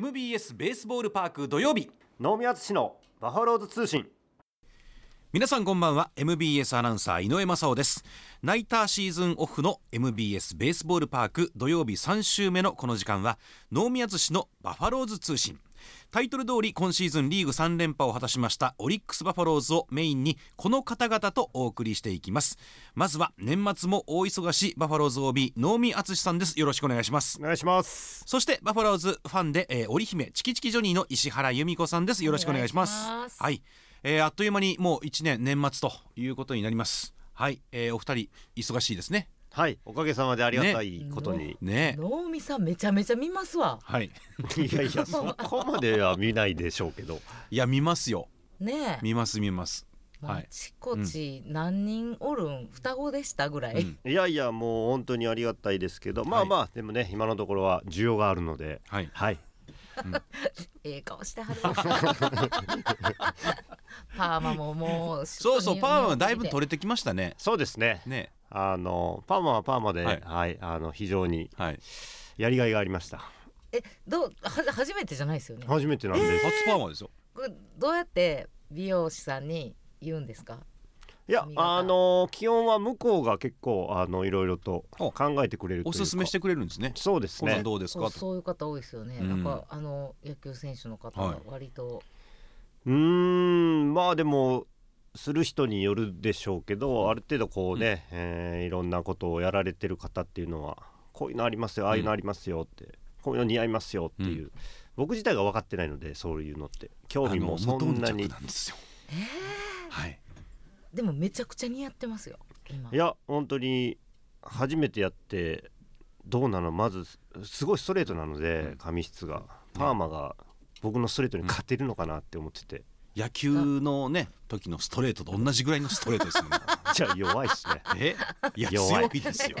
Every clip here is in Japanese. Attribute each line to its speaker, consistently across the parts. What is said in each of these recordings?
Speaker 1: MBS ベースボールパーク土曜日
Speaker 2: 能見淳のバファローズ通信
Speaker 1: 皆さんこんばんは MBS アナウンサー井上正雄ですナイターシーズンオフの MBS ベースボールパーク土曜日3週目のこの時間は能宮津市のバファローズ通信タイトル通り今シーズンリーグ3連覇を果たしましたオリックスバファローズをメインにこの方々とお送りしていきますまずは年末も大忙しいバファローズ OB 能見敦さんですよろしくお願いします
Speaker 2: お願いします
Speaker 1: そしてバファローズファンで、えー、織姫チキチキジョニーの石原由美子さんですよろしくお願いします
Speaker 3: お願いします
Speaker 1: はい、えー、あっという間にもう一年年末ということになりますはい、えー、お二人忙しいですね
Speaker 2: はいおかげさまでありがたいことに、
Speaker 1: ねえ
Speaker 3: 能見さんめちゃめちゃ見ますわ
Speaker 1: はい
Speaker 2: いやいやそこまでは見ないでしょうけ ど
Speaker 1: いや見ますよ
Speaker 3: ねえ
Speaker 1: 見ます見ますは
Speaker 3: あ
Speaker 1: い
Speaker 3: ちこち何人おるん双子でしたぐらい、
Speaker 2: いやいやもう本当にありがたいですけどまあまあ、でもね今のところは需要があるので
Speaker 1: はい
Speaker 2: はい
Speaker 3: ええ顔してはるわ パーマももう
Speaker 1: そうそうパーマはだいぶ取れてきましたね
Speaker 2: そうですね
Speaker 1: ね
Speaker 2: あのパーマはパーマで、
Speaker 1: は
Speaker 2: はいいあの非常に
Speaker 1: はい
Speaker 2: やりがいがありました
Speaker 3: れえどうは初めてじゃないですよね
Speaker 2: 初めてなんです、
Speaker 1: 初パーマですよ
Speaker 3: これどうやって美容師さんに言うんですか
Speaker 2: いや
Speaker 3: 髪型
Speaker 2: あの気温は向こうが結構あのいろいろと
Speaker 1: お
Speaker 2: 考えてくれるというか
Speaker 1: おすすめしてくれるんですね
Speaker 2: そうです
Speaker 1: こんなん
Speaker 2: ね
Speaker 1: どうです
Speaker 3: そ
Speaker 1: か
Speaker 3: う
Speaker 1: と
Speaker 3: そういう方多いですよね、
Speaker 1: うん
Speaker 3: なんかあの野球選手の方
Speaker 1: は
Speaker 3: はい割と、
Speaker 2: うーんまあでもする人によるでしょうけどある程度こうね、えーいろんなことをやられてる方っていうのはこういうのありますよああいうのありますよって、こういうの似合いますよっていう、僕自体が分かってないのでそういうのって興味もそんな
Speaker 1: 無頓
Speaker 2: に
Speaker 1: 着なんですよはい
Speaker 3: でもめちゃくちゃ似合ってますよ今
Speaker 2: いや本当に初めてやってどうなのまずすすごいストレートなので髪質がパーマが僕のストレートに勝てるのかなって思ってて、
Speaker 1: 野球のね時のストレートと同じぐらいのストレートですよね
Speaker 2: じゃあ弱いっすね
Speaker 1: えいや
Speaker 2: 弱
Speaker 1: 強
Speaker 2: い
Speaker 1: いですよ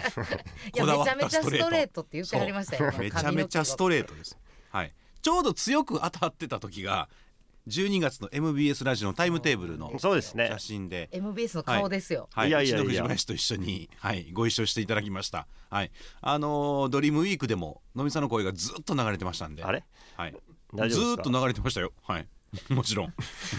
Speaker 3: いや
Speaker 1: こだわっ
Speaker 3: めちゃめ
Speaker 1: た
Speaker 3: ちゃ
Speaker 1: スト
Speaker 3: ス
Speaker 1: レ
Speaker 3: トレー
Speaker 1: ー
Speaker 3: トって言ってはりましたよ
Speaker 1: トめちゃめちゃストレートですはいちょうど強く当たってた時が12月の MBS ラジオのタイムテーブルの
Speaker 2: そうですね
Speaker 1: 写真で
Speaker 3: MBS の顔ですよ、
Speaker 1: はい、
Speaker 2: いやいや
Speaker 1: う
Speaker 2: いや
Speaker 1: ちの藤林と一緒に、はい、ご一緒していただきました。はい、あのードリームウィークでも、のみさんの声がずっと流れてましたんで。
Speaker 2: あれ
Speaker 1: はい。
Speaker 2: 大丈夫です
Speaker 1: ず
Speaker 2: か
Speaker 1: ーっと流れてましたよ。はい。 もちろん。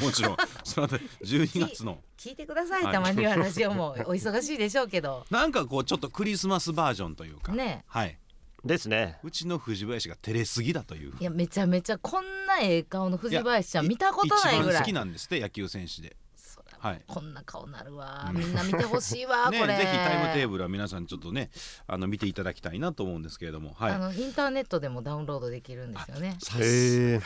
Speaker 1: もちろん。その後、12月 の。
Speaker 3: 聞いてください
Speaker 1: はい
Speaker 3: たまにはラジオ もお忙しいでしょうけど
Speaker 1: なんかこう、ちょっとクリスマスバージョンというか。
Speaker 3: ね
Speaker 1: はい。
Speaker 2: ですね
Speaker 1: うちの藤林が照れすぎだという。
Speaker 3: いやめちゃめちゃこんなええ顔の藤林ちゃん見たことないぐ
Speaker 1: 一番
Speaker 3: ら
Speaker 1: 好
Speaker 3: い
Speaker 1: きなんですって、野球選手で。
Speaker 3: そら
Speaker 1: はい。
Speaker 3: こんな顔なるわみんな見てほしい わ、
Speaker 1: ね、
Speaker 3: こ
Speaker 1: ぜひ
Speaker 3: れ
Speaker 1: タイムテーブルは皆さんちょっとねあの見ていただきたいなと思うんですけれどもはい
Speaker 3: あのインターネットでもダウンロードできるんですよね
Speaker 1: さす
Speaker 2: へえ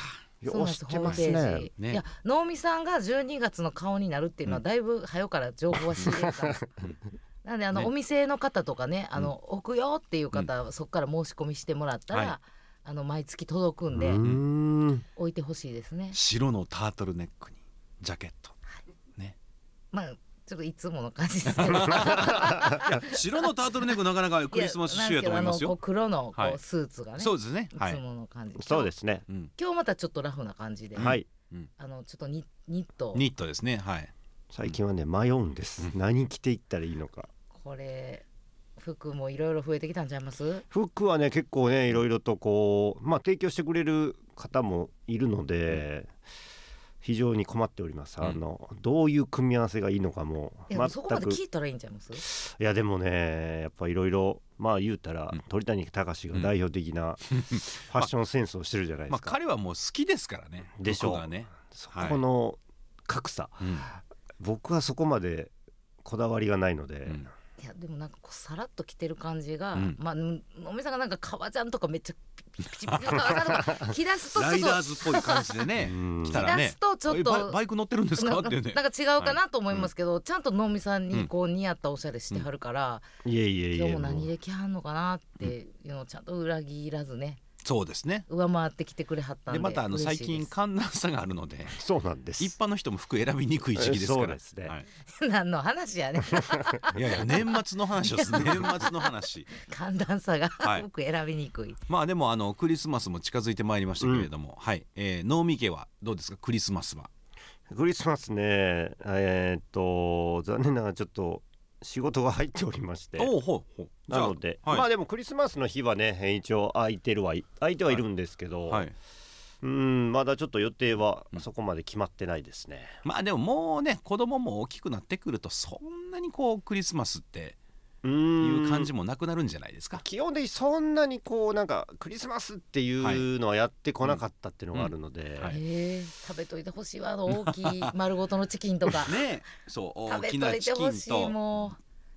Speaker 3: そ
Speaker 2: よ
Speaker 3: うなんで
Speaker 2: し
Speaker 3: す
Speaker 2: 知って
Speaker 3: ホーム
Speaker 2: ま
Speaker 3: ペ
Speaker 2: す
Speaker 3: ージ
Speaker 2: ね、
Speaker 1: ね
Speaker 3: いや能見さんが12月の顔になるっていうのはだいぶ早から情報は仕入れた、 なんであの、
Speaker 1: ね
Speaker 3: お店の方とかねあの、置くよっていう方はそこから申し込みしてもらったら、
Speaker 1: はい
Speaker 3: あの毎月届くんで、
Speaker 2: うーん
Speaker 3: 置いてほしいですね
Speaker 1: 白のタートルネックにジャケット
Speaker 3: まあちょっといつもの感じですけど
Speaker 1: 白のタートルネックなかなかクリスマス仕様やと思います
Speaker 3: いやな
Speaker 1: よ。
Speaker 3: んですけどあのこう黒のこ
Speaker 1: は
Speaker 3: う
Speaker 1: い
Speaker 3: スーツがね、
Speaker 1: そう
Speaker 3: い、
Speaker 1: ですね。は
Speaker 3: つ
Speaker 1: い。
Speaker 3: もの感じ、
Speaker 2: そうですね
Speaker 1: うん
Speaker 3: 今日またちょっとラフな感じで、
Speaker 2: はい
Speaker 3: あのちょっとニニットを
Speaker 1: ニットですね。はい。
Speaker 2: 最近はね迷うんです何着ていったらいいのか
Speaker 3: これ服もいろいろ増えてきたんちゃいます
Speaker 2: 服はね結構ねいろいろとこうまあ提供してくれる方もいるので非常に困っております
Speaker 1: ん
Speaker 2: あのどういう組み合わせがいいのかも
Speaker 3: いや、
Speaker 2: 全
Speaker 3: そこまで
Speaker 2: く
Speaker 3: 聞いたらいいんちゃいます
Speaker 2: いやでもねやっぱいろいろまあ言うたら
Speaker 1: うん
Speaker 2: 鳥谷隆が代表的なファッションセンスをしてるじゃないで
Speaker 1: ますあ
Speaker 2: か
Speaker 1: 彼はもう好きですからね。
Speaker 2: でしょう
Speaker 1: 服がね。
Speaker 2: そこの格差
Speaker 1: うん
Speaker 2: 僕はそこまでこだわりがないので、
Speaker 1: うん
Speaker 3: いやでもなんかこうさらっと着てる感じが、
Speaker 1: うん
Speaker 3: まあののみさんがなんか革ジャンとかめっちゃピチピチピチの革ジャンとか着出すとちょ
Speaker 1: ラ
Speaker 3: っ
Speaker 1: イ
Speaker 3: と
Speaker 1: ダーズっぽい感じで ね
Speaker 2: うん。
Speaker 1: 来たら
Speaker 3: 着出
Speaker 1: ね
Speaker 3: す。とちょっ
Speaker 1: えバイ
Speaker 3: と
Speaker 1: バイク乗ってるんですか
Speaker 3: な
Speaker 1: っ
Speaker 3: んか
Speaker 1: ていうね
Speaker 3: な。んか違うかなと思いますけど、ちゃんと能見さんにこう似合ったおしゃれしてはるから、
Speaker 2: いえいえいえ
Speaker 3: 今日も何
Speaker 2: もう
Speaker 3: で着はんのかなっていうのをちゃんと裏切らずね
Speaker 1: そうですね。
Speaker 3: 上回ってきてくれはったん
Speaker 1: で
Speaker 3: で
Speaker 1: またあの
Speaker 3: 嬉
Speaker 1: 最
Speaker 3: しい
Speaker 1: 近
Speaker 3: です
Speaker 1: 寒暖差があるので。
Speaker 2: そうなんです
Speaker 1: 一般の人も服選びにくい時期ですから。
Speaker 2: そうですね
Speaker 1: はい
Speaker 3: 何の話やね
Speaker 1: いやいや年末の話をす年末の話。
Speaker 3: 寒暖差が
Speaker 1: はい
Speaker 3: 僕選びにくい
Speaker 1: まあでもあのクリスマスも近づいてまいりましたけれども、はい。えー能見家はどうですかクリスマスは。
Speaker 2: クリスマスねえーっと残念ながらちょっと仕事が入っておりまして
Speaker 1: おうほうほう。じ
Speaker 2: な
Speaker 1: ゃあ
Speaker 2: ので、
Speaker 1: はい
Speaker 2: まあでもクリスマスの日はね一応空いてるはい空いてはいるんですけど、
Speaker 1: はい。
Speaker 2: うんまだちょっと予定は
Speaker 1: うん
Speaker 2: そこまで決まってないですね、
Speaker 1: まあでももうね子供も大きくなってくるとそんなにこうクリスマスって
Speaker 2: う
Speaker 1: い
Speaker 2: ん
Speaker 1: う感じもなくなるんじゃないですか、
Speaker 2: 基本的にそんなにこうなんかクリスマスっていうのはやってこなかったっていうのがあるので、
Speaker 1: はい
Speaker 3: ええ食べといてほしいわあの大きい丸ごとのチキンとか
Speaker 1: ねえそう大
Speaker 3: 食べ
Speaker 1: き
Speaker 3: と
Speaker 1: ないチ
Speaker 3: て
Speaker 1: キ
Speaker 3: ほ
Speaker 1: ン
Speaker 3: しい
Speaker 1: と、
Speaker 3: も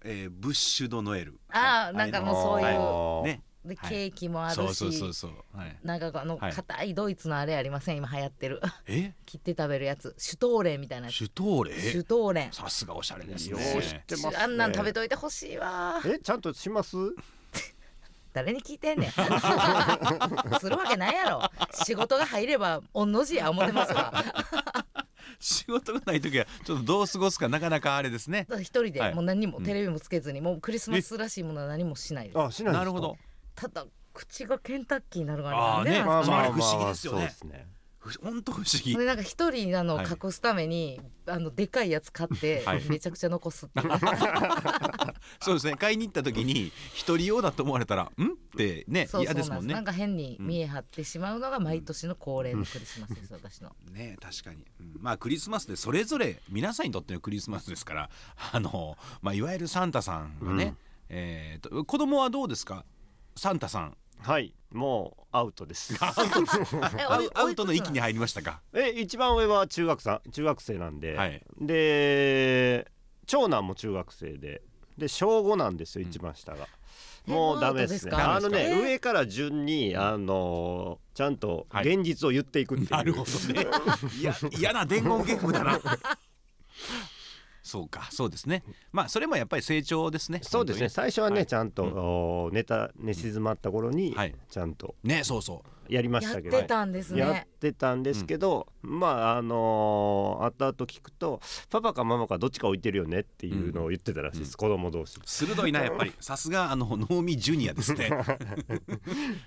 Speaker 1: えーブッシュドノエル
Speaker 3: あーなんか
Speaker 2: あ
Speaker 3: もうそういう
Speaker 2: ー
Speaker 1: うね
Speaker 3: うで
Speaker 1: はい
Speaker 3: ケーキもあ
Speaker 1: そう
Speaker 3: る
Speaker 1: そうそう
Speaker 3: し
Speaker 1: そうはい
Speaker 3: なんかこうあの
Speaker 1: はい
Speaker 3: 硬いドイツのあれありません今流行ってる
Speaker 1: え
Speaker 3: 切って食べるやつシュトーレンみたいなやつ
Speaker 1: シュトーレ
Speaker 3: シュトーレン
Speaker 1: さすがおしゃれです
Speaker 2: よ
Speaker 1: ね
Speaker 2: う知ってますね
Speaker 3: あんなん食べといてほしいわ
Speaker 2: えちゃんとします
Speaker 3: 誰に聞い てんねん するわけないやろ仕事が入れば御の字や思ってま すわ
Speaker 1: 仕事がない時はちょっとどう過ごすかなかなかあれですね
Speaker 3: だから一人
Speaker 1: は
Speaker 3: で
Speaker 1: い
Speaker 3: もう何に
Speaker 1: う
Speaker 3: も
Speaker 1: ん
Speaker 3: テレビもつけずにもうクリスマスらしいものは何もしないです
Speaker 2: あしないんですか
Speaker 1: なるほど
Speaker 3: ただ口がケンタッキーになる
Speaker 1: あ
Speaker 3: か
Speaker 1: ー
Speaker 3: らね
Speaker 1: ね
Speaker 3: なん
Speaker 2: まあ
Speaker 3: ですか
Speaker 2: ま
Speaker 1: あ
Speaker 2: あ
Speaker 1: れ
Speaker 2: まあ
Speaker 1: 不思議ですよね
Speaker 2: そうですね
Speaker 1: ふ本当不思議
Speaker 3: ほんでなんか一人なのを
Speaker 1: はい
Speaker 3: 隠すために、あのでかいやつ買って、
Speaker 1: はい
Speaker 3: めちゃくちゃ残すって いう
Speaker 1: そうですね買いに行った時に一人用だと思われたらんってね
Speaker 3: そうそ
Speaker 1: 嫌
Speaker 3: うなんで
Speaker 1: ですすもん
Speaker 3: な
Speaker 1: ね
Speaker 3: んか変に見え張ってしまうのが毎年の恒例のクリスマスです、私の
Speaker 1: ね確かに、うんまあクリスマスでそれぞれ皆さんにとってのクリスマスですから あの、まあ、いわゆるサンタさんがね、
Speaker 2: うん
Speaker 1: えーと子供はどうですかサンタさん
Speaker 2: はいもうアウトです
Speaker 3: え
Speaker 1: ア
Speaker 3: おい
Speaker 1: ウアウトの
Speaker 3: おいくつ
Speaker 1: 域
Speaker 3: な
Speaker 1: に入りましたか
Speaker 2: え一番上は中学さん中学生なんで、
Speaker 1: はい
Speaker 2: で長男も中学生でで小5なんですよ、
Speaker 1: うん
Speaker 2: 一番下が。
Speaker 3: え
Speaker 2: もうダメですね。
Speaker 3: もう
Speaker 2: あ
Speaker 3: ア
Speaker 2: の
Speaker 3: ウトですか
Speaker 2: ね、
Speaker 3: えー
Speaker 2: 上から順にあのーちゃんと
Speaker 1: はい
Speaker 2: 現実を言っていくってい う。
Speaker 1: なるほどねいや嫌な伝言ゲームだなそうかそうですねまあそれもやっぱり成長ですね
Speaker 2: そうですね。最初はね、
Speaker 1: はい
Speaker 2: ちゃんと、
Speaker 1: うん
Speaker 2: お寝た寝静まった頃に、
Speaker 1: はい
Speaker 2: ちゃんと
Speaker 1: ねそうそう
Speaker 2: やりま
Speaker 3: や
Speaker 2: し
Speaker 3: った
Speaker 2: けど。
Speaker 3: てたんですね、
Speaker 2: やってたんですけど、まああのー後々聞くとパパかママかどっちか置いてるよねっていうのを言ってたらしいです、子供同士
Speaker 1: 鋭いなやっぱりさすがあの能見ジュニアですね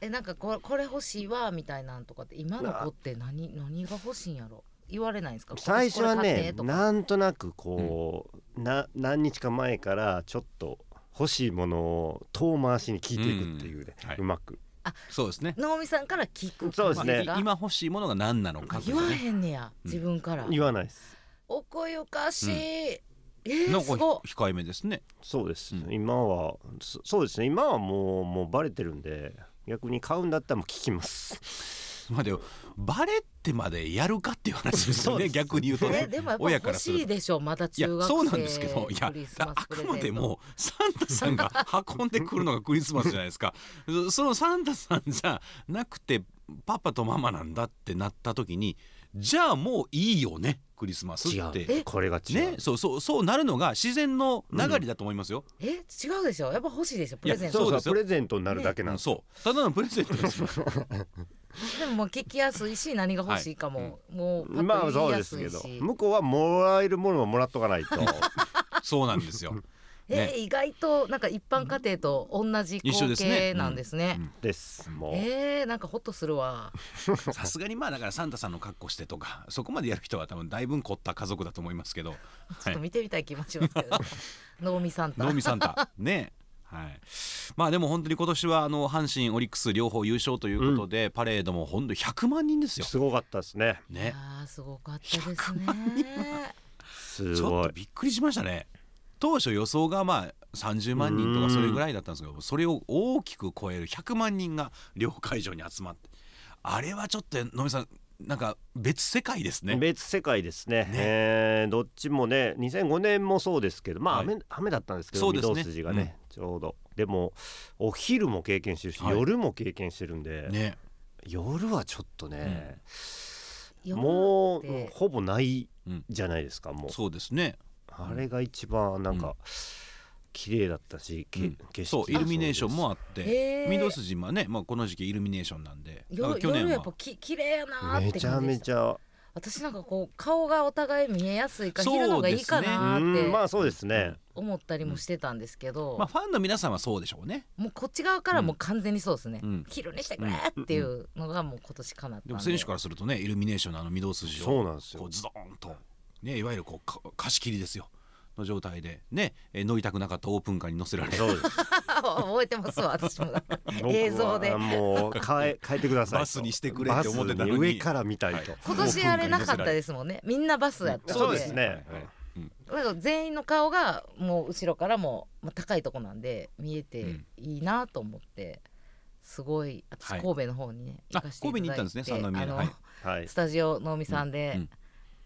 Speaker 3: えなんかこれこれ欲しいわみたいなんとかって今の子って何何が欲しいんやろ言われないんですか
Speaker 2: 最初は
Speaker 3: これ買っ
Speaker 2: ね
Speaker 3: てとか
Speaker 2: なんとなくこう、な何日か前からちょっと欲しいものを遠回しに聞いていくっていうね、
Speaker 1: う
Speaker 2: うん
Speaker 1: はいう
Speaker 2: まく
Speaker 1: そうですね
Speaker 3: 能見さんから聞く
Speaker 2: そうですね
Speaker 3: 感じ
Speaker 1: ま
Speaker 3: が
Speaker 1: あ今欲しいものが何なのかと
Speaker 3: 言
Speaker 1: か
Speaker 3: わ
Speaker 1: ね
Speaker 3: へんねや
Speaker 1: うん
Speaker 3: 自分から、
Speaker 2: 言わないです
Speaker 3: 奥ゆかしい、えー
Speaker 1: なん
Speaker 3: す
Speaker 1: か
Speaker 3: ごっ
Speaker 1: ひ控えめですね
Speaker 2: そうです、
Speaker 1: うん
Speaker 2: 今はそそうですね今はもうもうバレてるんで逆に買うんだったらもう聞きます
Speaker 1: まあでもバレってまでやるかっていう話ですよね
Speaker 2: そうです
Speaker 1: 逆に言うと
Speaker 3: え
Speaker 1: ね
Speaker 3: でもやっぱ
Speaker 1: 親から
Speaker 3: 欲
Speaker 1: する
Speaker 3: しい
Speaker 1: と
Speaker 3: でしょまだ
Speaker 1: いや
Speaker 3: 中学生
Speaker 1: そうなんですけどいや
Speaker 3: クリス
Speaker 1: だ
Speaker 3: マス
Speaker 1: あ
Speaker 3: プ
Speaker 1: く
Speaker 3: レゼント
Speaker 1: までもサンタさんが 運んでくるのがクリスマスじゃないですかそそのサンタさんじゃなくてパパとママなんだってなった時にじゃあもういいよねクリスマス
Speaker 2: 違
Speaker 1: っ
Speaker 2: う
Speaker 1: て。
Speaker 2: これが違う、
Speaker 1: ね、そうそうそうなるのが自然の流れだと思いますよ。
Speaker 3: え違うでしょやっぱ欲しいでしょプレゼ
Speaker 1: いや
Speaker 3: ント
Speaker 2: そう
Speaker 1: そ
Speaker 2: そうう
Speaker 1: ですよ
Speaker 2: プレゼントになるだけなん
Speaker 1: うん
Speaker 2: です、
Speaker 1: そうただのプレゼント ですよ。
Speaker 3: でももう聞きやすいし何が欲しいかも、もうパ
Speaker 2: ま
Speaker 3: ッ
Speaker 2: あ
Speaker 3: と
Speaker 2: そう
Speaker 3: 言い
Speaker 2: で
Speaker 3: やす
Speaker 2: す
Speaker 3: いし、
Speaker 2: けど向こうはもらえるものはもらっとかないと
Speaker 1: そうなんですよ。
Speaker 3: え
Speaker 1: ね
Speaker 3: 意外となんか一般家庭と同じ
Speaker 1: 一緒
Speaker 3: 光
Speaker 1: ですね
Speaker 3: 景なんですね。
Speaker 1: うん
Speaker 2: ですもう、
Speaker 3: えー、なんかホッとするわ。
Speaker 1: さすがにまあだからサンタさんの格好してとかそこまでやる人は多分だいぶん凝った家族だと思いますけど。
Speaker 3: ちょっと見てみたい気持ちますけど、 能見さんと。
Speaker 1: 能見サンタねはい、まあでも本当に今年はあの阪神オリックス両方優勝ということで、パレードも本当に100万人ですよ。
Speaker 2: すごかったですね
Speaker 3: いや
Speaker 1: ね
Speaker 3: ーすごかったですね。
Speaker 2: す
Speaker 1: ちょ
Speaker 2: ご
Speaker 1: っ
Speaker 2: い
Speaker 1: とびっくりしましたね。当初予想がまあ30万人とかそれぐらいだったんですけどそれを大きく超える100万人が両会場に集まってあれはちょっと能見さんなんか別世界ですね。
Speaker 2: 別世界ですねえーどっちもね2005年もそうですけどまあ
Speaker 1: はい
Speaker 2: 雨,、雨だったんですけ
Speaker 1: そう
Speaker 2: ど
Speaker 1: ですね
Speaker 2: 御堂筋がね、ちょうどでもお昼も経験してるし、
Speaker 1: はい
Speaker 2: 夜も経験してるんで、
Speaker 1: ね
Speaker 2: 夜はちょっとね、
Speaker 3: う
Speaker 2: もう
Speaker 3: 夜って
Speaker 2: ほぼない
Speaker 1: うん
Speaker 2: じゃないですかもう
Speaker 1: そうですね
Speaker 2: あれが一番なんか、綺麗だったし、け
Speaker 1: うん
Speaker 2: 景色
Speaker 1: そ
Speaker 2: も
Speaker 1: うイルミネーションも
Speaker 2: あ
Speaker 1: あって
Speaker 3: へー
Speaker 1: 御堂筋もね、まあ、この時期イルミネーションなんでだから
Speaker 3: 夜
Speaker 1: 去年
Speaker 3: 夜やっ
Speaker 1: は
Speaker 3: ぱき綺麗やなーっ
Speaker 2: め
Speaker 3: て
Speaker 2: ちゃ
Speaker 3: 感じで
Speaker 2: め
Speaker 3: した。
Speaker 2: ちゃ
Speaker 3: 私なんかこう顔がお互い見えやすいか
Speaker 1: そう
Speaker 3: 昼の方がいいかな
Speaker 2: う
Speaker 3: ー
Speaker 2: んま
Speaker 3: って
Speaker 2: あそうですね、
Speaker 3: 思ったりもしてたんですけど、
Speaker 1: まあ、ファンの皆さんはそうでしょうね。
Speaker 3: もうこっち側からもう完全にそうですね。
Speaker 1: うん
Speaker 3: 昼にしてくれーっていうのがもう今年かなったんで。
Speaker 1: でも選手からするとねイルミネーションのあの御堂筋
Speaker 2: そう
Speaker 1: を
Speaker 2: なんです
Speaker 1: こう
Speaker 2: よ
Speaker 1: ズドーンと、ね、いわゆるこうか貸し切りですよの状態でねえー乗りたくなかったオープンカーに乗せられ
Speaker 2: そうです
Speaker 3: 覚えてますわ私も
Speaker 2: 僕は
Speaker 3: 映像で
Speaker 2: もう変え変えてくださいと
Speaker 1: バスにしてくれって思ってたのに
Speaker 2: バス上から見たいと、
Speaker 1: はい
Speaker 3: 今年あれなかったですもんねみんなバスやったんで
Speaker 2: そうですね
Speaker 1: はいはいうん
Speaker 3: なんか全員の顔がもう後ろからも、まあ、高いとこなんで見え
Speaker 1: う
Speaker 3: て
Speaker 1: ん
Speaker 3: いいなと思ってすごい私
Speaker 1: はい
Speaker 3: 神戸の方にね、
Speaker 1: あ
Speaker 3: 行かせていただい
Speaker 1: 神戸に
Speaker 3: て
Speaker 1: 行ったんですね三宮の
Speaker 3: あの、
Speaker 1: はい
Speaker 2: はい
Speaker 3: スタジオ能見さんで、
Speaker 1: うんうん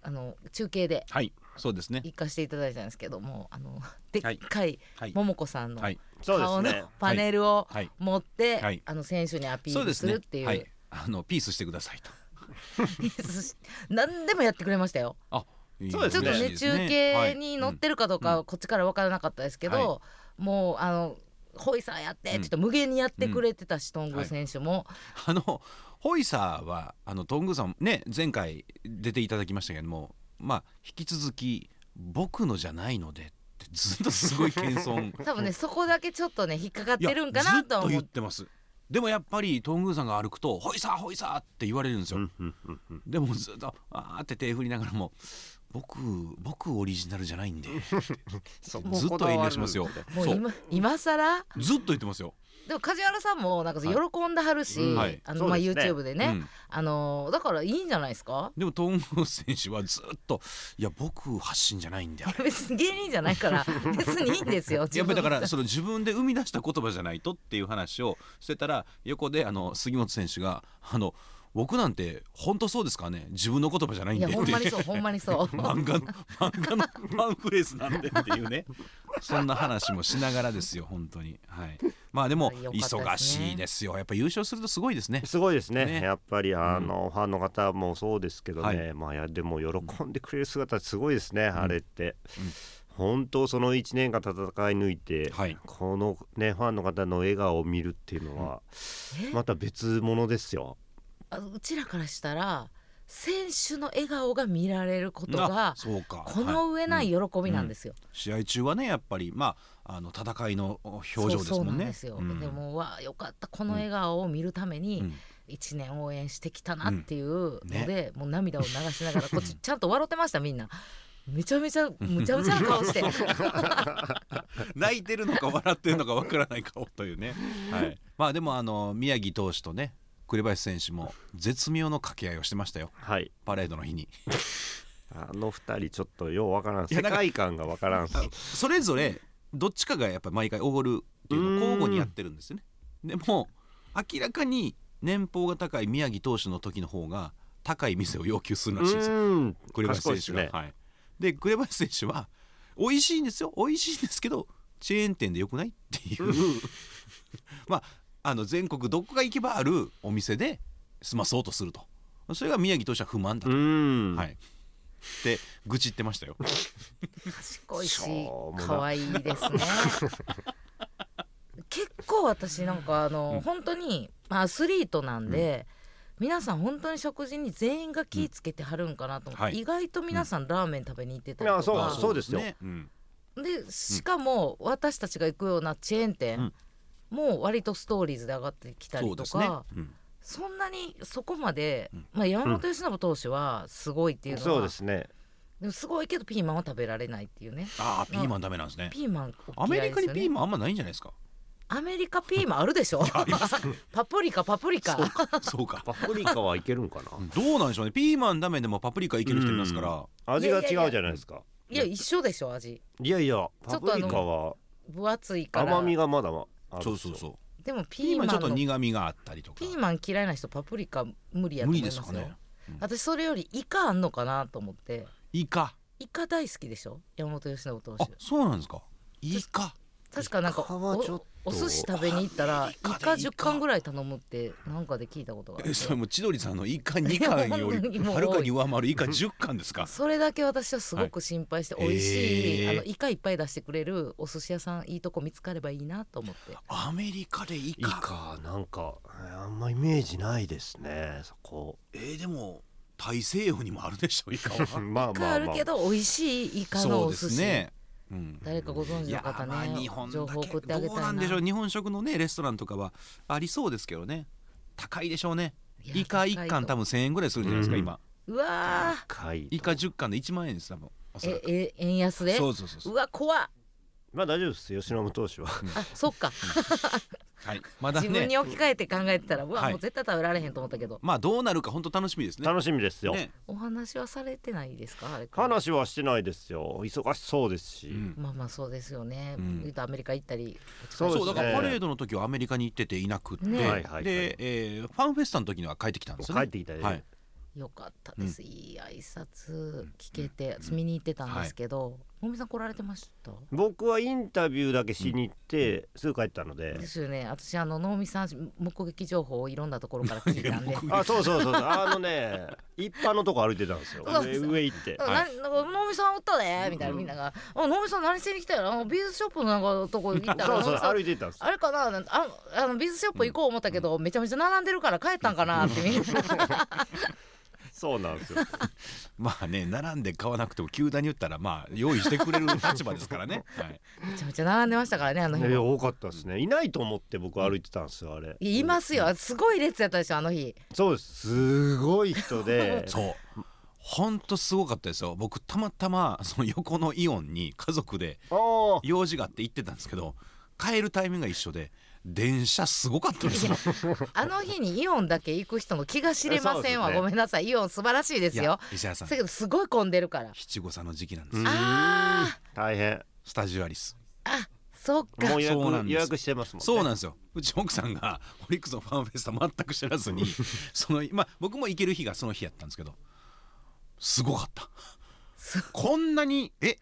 Speaker 3: あの中継で
Speaker 1: はいそうですね
Speaker 3: 行かせていただいたんですけどもあのでっ
Speaker 1: はい
Speaker 3: かい
Speaker 1: はい
Speaker 3: 桃子さんの
Speaker 1: はい
Speaker 2: そ
Speaker 3: 顔
Speaker 2: う
Speaker 3: の
Speaker 2: ですね
Speaker 3: パネルを
Speaker 1: はい
Speaker 3: 持って、
Speaker 1: はい
Speaker 3: あの選手にアピ
Speaker 1: そう
Speaker 3: ー
Speaker 1: で
Speaker 3: ル
Speaker 1: す
Speaker 3: する
Speaker 1: ね
Speaker 3: っていう
Speaker 1: はいあのピースしてくださいと
Speaker 3: 何でもやってくれましたよ。
Speaker 1: あいい
Speaker 2: そうで
Speaker 3: ち
Speaker 2: す
Speaker 3: ょっと
Speaker 2: 嬉
Speaker 3: ね
Speaker 2: し
Speaker 3: 中継に乗っ、
Speaker 1: 嬉しいですね
Speaker 3: てるかどう
Speaker 1: はいう
Speaker 3: かはこっちから分からなかったですけど、もうあの「ホイさんやって」って言って無限にやってくれてたし、トング選手も、
Speaker 1: はいあのホイサーはあのトングさんね前回出ていただきましたけどもまあ引き続き僕のじゃないのでってずっとすごい謙遜
Speaker 3: 多分ねそこだけちょっとね引っかかっ
Speaker 1: いや
Speaker 3: てるんかなとは
Speaker 1: ずっと
Speaker 3: 思
Speaker 1: 言
Speaker 3: っ
Speaker 1: っててますでもやっぱりトングさんが歩くと「ホイサーホイサー」って言われるんですよ、
Speaker 2: うんうんうんうん
Speaker 1: でもずっとあーって手振りながらも僕僕オリジナルじゃないん で
Speaker 2: そこ
Speaker 1: ずっと遠慮しますよ
Speaker 3: もう
Speaker 1: そう
Speaker 3: 今今更
Speaker 1: ずっと言ってますよ、
Speaker 3: でも梶原さんもなんか喜
Speaker 1: は
Speaker 3: んではるし、
Speaker 2: うん
Speaker 1: はい
Speaker 3: あのまあ、
Speaker 2: そうですね
Speaker 3: YouTube でね、
Speaker 1: うん
Speaker 3: あのだからいいんじゃないですか
Speaker 1: でもトング選手はずっといや僕発信じゃないんであれ
Speaker 3: 別に芸人じゃない から別にいいんですよ。
Speaker 1: やっぱりだか
Speaker 3: 自
Speaker 1: らその自分で生み出した言葉じゃないとっていう話をしてたら横であの杉本選手があの僕なんて本当そうですからね自分の言葉じゃない
Speaker 3: 分
Speaker 1: ん
Speaker 3: い
Speaker 1: でって
Speaker 3: やほんまにそうほんまにそ
Speaker 1: 漫
Speaker 3: う。
Speaker 1: 画の漫画のワンフレーズなんでっていうね そんな話もしながらですよ本当にはいまあでも
Speaker 3: よかったですね
Speaker 1: 忙しいですよやっぱ優勝するとすごいですね
Speaker 2: すごいですね
Speaker 1: ね
Speaker 2: やっぱりあの、ファンの方もそうですけどね、
Speaker 1: はい
Speaker 2: まあいやでも喜んでくれる姿すごいですね、あれって、
Speaker 1: うん
Speaker 2: 本当その1年間戦い抜いて、
Speaker 1: はい
Speaker 2: このねファンの方の笑顔を見るっていうのは、
Speaker 3: え
Speaker 2: また別物ですよ
Speaker 3: あうちらからしたら選手の笑顔が見られること
Speaker 1: あ
Speaker 3: が
Speaker 1: そうか
Speaker 3: この上ない
Speaker 1: はい
Speaker 3: 喜びなんですよ。
Speaker 1: うん試合中はねやっぱりまああの戦いの表情です
Speaker 3: そうそう
Speaker 1: も
Speaker 3: なんん
Speaker 1: ね
Speaker 3: ですよ。
Speaker 1: うん
Speaker 3: でもうわあよかったこの笑顔を見るため
Speaker 1: う
Speaker 3: に
Speaker 1: ん
Speaker 3: 一年応援してきたなっていうの
Speaker 1: うん
Speaker 3: で、
Speaker 1: ね
Speaker 3: もう涙を流しながらこっちちゃんと笑ってましたみんな。めちゃめちゃむちゃむちゃな顔して
Speaker 1: 泣いてるのか笑ってるのかわからない顔というねはいまあでもあの宮城投手とね栗林選手も絶妙の掛け合いをしてましたよ
Speaker 2: はい
Speaker 1: パレードの日に
Speaker 2: あの二人ちょっとようわからん
Speaker 1: いや
Speaker 2: 世
Speaker 1: なんか
Speaker 2: 界観がわからんっす
Speaker 1: あそれぞれどっちかがやっぱり毎回おごるっていうのを交互にやってるんですよねでも明らかに年俸が高い宮城投手の時の方が高い店を要求するらしいんですよ
Speaker 2: ん
Speaker 1: 栗林選手
Speaker 2: 賢
Speaker 1: が
Speaker 2: いっすね
Speaker 1: はい、で栗林選手は美味しいんですよ美味しいんですけどチェーン店でよくないっていうま ああの全国どこか行けばあるお店で済まそうとするとそれが宮城投手は不満だ
Speaker 2: う
Speaker 1: と、
Speaker 2: ん、
Speaker 1: はいで愚痴ってましたよ
Speaker 3: 賢い
Speaker 2: し
Speaker 3: し
Speaker 2: ょうもな
Speaker 3: 可愛いですね結構私なんかあの、
Speaker 1: うん
Speaker 3: 本当にまあアスリートなんで、皆さん本当に食事に全員が気ぃつけてはるんかなと思って、
Speaker 1: うんはい
Speaker 3: 意外と皆さんラーメン食べに行ってたりとか、
Speaker 2: いやあそうですよ
Speaker 1: ねうん
Speaker 3: でしかも私たちが行くようなチェーン店も割とストーリーズで上がってきたり
Speaker 1: そう
Speaker 3: と
Speaker 1: ですね
Speaker 3: か、
Speaker 1: うん
Speaker 3: そんなにそこまで、
Speaker 1: ん
Speaker 3: まあ、山本由伸投手はすごいっていうのは、
Speaker 2: そうですね
Speaker 3: でもすごいけどピーマンは食べられないっていうね
Speaker 1: ああピーマンダメなんですね
Speaker 3: ピーマン
Speaker 1: ア
Speaker 3: お
Speaker 1: メ
Speaker 3: 嫌
Speaker 1: リ
Speaker 3: いで
Speaker 1: カ
Speaker 3: す
Speaker 1: に
Speaker 3: よ
Speaker 1: ピー
Speaker 3: ね
Speaker 1: マンあんまないんじゃないですか
Speaker 3: アメリカピーマンあるでしょパプリカパプリカ
Speaker 1: そうか
Speaker 2: パプリカはいけるんかな
Speaker 1: どうなんでしょうねピーマンダメでもパプリカいける人いますから
Speaker 2: 味が違うじゃないですか
Speaker 3: いや一緒でしょ味
Speaker 2: いやいや
Speaker 3: ちょ
Speaker 2: パ
Speaker 3: っと
Speaker 2: プ
Speaker 3: あの
Speaker 2: リカは
Speaker 3: 分厚いから
Speaker 2: 甘みがまだある
Speaker 1: そうそうそう
Speaker 3: でも
Speaker 1: ピ
Speaker 3: ピ
Speaker 1: ー
Speaker 3: ー
Speaker 1: マ
Speaker 3: マ
Speaker 1: ン
Speaker 3: ン
Speaker 1: ちょっと
Speaker 3: の
Speaker 1: 苦味があったりとか
Speaker 3: ピーマン嫌いな人パプリカ無理やと
Speaker 1: 無
Speaker 3: 思
Speaker 1: 理
Speaker 3: いま
Speaker 1: ですす
Speaker 3: よ
Speaker 1: かね
Speaker 3: 私それよりイカあんのかなと思って
Speaker 1: イカ
Speaker 3: イカ大好きでしょ山本由伸投
Speaker 1: あ
Speaker 3: 手
Speaker 1: そうなんですかイカ
Speaker 3: 確かなんか
Speaker 2: イカはちょっ
Speaker 3: お
Speaker 2: と
Speaker 3: お寿司食べに行ったらイ
Speaker 1: カで
Speaker 3: カ
Speaker 1: イカ
Speaker 3: 10貫ぐらい頼むってなんかで聞いたことがあ
Speaker 1: え
Speaker 3: る
Speaker 1: それもう千鳥さんのイカ2巻よ
Speaker 3: いや本当
Speaker 1: り
Speaker 3: にもう
Speaker 1: はるかに上回るイカ10巻ですか
Speaker 3: それだけ私はすごく心配して
Speaker 1: はい
Speaker 3: 美味しい、
Speaker 1: へー
Speaker 3: あのイカいっぱい出してくれるお寿司屋さんいいとこ見つかればいいなと思って
Speaker 1: アメリカでイ
Speaker 2: イ
Speaker 1: カ
Speaker 2: カなんかえーあんまイメージないですねそこ
Speaker 1: えーでも大西洋にもあるでしょイ カは
Speaker 2: まあ
Speaker 3: イカあるけど美味しいイカの
Speaker 1: そう
Speaker 3: お
Speaker 1: で
Speaker 3: 寿
Speaker 1: す
Speaker 3: 司、
Speaker 1: ねうん
Speaker 3: 誰かご存知
Speaker 1: い
Speaker 3: の
Speaker 1: や
Speaker 3: 方
Speaker 1: まあ
Speaker 3: ね
Speaker 1: 日本だ
Speaker 3: 情報送っ
Speaker 1: け
Speaker 3: てあげ
Speaker 1: どう
Speaker 3: た
Speaker 1: ないん
Speaker 3: な
Speaker 1: でしょう日本食のねレストランとかはありそうですけどね高いでしょうね
Speaker 3: いや
Speaker 1: イカ1
Speaker 3: 高い
Speaker 1: 貫
Speaker 3: と
Speaker 1: 多分1000円ぐらいするんじゃないですか、
Speaker 2: うん
Speaker 1: 今
Speaker 3: うわ
Speaker 2: イカ
Speaker 1: イカ10貫で1万円です多分おそら
Speaker 3: ー
Speaker 1: く
Speaker 3: ええ円安で
Speaker 1: そうそうそうそう
Speaker 3: うわ怖っ
Speaker 2: まあ大丈夫です吉野投手は
Speaker 3: あそっか
Speaker 1: はい、 まだ
Speaker 3: 自分に
Speaker 1: ね、
Speaker 3: 置き換えて考えてたらうわ、
Speaker 1: はい
Speaker 3: もう絶対食べられへんと思ったけど
Speaker 1: まあどうなるか本当楽しみですね。
Speaker 2: 楽しみですよ、
Speaker 1: ね
Speaker 3: お話はされてないですかあれから
Speaker 2: 話はしてないですよ忙しそうですし、
Speaker 1: うん
Speaker 3: まあまあそうですよね、
Speaker 1: うん
Speaker 3: 言うとアメリカ行ったり
Speaker 2: そうで
Speaker 1: そ
Speaker 2: すね
Speaker 1: うだからパレードの時はアメリカに行ってていなくって、
Speaker 3: ね
Speaker 2: はいはいはい
Speaker 1: で、えーファンフェスタの時には帰ってきたんですよ
Speaker 2: 帰っ
Speaker 1: ね。
Speaker 2: てきたり、
Speaker 1: はい、
Speaker 3: よかったです、いい挨拶聞けて、私見に行ってたんですけど、もみさん来られてました
Speaker 2: 僕はインタビューだけしに行って、すぐ帰ったので
Speaker 3: で。すよね私あの能見さん目撃情報をいろんなところから聞いたんで
Speaker 2: あそうそう そうそうあのね一般のとこ歩いてたんですよ
Speaker 3: そうそう
Speaker 2: 上上行って、
Speaker 3: なんかなんか能見さんおったでみたいなみんなが「あ能見さん何しに来たよあのビーズショップのなんかとこ行 ったら
Speaker 2: そうそう
Speaker 3: 能見さん
Speaker 2: 歩いていったんですよ
Speaker 3: あれかななんてああのビーズショップ行こう思ったけど、めちゃめちゃ並んでるから帰ったんかなって みんな
Speaker 2: そうなんですよ
Speaker 1: まあね並んで買わなくても球団に言ったらまあ用意してくれる立場ですから ね。はい、
Speaker 3: めちゃめちゃ並んでましたからねあの日
Speaker 2: いや
Speaker 3: も。
Speaker 2: 多かったですねいないと思って僕歩いてたんですよあれ
Speaker 3: いやいますよすごい列やったでしょあの日
Speaker 2: そうですすごい人 で
Speaker 1: そう本当すごかったですよ僕たまたまその横のイオンに家族で
Speaker 2: ああ
Speaker 1: 用事があって行ってたんですけど帰るタイミングが一緒で電車すごかったですよ。
Speaker 3: あの日にイオンだけ行く人の気が知れませんわ、
Speaker 2: そうですね
Speaker 3: ごめんなさいイオン素晴らしいです
Speaker 1: いや
Speaker 3: よ
Speaker 1: 石原さ
Speaker 3: だ
Speaker 1: ん
Speaker 3: けどすごい混んでるから
Speaker 1: 七五三の時期なんですよ、
Speaker 2: うん
Speaker 3: あ
Speaker 2: 大変
Speaker 1: スタジオアリス
Speaker 3: ーそっか
Speaker 2: もう予
Speaker 1: そうなんで
Speaker 2: 約
Speaker 1: す
Speaker 2: 予約してますもんね
Speaker 1: そうなんですようち奥さんがオリックスのファンフェスタ全く知らず にそのまあ僕も行ける日がその日やったんですけどすごかった
Speaker 3: す
Speaker 1: こんなにえ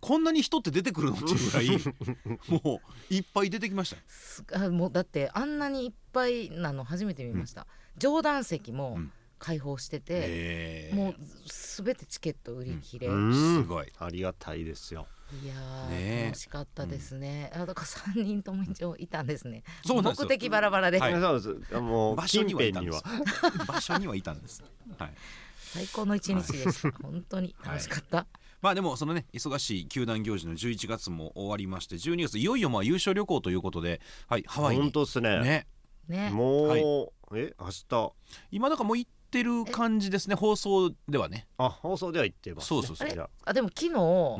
Speaker 1: こんなに人って出てくるのっていうぐらいもういっぱい出てきましたよ
Speaker 3: すあもうだってあんなにいっぱいなの初めて見ました、上段席も
Speaker 1: うん
Speaker 3: 開放してて、
Speaker 1: へえ
Speaker 3: もうすべてチケット売り切れ、
Speaker 2: うん
Speaker 1: すごい
Speaker 2: ありがたいですよ
Speaker 3: いや
Speaker 1: ね
Speaker 3: ー、
Speaker 1: え
Speaker 3: 楽しかったですね、あだから3人とも一応いたんですね
Speaker 1: そうなんですよ
Speaker 3: 目的バラバラで、
Speaker 1: はい
Speaker 2: そうですもう
Speaker 1: 場所
Speaker 2: 近
Speaker 1: にはい
Speaker 2: 辺
Speaker 1: たん
Speaker 2: に
Speaker 1: で
Speaker 2: は
Speaker 1: す 場所にはいたんです、はい、
Speaker 3: 最高の一日でした、本当に楽しかった、
Speaker 1: まあでもそのね忙しい球団行事の11月も終わりまして12月いよいよまあ優勝旅行ということで、はい、ハワイ
Speaker 2: 本
Speaker 1: に
Speaker 2: 当ですね
Speaker 1: ね
Speaker 3: ね
Speaker 2: もう、
Speaker 1: はい
Speaker 2: え明日
Speaker 1: 今だからもう行ってる感じですね放送ではね
Speaker 2: あ放送では言ってます、
Speaker 1: そ
Speaker 2: ね、
Speaker 1: うそうそう
Speaker 3: あれ
Speaker 2: じゃあ
Speaker 3: あでも昨日、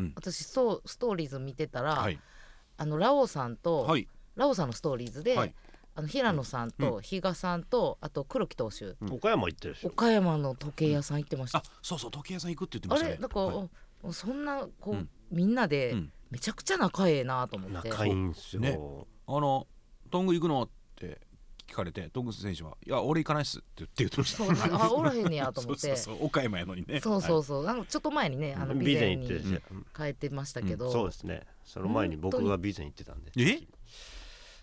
Speaker 1: ん
Speaker 3: 私そうストーリーズ見てたら、
Speaker 1: はい
Speaker 3: あのラオさんと、
Speaker 1: はい
Speaker 3: ラオさんのストーリーズで、
Speaker 1: はい
Speaker 3: あの平野さんと比嘉さんと、あと黒木投手、
Speaker 1: うん
Speaker 2: 岡山行ってるでしょ
Speaker 3: 岡山の時計屋さん行ってました、
Speaker 1: あそうそう時計屋さん行くって言ってま
Speaker 3: あ
Speaker 1: したね
Speaker 3: れなんか、
Speaker 1: は
Speaker 3: おそんなこう、
Speaker 1: うん
Speaker 3: みんなで、
Speaker 1: うん
Speaker 3: めちゃくちゃ仲ええなと思って
Speaker 2: 仲いいんすよ、
Speaker 1: ねいあの「トング行くの?」って聞かれてトング選手は「いや俺行かないっす」って言って言ってまし
Speaker 3: そうあおらへんねや
Speaker 1: た
Speaker 3: と
Speaker 1: そ
Speaker 3: 思っ
Speaker 1: う そう
Speaker 3: て
Speaker 1: そう岡山やのにね
Speaker 3: そうそううそう、あのちょっと前にねあの
Speaker 2: 備
Speaker 3: 備
Speaker 2: 前
Speaker 3: 前
Speaker 2: 行っ
Speaker 3: に
Speaker 2: てるし、
Speaker 3: 変えてましたけど、
Speaker 2: そうですねその前に僕が備前行ってたんで
Speaker 1: え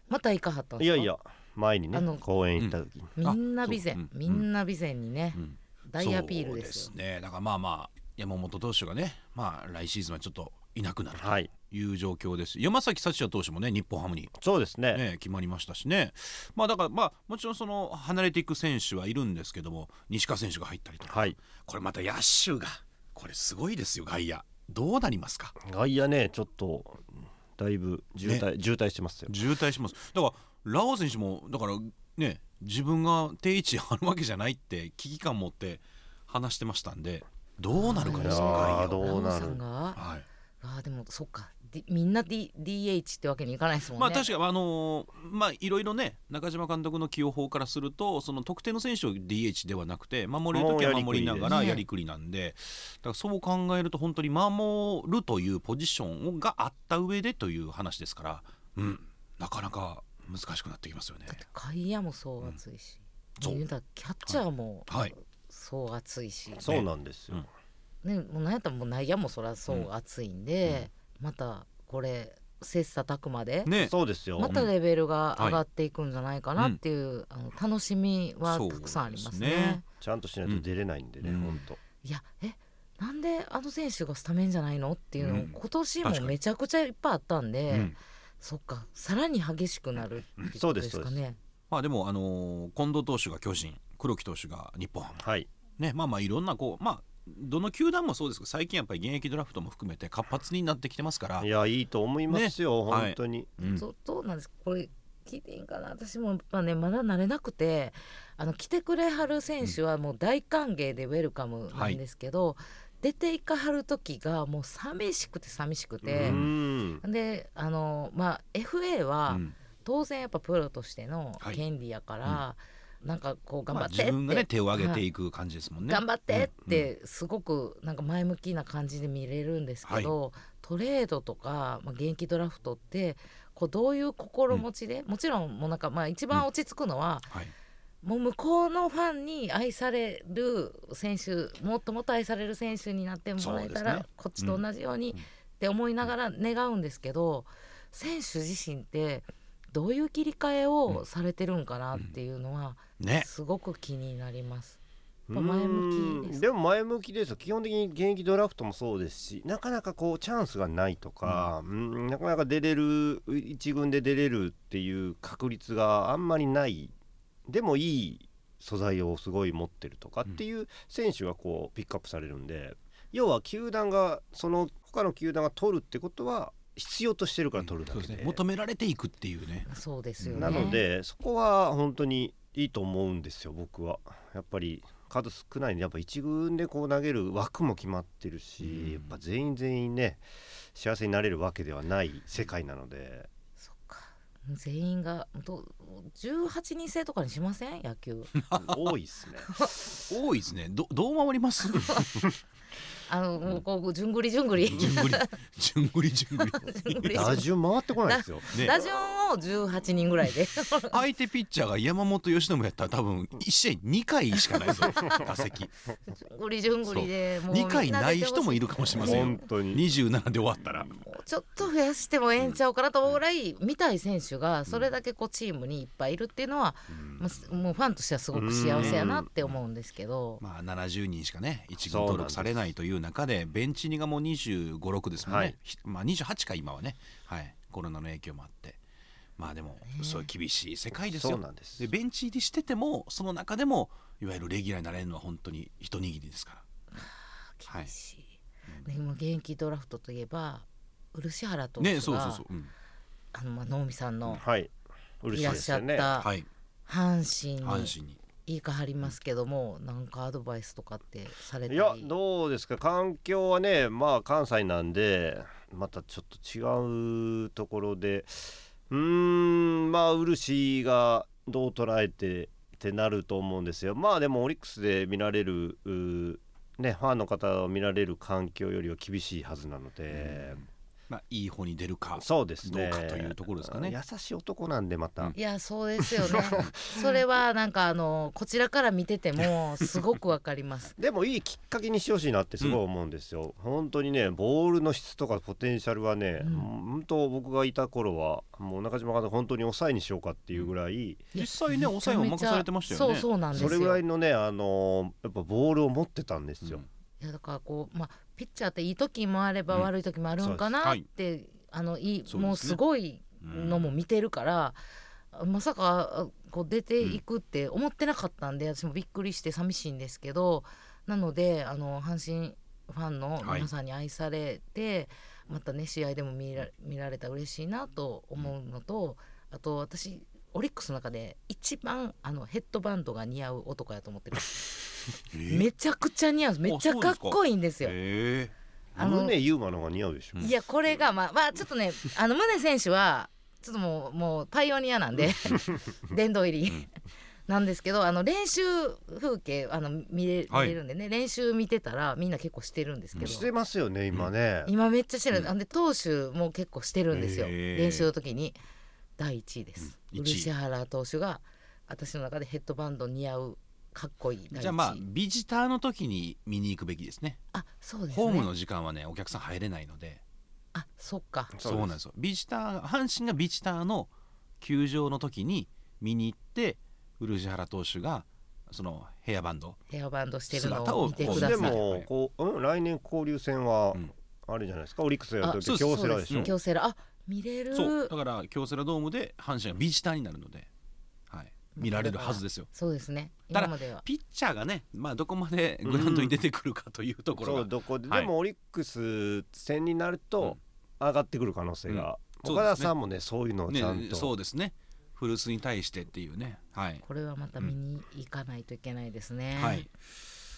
Speaker 3: また行かはったんで
Speaker 2: い
Speaker 3: す
Speaker 2: や
Speaker 3: か
Speaker 2: いや前にね
Speaker 3: あの
Speaker 2: 公園行った時に、
Speaker 3: みんな
Speaker 1: あそう
Speaker 3: 備前、
Speaker 1: うん
Speaker 3: みんな備前にね、
Speaker 1: うん
Speaker 3: 大アピールです
Speaker 1: そ
Speaker 3: よ
Speaker 1: うねだからまあまあ山本投手がねまあ来シーズンはちょっといなくなると
Speaker 2: はい
Speaker 1: いう状況ですし山崎幸也投手もね日本ハムに
Speaker 2: そうですね
Speaker 1: ね、決まりましたしね、まあ、だから、まあ、もちろんその離れていく選手はいるんですけども西川選手が入ったりとか、
Speaker 2: はい
Speaker 1: これまた野手がこれすごいですよ外野どうなりますか
Speaker 2: 外野ねちょっとだいぶ渋滞、渋滞してますよ
Speaker 1: 渋滞しますだからラオウ選手もだからね自分が定位置あるわけじゃないって危機感持って話してましたんでどうなるかですよ
Speaker 2: いやー
Speaker 1: 外野は
Speaker 2: どうなる
Speaker 3: ラモさんが
Speaker 1: はい
Speaker 3: あーでもそっか、D、みんな、D、DH ってわけにいかないですもん
Speaker 1: ま
Speaker 3: ね
Speaker 1: あ確かにあのーまあいろいろね中島監督の起用法からするとその特定の選手を DH ではなくて守れる時は守りなが
Speaker 3: も
Speaker 1: ら
Speaker 3: うや
Speaker 1: や
Speaker 3: り
Speaker 1: りくりなんでだからそう考えると本当に守るというポジションがあった上でという話ですから、うん、なかなか難しくなってきますよね
Speaker 3: だっ。て外野もそう暑いし、
Speaker 1: んそう
Speaker 3: 言うたらキャッチャーも、
Speaker 1: はい
Speaker 3: そう暑いし、
Speaker 2: そうなんですよ、
Speaker 1: うん
Speaker 3: ね、もうなんやったらもう内野もそりゃそう暑いんで、またこれ切磋琢磨で、
Speaker 1: ね
Speaker 2: そうですよ、
Speaker 3: またレベルが上がっていくんじゃないかな
Speaker 1: うん
Speaker 3: っていう、あの楽しみは
Speaker 1: そう
Speaker 3: たくさんありますね。
Speaker 1: ですね
Speaker 2: ちゃんとしないと出れないんでね、
Speaker 1: うん
Speaker 2: ほんと
Speaker 3: いやえなんであの選手がスタメンじゃないのっていうの、
Speaker 1: うん
Speaker 3: 今年
Speaker 1: 確
Speaker 3: も
Speaker 1: かに
Speaker 3: めちゃくちゃいっぱいあったんで、
Speaker 1: うん
Speaker 3: そっかさらに激しくなるってい
Speaker 2: そ
Speaker 3: うこ
Speaker 2: う
Speaker 3: と
Speaker 2: で
Speaker 3: ですすかね。
Speaker 1: まあでもあのー近藤投手が巨人黒木投手が日本ハム
Speaker 2: はい
Speaker 1: ねまあまあいろんなこうまあどの球団もそうですけど最近やっぱり現役ドラフトも含めて活発になってきてますから
Speaker 2: い。やいいと思いますよ、
Speaker 1: ね
Speaker 2: ほんとに、
Speaker 1: うん
Speaker 3: そうどうなんですかこれ聞いていいんかな私もやっぱねまだ慣れなくてあの来てくれはる選手はもう大歓迎でウェルカムなんですけど、出ていかはる時がもう寂しくて寂しくて
Speaker 2: う、ん
Speaker 3: であのまあ FA は、
Speaker 1: うん
Speaker 3: 当然やっぱプロとしての
Speaker 1: はい
Speaker 3: 権利やから、なんかこう頑
Speaker 1: ま
Speaker 3: 張
Speaker 1: あ
Speaker 3: ってって、
Speaker 1: 自分がね手を挙げていく感じですもんね。
Speaker 3: 頑張ってってすごくなんか前向きな感じで見れるんですけど、トレードとか、まあ、現役ドラフトってこうどういう心持ちで、もちろんもうなんかまあ一番落ち着くのは、
Speaker 1: はい。
Speaker 3: もう向こうのファンに愛される選手もっともっと愛される選手になってもらえた
Speaker 1: そうです
Speaker 3: ら、
Speaker 1: ね
Speaker 3: こっちと同じように
Speaker 1: うんうん
Speaker 3: って思いながら願うんですけど、選手自身ってどういう切り替えをされてるんかなっていうのは
Speaker 1: ね。
Speaker 3: すごく気になります。
Speaker 2: う
Speaker 3: やっぱ前向きです
Speaker 2: んでも前向きですよ基本的に現役ドラフトもそうですしなかなかこうチャンスがないとか、うんなかなか出れる一軍で出れるっていう確率があんまりないでもいい素材をすごい持ってるとかっていう選手がこうピックアップされるんで要は球団がその他の球団が取るってことは必要としてるから取るだ
Speaker 1: そう
Speaker 2: け
Speaker 1: で
Speaker 2: で,、
Speaker 1: すね。求められていくっていうね。
Speaker 3: そうですよね。
Speaker 2: なのでそこは本当にいいと思うんですよ僕はやっぱり数少ないんでやっぱ一軍でこう投げる枠も決まってるし、
Speaker 1: うん
Speaker 2: やっぱ全員全員ね幸せになれるわけではない世界なので
Speaker 3: そっか全員がど18人制とかにしません野球
Speaker 2: 多いですね
Speaker 1: 多いですね。どどう守り ます？
Speaker 3: あのもうこうじゅんぐりじゅんぐり
Speaker 1: じゅんぐり、じゅんぐり、じゅんぐり。
Speaker 3: じゅんぐり
Speaker 2: 打順回ってこないですよ
Speaker 1: ね。
Speaker 3: 打順を18人ぐらいで
Speaker 1: 相手ピッチャーが山本由伸やったら多分1試合2回しかない ですよ打席
Speaker 3: じゅんぐりじゅんぐりでもう
Speaker 1: 2回ない人もい
Speaker 3: る
Speaker 1: るかもしれません
Speaker 2: 本
Speaker 1: よ
Speaker 2: 当に
Speaker 1: 27で終わったら
Speaker 3: ちょっと増やしてもええんちゃうかなと思うぐらい見たい選手がそれだけこうチームにいっぱいいるっていうのは、まあすもうファンとしてはすごく幸せやなって思うんですけど、
Speaker 1: まあ70人しかね一軍
Speaker 2: そうなんで
Speaker 1: 登録
Speaker 2: す
Speaker 1: されないという中でベンチにがもう2 5 6ですもんね、
Speaker 2: はい
Speaker 1: ひまあ28か今はねはいコロナの影響もあってまあでもそういう厳しい世界です
Speaker 2: そ
Speaker 1: よ
Speaker 2: うなんです
Speaker 1: でベンチ入りしててもその中でもいわゆるレギュラーになれるのは本当に一握りですからはい
Speaker 3: 厳しい、でも現役ドラフトといえば漆原投手
Speaker 1: ねそうそう
Speaker 3: が
Speaker 1: そう、うん
Speaker 3: あのまあ能見さんの
Speaker 2: はい嬉
Speaker 3: い
Speaker 2: しい
Speaker 3: らっ
Speaker 2: で
Speaker 3: し
Speaker 2: す
Speaker 3: ゃ
Speaker 2: よ
Speaker 3: っ
Speaker 2: ね
Speaker 3: た
Speaker 1: はい
Speaker 3: 阪神に
Speaker 1: 阪神に
Speaker 3: 行かはりますけども、なんかアドバイスとかってされた
Speaker 2: い
Speaker 3: り
Speaker 2: やどうですか環境はねまあ関西なんでまたちょっと違うところでうーんまあ漆がどう捉えてってなると思うんですよまあでもオリックスで見られるうーねファンの方を見られる環境よりは厳しいはずなので、
Speaker 1: まあいい方に出るか
Speaker 2: そうですね
Speaker 1: どうかというところですかね
Speaker 2: 優しい男なんでまた、
Speaker 1: うん
Speaker 3: いやそうです よねそれはなんかあのこちらから見ててもすごくわかります
Speaker 2: でもいいきっかけにしてほしいなってすごい思うんですよ、本当にねボールの質とかポテンシャルはね、
Speaker 3: うん
Speaker 2: 本当僕がいた頃はもう中島監督本当に抑えにしようかっていうぐらい、
Speaker 1: 実際ね抑えも任されてましたよね
Speaker 3: そうそうなんです
Speaker 2: そ
Speaker 3: よ
Speaker 2: れぐらいのねあのーやっぱボールを持ってたんですよ、
Speaker 3: いやだからこうまあピッチャーっていい時もあれば
Speaker 1: うん
Speaker 3: 悪い時もあるんかな
Speaker 1: そ
Speaker 3: っ
Speaker 1: うで
Speaker 3: て、あのい
Speaker 1: そう
Speaker 3: い
Speaker 1: ですね
Speaker 3: もうすごい
Speaker 1: うん
Speaker 3: のも見てるから、まさかこう出ていくって思ってなかったんで、私もびっくりして寂しいんですけどなのであの阪神ファンの皆さんに愛されて、またね試合でも見ら見られたら嬉しいなと思うのと、あと私オリックスの中で一番あのヘッドバンドが似合う男やと思ってる
Speaker 1: えー
Speaker 3: めちゃくちゃ似合うめっちゃかっこいいんですよ。
Speaker 1: え
Speaker 3: あの
Speaker 2: 宗優馬の方が似合うでしょ、
Speaker 3: いやこれがまあまあちょっとねあの宗選手はちょっともうもうパイオニアな んで殿堂入り なんですけどあの練習風景あの見れ
Speaker 1: はい
Speaker 3: 見れるんでね、練習見てたらみんな結構してるんですけど
Speaker 2: してますよね今ね、
Speaker 3: 今めっちゃしてる、あんで投手も結構してるんですよ、
Speaker 1: へー
Speaker 3: 練習の時に第1位です、
Speaker 1: うん一位
Speaker 3: 漆原投手が私の中でヘッドバンド似合うかっこいい第一位
Speaker 1: じゃあまあビジターの時に見に行くべきですね
Speaker 3: あそうですね
Speaker 1: ホームの時間はねお客さん入れないので
Speaker 3: あそっか
Speaker 2: そ
Speaker 1: そうう
Speaker 2: です
Speaker 1: なんですよビジター阪神がビジターの球場の時に見に行って漆原投手がそのヘアバンド
Speaker 3: ヘアバンドしてるの
Speaker 1: 姿
Speaker 3: を
Speaker 1: を
Speaker 3: 見て
Speaker 1: こう
Speaker 3: く
Speaker 1: そ
Speaker 3: だ
Speaker 1: う
Speaker 3: さ
Speaker 2: で
Speaker 3: い
Speaker 2: もこう、うん、来年交流戦は、
Speaker 1: うん
Speaker 2: あれじゃないですかオリックスやる
Speaker 1: あ
Speaker 2: 時
Speaker 1: そう
Speaker 2: 京
Speaker 1: です
Speaker 2: セラでし
Speaker 1: そ
Speaker 2: ょ
Speaker 1: うです
Speaker 3: 京セラあ見れる
Speaker 1: そうだから京セラドームで阪神がビジターになるので、はい、見られるはずですよ
Speaker 3: そうですね
Speaker 1: た
Speaker 3: 今
Speaker 1: だ
Speaker 3: までは
Speaker 1: ピッチャーがね、まあ、どこまでグラウンドに出てくるかというところが、
Speaker 2: そうどこで、
Speaker 1: はい
Speaker 2: でもオリックス戦になると上がってくる可能性
Speaker 1: う
Speaker 2: が、
Speaker 1: ん
Speaker 2: 岡田さんもねそういうのをちゃん
Speaker 1: ね、
Speaker 2: と、
Speaker 1: そうですね古巣に対してっていうね、はい
Speaker 3: これはまた見に行かないといけないですね、
Speaker 1: はい、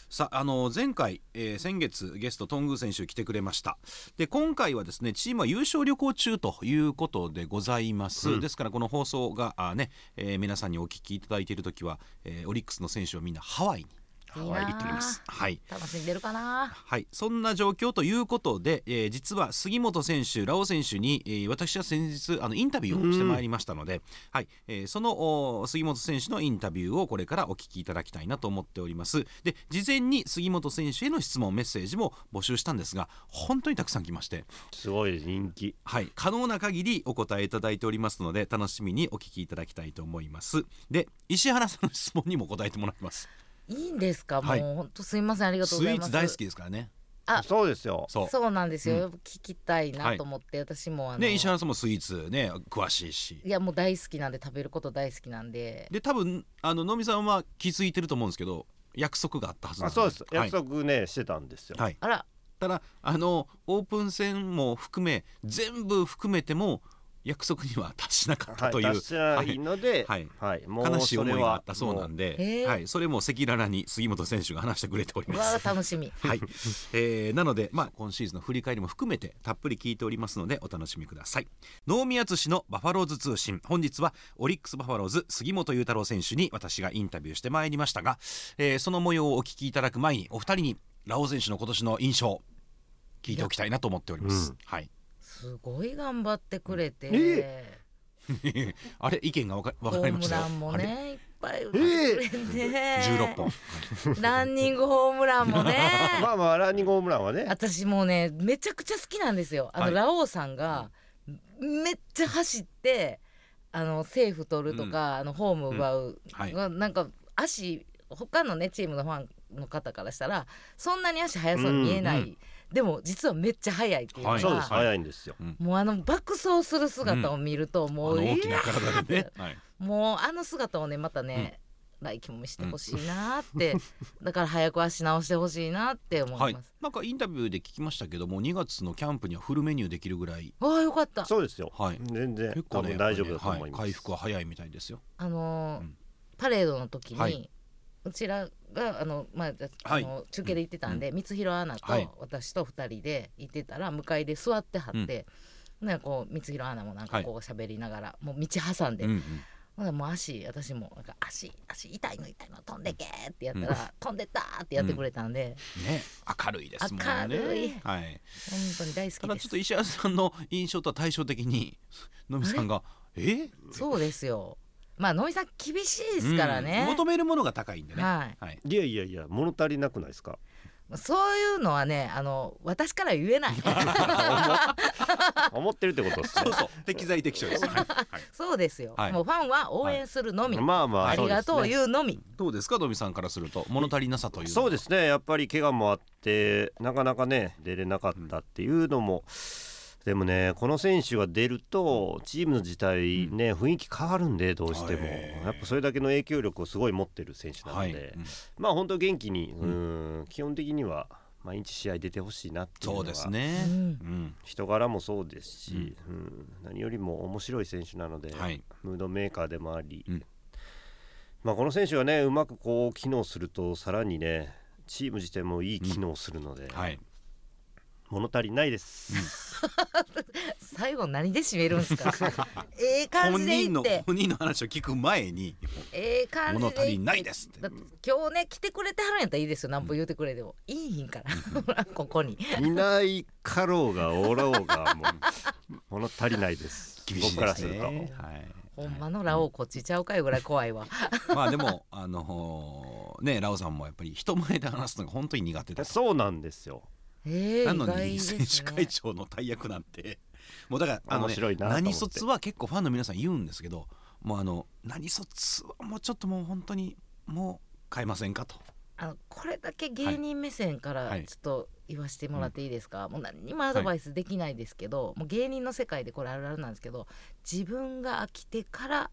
Speaker 1: さあの前回、えー先月ゲスト頓宮選手来てくれましたで今回はですねチームは優勝旅行中ということでございます、
Speaker 2: うん
Speaker 1: ですからこの放送があーね、えー皆さんにお聞きいただいている時は、えーオリックスの選手はみんなハワイに
Speaker 3: いい
Speaker 1: 行
Speaker 3: な
Speaker 1: っております
Speaker 3: あ
Speaker 1: はい
Speaker 3: 楽しんでるかな
Speaker 1: はい、そんな状況ということで、えー実は杉本選手、ラオ選手に、えー私は先日あのインタビューをしてまいりましたので、はいえーそのお杉本選手のインタビューをこれからお聞きいただきたいなと思っております。で事前に杉本選手への質問メッセージも募集したんですが本当にたくさん来まして、
Speaker 2: すごい人気
Speaker 1: はい、可能な限りお答えいただいておりますので楽しみにお聞きいただきたいと思います。で石原さんの質問にも答えてもらいます。
Speaker 3: いいんですかも
Speaker 1: は
Speaker 3: う
Speaker 1: い
Speaker 3: 本当すいませんありがとう
Speaker 1: ス
Speaker 3: ござ
Speaker 1: イ
Speaker 3: い
Speaker 1: ー
Speaker 3: ます
Speaker 1: ツ大好きですからね。
Speaker 3: あ
Speaker 2: そうですよ
Speaker 1: そう
Speaker 3: そうなんですよ、
Speaker 1: うん
Speaker 3: やっぱ聞きたいなと思って、私もあの、
Speaker 1: ね、石原さんもスイーツね詳しいし
Speaker 3: いやもう大好きなんで食べること大好きなんで
Speaker 1: で多分あの能見さんは気づいてると思うんですけど約束があったはずなん
Speaker 2: あそうです
Speaker 1: は
Speaker 2: 約
Speaker 1: い
Speaker 2: 束ね、してたんですよ、
Speaker 1: はい、
Speaker 3: あら
Speaker 1: ただあのオープン戦も含め全部含めても約束には達しなかったという、
Speaker 2: 達しないので、
Speaker 1: は
Speaker 2: はいいも
Speaker 1: 悲
Speaker 2: う
Speaker 1: しい
Speaker 2: そ
Speaker 1: 思
Speaker 2: れ
Speaker 1: いがあっ
Speaker 2: は
Speaker 1: たそうなん
Speaker 3: もうへ
Speaker 1: で、
Speaker 3: ー
Speaker 1: はい、それも赤裸々に杉本選手が話してくれており
Speaker 3: う
Speaker 1: ま
Speaker 3: わ
Speaker 1: す。
Speaker 3: ー楽しみ
Speaker 1: はい、えーなので、まあ、今シーズンの振り返りも含めてたっぷり聞いておりますのでお楽しみください能見敦のバファローズ通信本日はオリックスバファローズ杉本裕太郎選手に私がインタビューしてまいりましたが、えーその模様をお聞きいただく前にお二人にラオウ選手の今年の印象聞いておきたいなと思っております、
Speaker 2: うん
Speaker 1: はい
Speaker 3: すごい頑張ってくれて、
Speaker 2: え
Speaker 1: あれ意見が分か分
Speaker 3: ホ
Speaker 1: かり
Speaker 3: ー
Speaker 1: ま
Speaker 3: ム
Speaker 1: した
Speaker 3: ランも
Speaker 1: あ
Speaker 3: ねいっぱい打ってくれ
Speaker 1: れ
Speaker 3: て、
Speaker 1: 16本
Speaker 3: ランニングホームラン もね
Speaker 2: まあまあランニングホームランはね
Speaker 3: 私もうねめちゃくちゃ好きなんですよあの、
Speaker 1: はい
Speaker 3: ラオウさんがめっちゃ走ってあのセーフ取るとか、あのホーム奪う、
Speaker 1: はい
Speaker 3: なんか足他のねチームのファンの方からしたらそんなに足速そうに見えない、
Speaker 1: うんうん
Speaker 3: でも実はめっちゃ速いっていうの
Speaker 1: はい
Speaker 3: が、
Speaker 2: そうです
Speaker 1: はい
Speaker 2: 早いんですよ
Speaker 3: もうあの爆走する姿を見ると、
Speaker 1: あ
Speaker 3: も
Speaker 1: の
Speaker 3: う
Speaker 1: 大き
Speaker 3: い
Speaker 1: な
Speaker 3: や
Speaker 1: 体でね、 はい
Speaker 3: もうあの姿をねまたね、来季も見せてほしいなーって、だから早く足直してほしいなって思いま
Speaker 1: は
Speaker 3: す
Speaker 1: い。、なんかインタビューで聞きましたけども2月のキャンプにはフルメニューできるぐらい、
Speaker 3: わあよかった
Speaker 2: そうですよ、
Speaker 1: はい、
Speaker 2: 全然、
Speaker 1: 結
Speaker 2: 多
Speaker 1: 構ね
Speaker 2: 分大丈夫だと
Speaker 1: やっ
Speaker 2: 思
Speaker 1: ぱりね
Speaker 2: います、
Speaker 1: はい、回復は早いみたいですよ。
Speaker 3: あのー
Speaker 1: うん
Speaker 3: パレードの時に、
Speaker 1: は
Speaker 3: うちらがあの、まあじゃあ、
Speaker 1: はい
Speaker 3: あの中継で行ってたんで、光弘アナと
Speaker 1: はい
Speaker 3: 私と2人で行ってたら向かいで座ってはって、なんかこう光弘アナもなん
Speaker 1: は
Speaker 3: か
Speaker 1: い
Speaker 3: こう喋りながら、もう道挟んで、
Speaker 1: うんうん
Speaker 3: ほんでもう足私もなんか足足痛いの痛いの飛んでけーってやったら、飛んでったーってやってくれたんで、
Speaker 1: ね、明るいですもんね。
Speaker 3: 明るい
Speaker 1: はい。
Speaker 3: 本当に大好
Speaker 1: た
Speaker 3: き
Speaker 1: だ
Speaker 3: で
Speaker 1: ちょっ
Speaker 3: す
Speaker 1: と。石原さんの印象とは対照的に、のみさんが、え
Speaker 3: そうですよ。まあ野井さん厳しいですから
Speaker 1: うん
Speaker 3: ね。
Speaker 1: 求めるものが高いんでね。
Speaker 3: はい。
Speaker 1: はい。
Speaker 2: いやいやいや物足りなくないですか
Speaker 3: まあそういうのはねあの私から言 えない
Speaker 2: 思ってるってことです
Speaker 1: そ
Speaker 2: ね
Speaker 1: うそう、適材適所です。はい。はい
Speaker 3: そうですよ、
Speaker 1: はい
Speaker 3: もうファンは応援するのみ、
Speaker 2: まあまあ
Speaker 3: ありがとう
Speaker 2: そう
Speaker 3: 言うのみ
Speaker 1: どうですか、のみさんからすると、物足りなさという
Speaker 2: で
Speaker 1: の
Speaker 2: すね
Speaker 1: は。
Speaker 2: そうですねやっぱり怪我もあってなかなかね出れなかったっていうのも、でもねこの選手が出るとチームの自体ね、雰囲気変わるんでどうしても、
Speaker 1: はい
Speaker 2: やっぱそれだけの影響力をすごい持ってる選手なので、
Speaker 1: はい。うん
Speaker 2: まあ本当元気に、うーん、基本的には毎日試合出てほしいなっていうの
Speaker 1: そう
Speaker 2: は
Speaker 1: です
Speaker 3: う
Speaker 1: ね。
Speaker 3: ん
Speaker 1: うん。
Speaker 2: 人柄もそうですし、うん何よりも面白い選手なので、
Speaker 1: はい
Speaker 2: ムードメーカーでもあり、
Speaker 1: うん
Speaker 2: まあ、この選手がねうまくこう機能するとさらにねチーム自体もいい機能するので、
Speaker 1: はい。
Speaker 2: 物足りないです、
Speaker 3: 最後何で締めるんで すかええ感
Speaker 1: 本
Speaker 3: じで
Speaker 1: 人
Speaker 3: 言っ
Speaker 1: の、
Speaker 3: て
Speaker 1: 本人の話を聞く前に、
Speaker 3: ええ感じ
Speaker 1: 物
Speaker 3: で
Speaker 1: 足り
Speaker 3: 言って
Speaker 1: ないですって
Speaker 3: だ。って今日ね来てくれてはるんやったらいいですよ何歩言うてくれても、いいひんから ほらここに
Speaker 2: いないかろう がおろうがもう物足りないです
Speaker 1: 厳しい
Speaker 2: 僕から
Speaker 1: ですす
Speaker 2: ると、
Speaker 1: ね。はい。
Speaker 3: ほんまのラオウこっちちゃうかよぐらい怖いわ
Speaker 1: まあでもあのねラオさんもやっぱり人前で話すのが本当に苦手だと
Speaker 2: そうなんですよ
Speaker 3: ええ
Speaker 1: な
Speaker 3: 意
Speaker 1: の
Speaker 3: 外
Speaker 1: に
Speaker 3: です
Speaker 1: 選
Speaker 3: ね
Speaker 1: 手会長の大役なんてもうだからあの、ね
Speaker 2: 面白い、なと思って
Speaker 1: 何卒は結構ファンの皆さん言うんですけどもうあの何卒はもうちょっともう本当にもう変えませんかと
Speaker 3: あのこれだけ芸人目線か
Speaker 1: は
Speaker 3: ら
Speaker 1: い
Speaker 3: ちょっと言わせてもらっていいですか、もう何にもアドバイスできないですけど、もう芸人の世界でこれあるあるなんですけど自分が飽きてから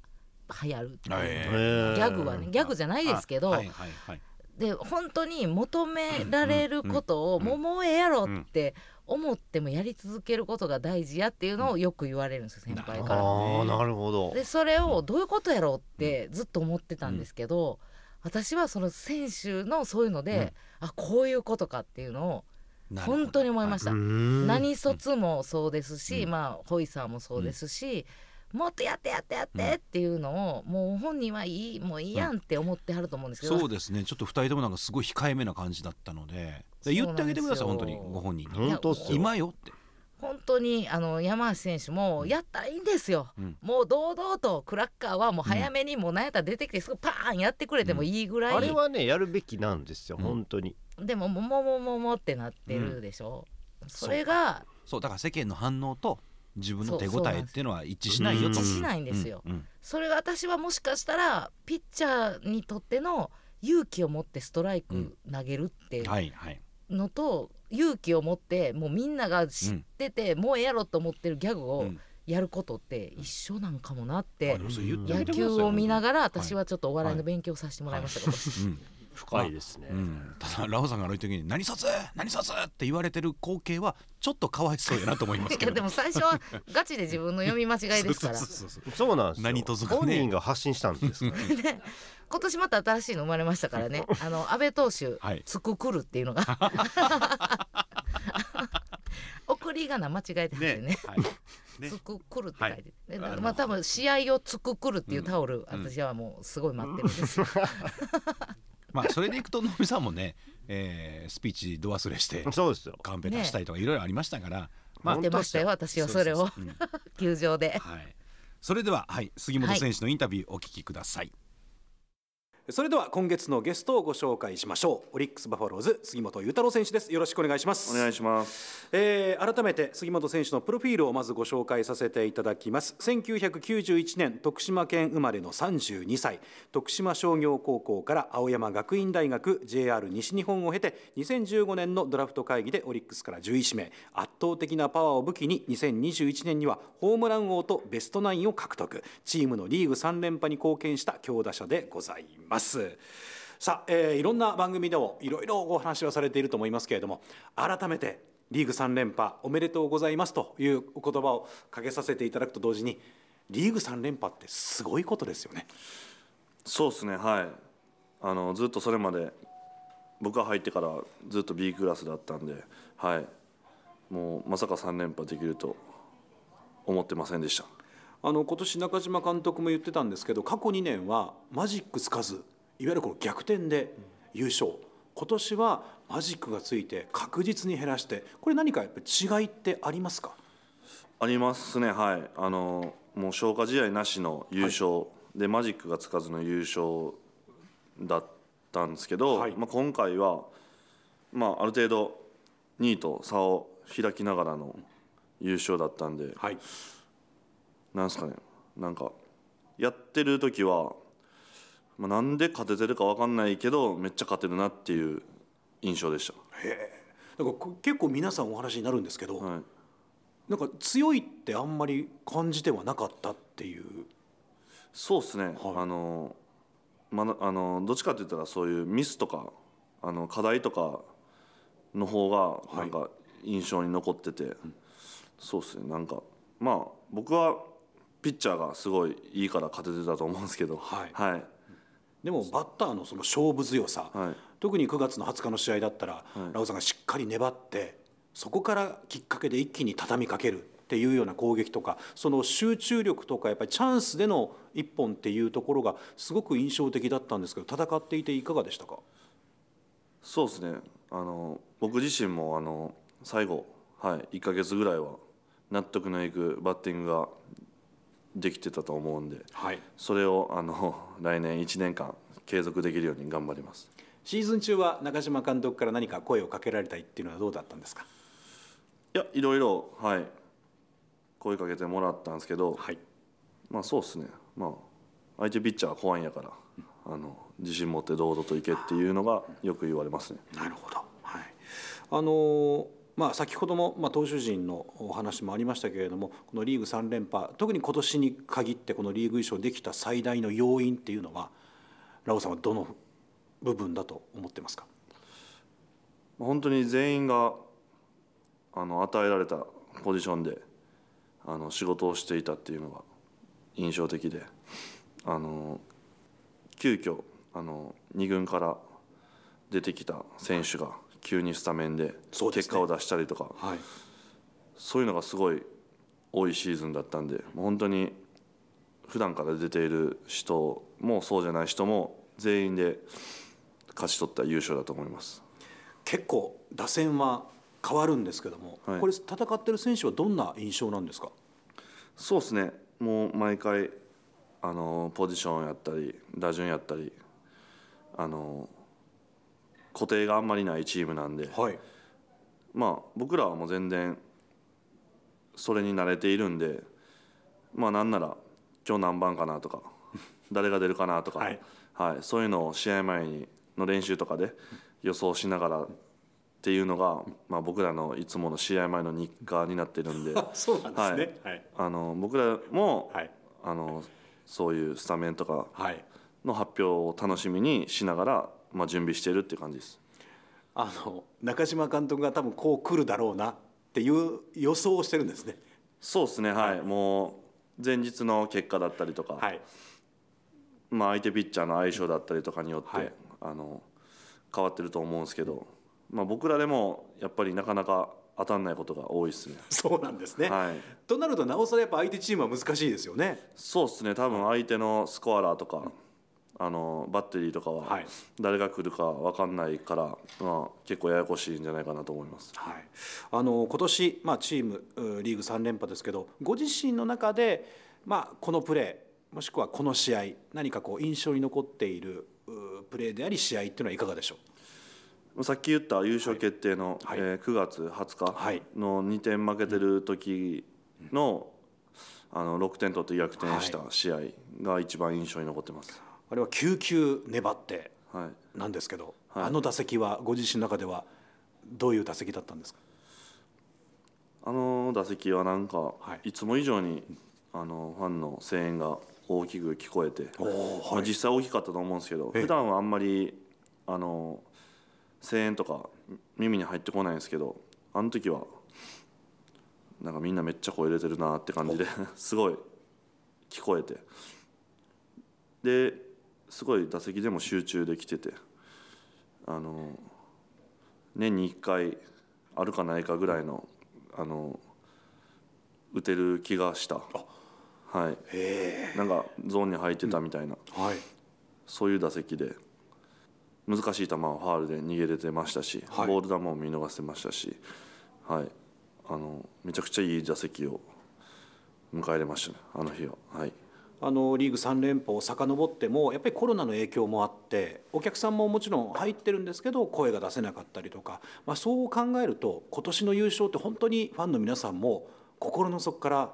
Speaker 3: 流行るっていう、
Speaker 1: え
Speaker 2: ー
Speaker 3: ギャグはねギャグじゃないですけど、
Speaker 1: あはいはいはい
Speaker 3: で本当に求められることを
Speaker 1: うんうん
Speaker 3: もうもうええやろって思ってもやり続けることが大事やっていうのをよく言われるんですよ先輩
Speaker 1: だ
Speaker 3: から
Speaker 1: ね。
Speaker 2: ああなるほど
Speaker 3: でそれをどういうことやろうってずっと思ってたんですけど、私はその選手のそういうので、あこういうことかっていうのを
Speaker 1: なるほど
Speaker 3: 本当に思いました、
Speaker 2: 何
Speaker 3: 何卒もそうですし、
Speaker 1: うん
Speaker 3: まあホイさんもそうですし、もっとやってやってやっ
Speaker 1: うん
Speaker 3: てっていうのを、もう本人はいいもういいやんって思ってはると思うんですけど、
Speaker 1: そうですねちょっと二人ともなんかすごい控えめな感じだったのでで言ってあげてください
Speaker 3: そう
Speaker 1: 本当
Speaker 3: なんです
Speaker 1: に
Speaker 3: よ
Speaker 1: ご本人に
Speaker 3: ん
Speaker 2: 本当っすよ
Speaker 1: 今よって
Speaker 3: 本当にあの山橋選手もやったらいいんですよ、
Speaker 1: うん
Speaker 3: もう堂々とクラッカーはもう早めにもう何やったら出てきてすぐパーンやってくれてもいいぐらい、
Speaker 2: あれはねやるべきなんですよ、
Speaker 1: うん
Speaker 2: 本当に
Speaker 3: でももももももってなってるでしょ、それが
Speaker 1: そうだから世間の反応と自分の手応えっていうのは一致し
Speaker 2: そう
Speaker 1: ないよ
Speaker 3: 一
Speaker 1: と
Speaker 3: 致しないんですよ、
Speaker 1: うんうん
Speaker 3: それが私はもしかしたらピッチャーにとっての勇気を持ってストライク投げるって
Speaker 1: はいはい
Speaker 3: のと、勇気を持ってもうみんなが知ってて、もうええやろと思ってるギャグ
Speaker 1: う
Speaker 3: を
Speaker 1: ん
Speaker 3: やることって一緒なんかもなって、
Speaker 1: あでもそれ言ってあげ
Speaker 3: 野
Speaker 1: てください
Speaker 3: 球を見な
Speaker 1: ら
Speaker 3: がら私はちょっとお笑いの勉強させてもらいましたけど、
Speaker 2: 深いですね、
Speaker 1: うん、ただラオさんがあの時に「何卒何卒!」って言われてる光景はちょっとかわいそうやなと思います
Speaker 3: い
Speaker 1: け
Speaker 3: や
Speaker 1: ど
Speaker 3: でも最初はガチで自分の読み間違いですから
Speaker 1: そうそうそうそう
Speaker 2: そうなんですよ
Speaker 1: 何卒かね
Speaker 2: 本人が発信したん ですから
Speaker 3: 今年また新しいの生まれましたからねあの安倍投手
Speaker 1: はい
Speaker 3: 「つくくる」っていうのが 送り仮名間違えてはってね
Speaker 1: はいね
Speaker 3: つくくるって書いて、で
Speaker 1: あの
Speaker 3: まあ多分試合をつくくるっていうタオル、
Speaker 1: うん
Speaker 3: 私はもうすごい待ってるんですよ、
Speaker 1: まあそれでいくと能見さんもね、えースピーチど忘れ して
Speaker 2: そうですよ
Speaker 1: カンペ出したりとかいろいろありましたから、
Speaker 2: まあ
Speaker 3: 待ってましたよ私はそれを
Speaker 1: そうそうそううん
Speaker 3: 球場で。
Speaker 1: はい。それでは、はい、杉本選手のインタビューお聞きください。それでは今月のゲストをご紹介しましょうオリックス・バファローズ杉本裕太郎選手ですよろしくお願いします
Speaker 4: お願いします。
Speaker 1: えー改めて杉本選手のプロフィールをまずご紹介させていただきます1991年徳島県生まれの32歳徳島商業高校から青山学院大学 JR 西日本を経て2015年のドラフト会議でオリックスから11指名圧倒的なパワーを武器に2021年にはホームラン王とベストナインを獲得チームのリーグ3連覇に貢献した強打者でございますさあ、えーいろんな番組でもいろいろお話をされていると思いますけれども改めてリーグ3連覇おめでとうございますというお言葉をかけさせていただくと同時にリーグ3連覇ってすごいことですよね。
Speaker 4: そうですね。はい。あのずっとそれまで僕が入ってからずっと B クラスだったんで、はい。もうまさか3連覇できると思ってませんでした。
Speaker 1: あの今年中島監督も言ってたんですけど過去2年はマジックつかずいわゆるこの逆転で優勝今年はマジックがついて確実に減らしてこれ何かやっぱり違いってありますか
Speaker 4: ありますね。はい。あのもう消化試合なしの優勝、でマジックがつかずの優勝だったんですけど、
Speaker 1: はい
Speaker 4: まあ今回はまあある程度2位と差を開きながらの優勝だったんで、
Speaker 1: はい、
Speaker 4: なんすかねなんかやってる時は、まあ、なんで勝ててるか分かんないけどめっちゃ勝てるなっていう印象でし
Speaker 1: だからこ結構皆さんお話になるんですけど、
Speaker 4: た、はい、
Speaker 1: なんか強いってあんまり感じてはなかったっていう
Speaker 4: そうですね、あの,、まだ、あのどっちかって言ったらそういうミスとかあの課題とかの方がなんか印象に残ってて、そうですねなんかまあ僕はピッチャーがすごいいいから勝ててたと思うんですけど
Speaker 1: はい
Speaker 4: はい
Speaker 1: でもバッターのその勝負強さ、
Speaker 4: はい
Speaker 1: 特に9月の20日の試合だったら、ラオさんがしっかり粘ってそこからきっかけで一気に畳みかけるっていうような攻撃とかその集中力とかやっぱりチャンスでの一本っていうところがすごく印象的だったんですけど戦っていていかがでしたか
Speaker 4: そうですねあの僕自身もあの最後、はい、1か月ぐらいは納得のいくバッティングができてたと思うんで
Speaker 1: はい
Speaker 4: それをあの 来年1年間継続できるように頑張ります
Speaker 1: シーズン中は中島監督から何か声をかけられたいっていうのはどうだったんですか
Speaker 4: いやいろいろ、はい、声かけてもらったんですけど、
Speaker 1: はい
Speaker 4: まあそうですねまあ相手ピッチャーは怖いんやからあの自信持って堂々といけっていうのがよく言われますね
Speaker 1: なるほど、はいあのーまあ、先ほども、まあ、投手陣のお話もありましたけれどもこのリーグ3連覇特に今年に限ってこのリーグ優勝できた最大の要因っていうのはラオさんはどの部分だと思ってますか
Speaker 4: 本当に全員があの与えられたポジションであの仕事をしていたっていうのが印象的であの急遽あの2軍から出てきた選手が急にスタメンで
Speaker 1: そうですね
Speaker 4: 結果を出したりとか
Speaker 1: はい、
Speaker 4: そういうのがすごい多いシーズンだったんでもう本当に普段から出ている人もそうじゃない人も全員で勝ち取った優勝だと思います。
Speaker 1: 結構打線は変わるんですけども、
Speaker 4: はい
Speaker 1: これ戦ってる選手はどんな印象なんですか
Speaker 4: そうですねもう毎回あのポジションやったり打順やったりあの固定があんまりないチームなんで、
Speaker 1: はい
Speaker 4: まあ僕らはもう全然それに慣れているんでまあなんなら今日何番かなとか 誰が出るかなとか、
Speaker 1: はい
Speaker 4: はいそういうのを試合前にの練習とかで予想しながらっていうのが、まあ、僕らのいつもの試合前の日課になってる んで
Speaker 1: そうなんですねはい
Speaker 4: あの僕らも、
Speaker 1: はい
Speaker 4: あのそういうスタメンとか
Speaker 1: はい
Speaker 4: の発表を楽しみにしながら、まあ、準備しているっていう感じです。
Speaker 1: あの中島監督が多分こう来るだろうなっていう予想をしてるんですね
Speaker 4: そうですね、はい、もう前日の結果だったりとか、
Speaker 1: はい
Speaker 4: まあ、相手ピッチャーの相性だったりとかによって、
Speaker 1: はい
Speaker 4: あの変わってると思うんですけど、まあ、僕らでもやっぱりなかなか当たんないことが多いですね。
Speaker 1: そうなんですね、
Speaker 4: はい、
Speaker 1: となるとなおさらやっぱ相手チームは難しいですよね
Speaker 4: そうですね多分相手のスコアラーとか、あのバッテリーとか
Speaker 1: は
Speaker 4: はい誰が来るか分かんないから、まあ、結構ややこしいんじゃないかなと思います。
Speaker 1: はい、あの今年、まあ、チームうリーグ3連覇ですけどご自身の中で、まあ、このプレーもしくはこの試合何かこう印象に残っているうプレーであり試合っていうのはいかがでしょ
Speaker 4: さっき言った優勝決定の、
Speaker 1: はい
Speaker 4: えー9月
Speaker 1: はい
Speaker 4: 20日の2点負けてる時の,、あの6点取って逆転した試合が一番印象に残ってます。
Speaker 1: うあれは9球粘って
Speaker 4: はい、
Speaker 1: なんですけど、
Speaker 4: はい
Speaker 1: あの打席はご自身の中ではどういう打席だったんですか
Speaker 4: あの打席はなんか、
Speaker 1: はい
Speaker 4: い、つも以上にあのファンの声援が大きく聞こえて、
Speaker 1: おー
Speaker 4: まあ、実際大きかったと思うんですけど
Speaker 1: ええ
Speaker 4: 普段はあんまりあの声援とか耳に入ってこないんですけどあの時はなんかみんなめっちゃ声出てるなって感じで すごい聞こえてですごい打席でも集中できててあの年に1回あるかないかぐらいのあの打てる気がした。はい、なんかゾーンに入ってたみたいな、
Speaker 1: はい
Speaker 4: そういう打席で難しい球はファールで逃げれてましたし、
Speaker 1: はい
Speaker 4: ボール球も見逃せましたし、はい、あのめちゃくちゃいい打席を迎えれましたねあの日は。はい
Speaker 1: あのリーグ3連覇を遡ってもやっぱりコロナの影響もあってお客さんももちろん入ってるんですけど声が出せなかったりとか、まあ、そう考えると今年の優勝って本当にファンの皆さんも心の底から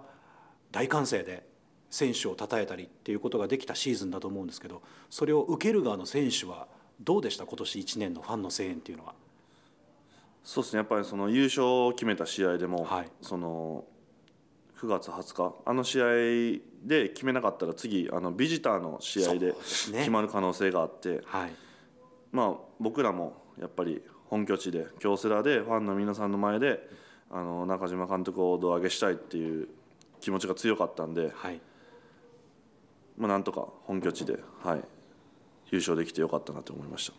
Speaker 1: 大歓声で選手を称えたりっていうことができたシーズンだと思うんですけどそれを受ける側の選手はどうでした今年1年のファンの声援っていうのは。
Speaker 4: そうですねやっぱりその優勝を決めた試合でも、
Speaker 1: はい
Speaker 4: その9月20日あの試合で決めなかったら次あのビジターの試合
Speaker 1: そう
Speaker 4: で
Speaker 1: ですね
Speaker 4: 決まる可能性があって、
Speaker 1: はい、
Speaker 4: まあ僕らもやっぱり本拠地で京セラでファンの皆さんの前であの中島監督を胴上げしたいっていう気持ちが強かったんで、
Speaker 1: はい
Speaker 4: まあ、なんとか本拠地で、はい、優勝できてよかったなと思いまし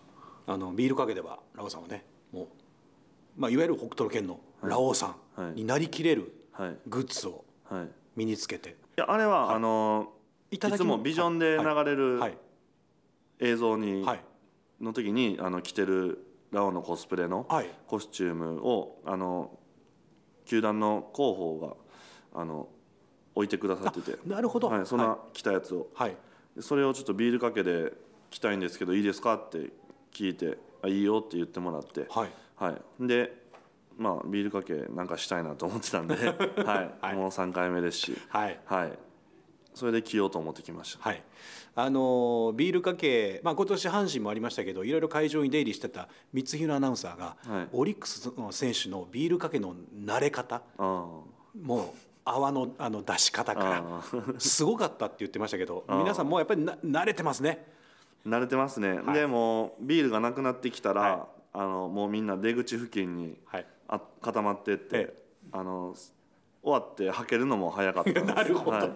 Speaker 4: た。
Speaker 1: あのビールかけではラオさんはねもう、まあ、いわゆる北斗の県のラオウさ
Speaker 4: は
Speaker 1: ん
Speaker 4: い
Speaker 1: になりきれる
Speaker 4: はい
Speaker 1: グッズを
Speaker 4: はい、い
Speaker 1: 身につけて
Speaker 4: やあれは、あの
Speaker 1: い
Speaker 4: い
Speaker 1: ただき
Speaker 4: つもビジョンで流れる
Speaker 1: はい
Speaker 4: 映像に、
Speaker 1: はい
Speaker 4: の時にあの着てるラオのコスプレの
Speaker 1: はい
Speaker 4: コスチュームをあの球団の広報があの置いてくださってて
Speaker 1: あなるほど
Speaker 4: はい、そんな着たやつを、
Speaker 1: はい
Speaker 4: それをちょっとビールかけで着たいんですけどいいですかって聞いてあいいよって言ってもらって
Speaker 1: はい
Speaker 4: はいでまあビールかけなんかしたいなと思ってたんで、 はい
Speaker 1: はい
Speaker 4: もう3回目ですし
Speaker 1: はい
Speaker 4: はいそれで着ようと思ってきました
Speaker 1: はいあのービールかけ、まあ、今年阪神もありましたけどいろいろ会場に出入りしてた光弘アナウンサーが、
Speaker 4: はい
Speaker 1: オリックスの選手のビールかけの慣れ方
Speaker 4: ああ
Speaker 1: もう泡のあの出し方か
Speaker 4: あ
Speaker 1: らすごかったって言ってました けど皆さんもうやっぱりな慣れてますね
Speaker 4: 慣れてますね、
Speaker 1: はい
Speaker 4: でもビールがなくなってきたら、
Speaker 1: はい
Speaker 4: あのもうみんな出口付近に
Speaker 1: はい
Speaker 4: あ固まってって、
Speaker 1: え
Speaker 4: あの終わって履けるのも早かったです
Speaker 1: なるほど
Speaker 4: い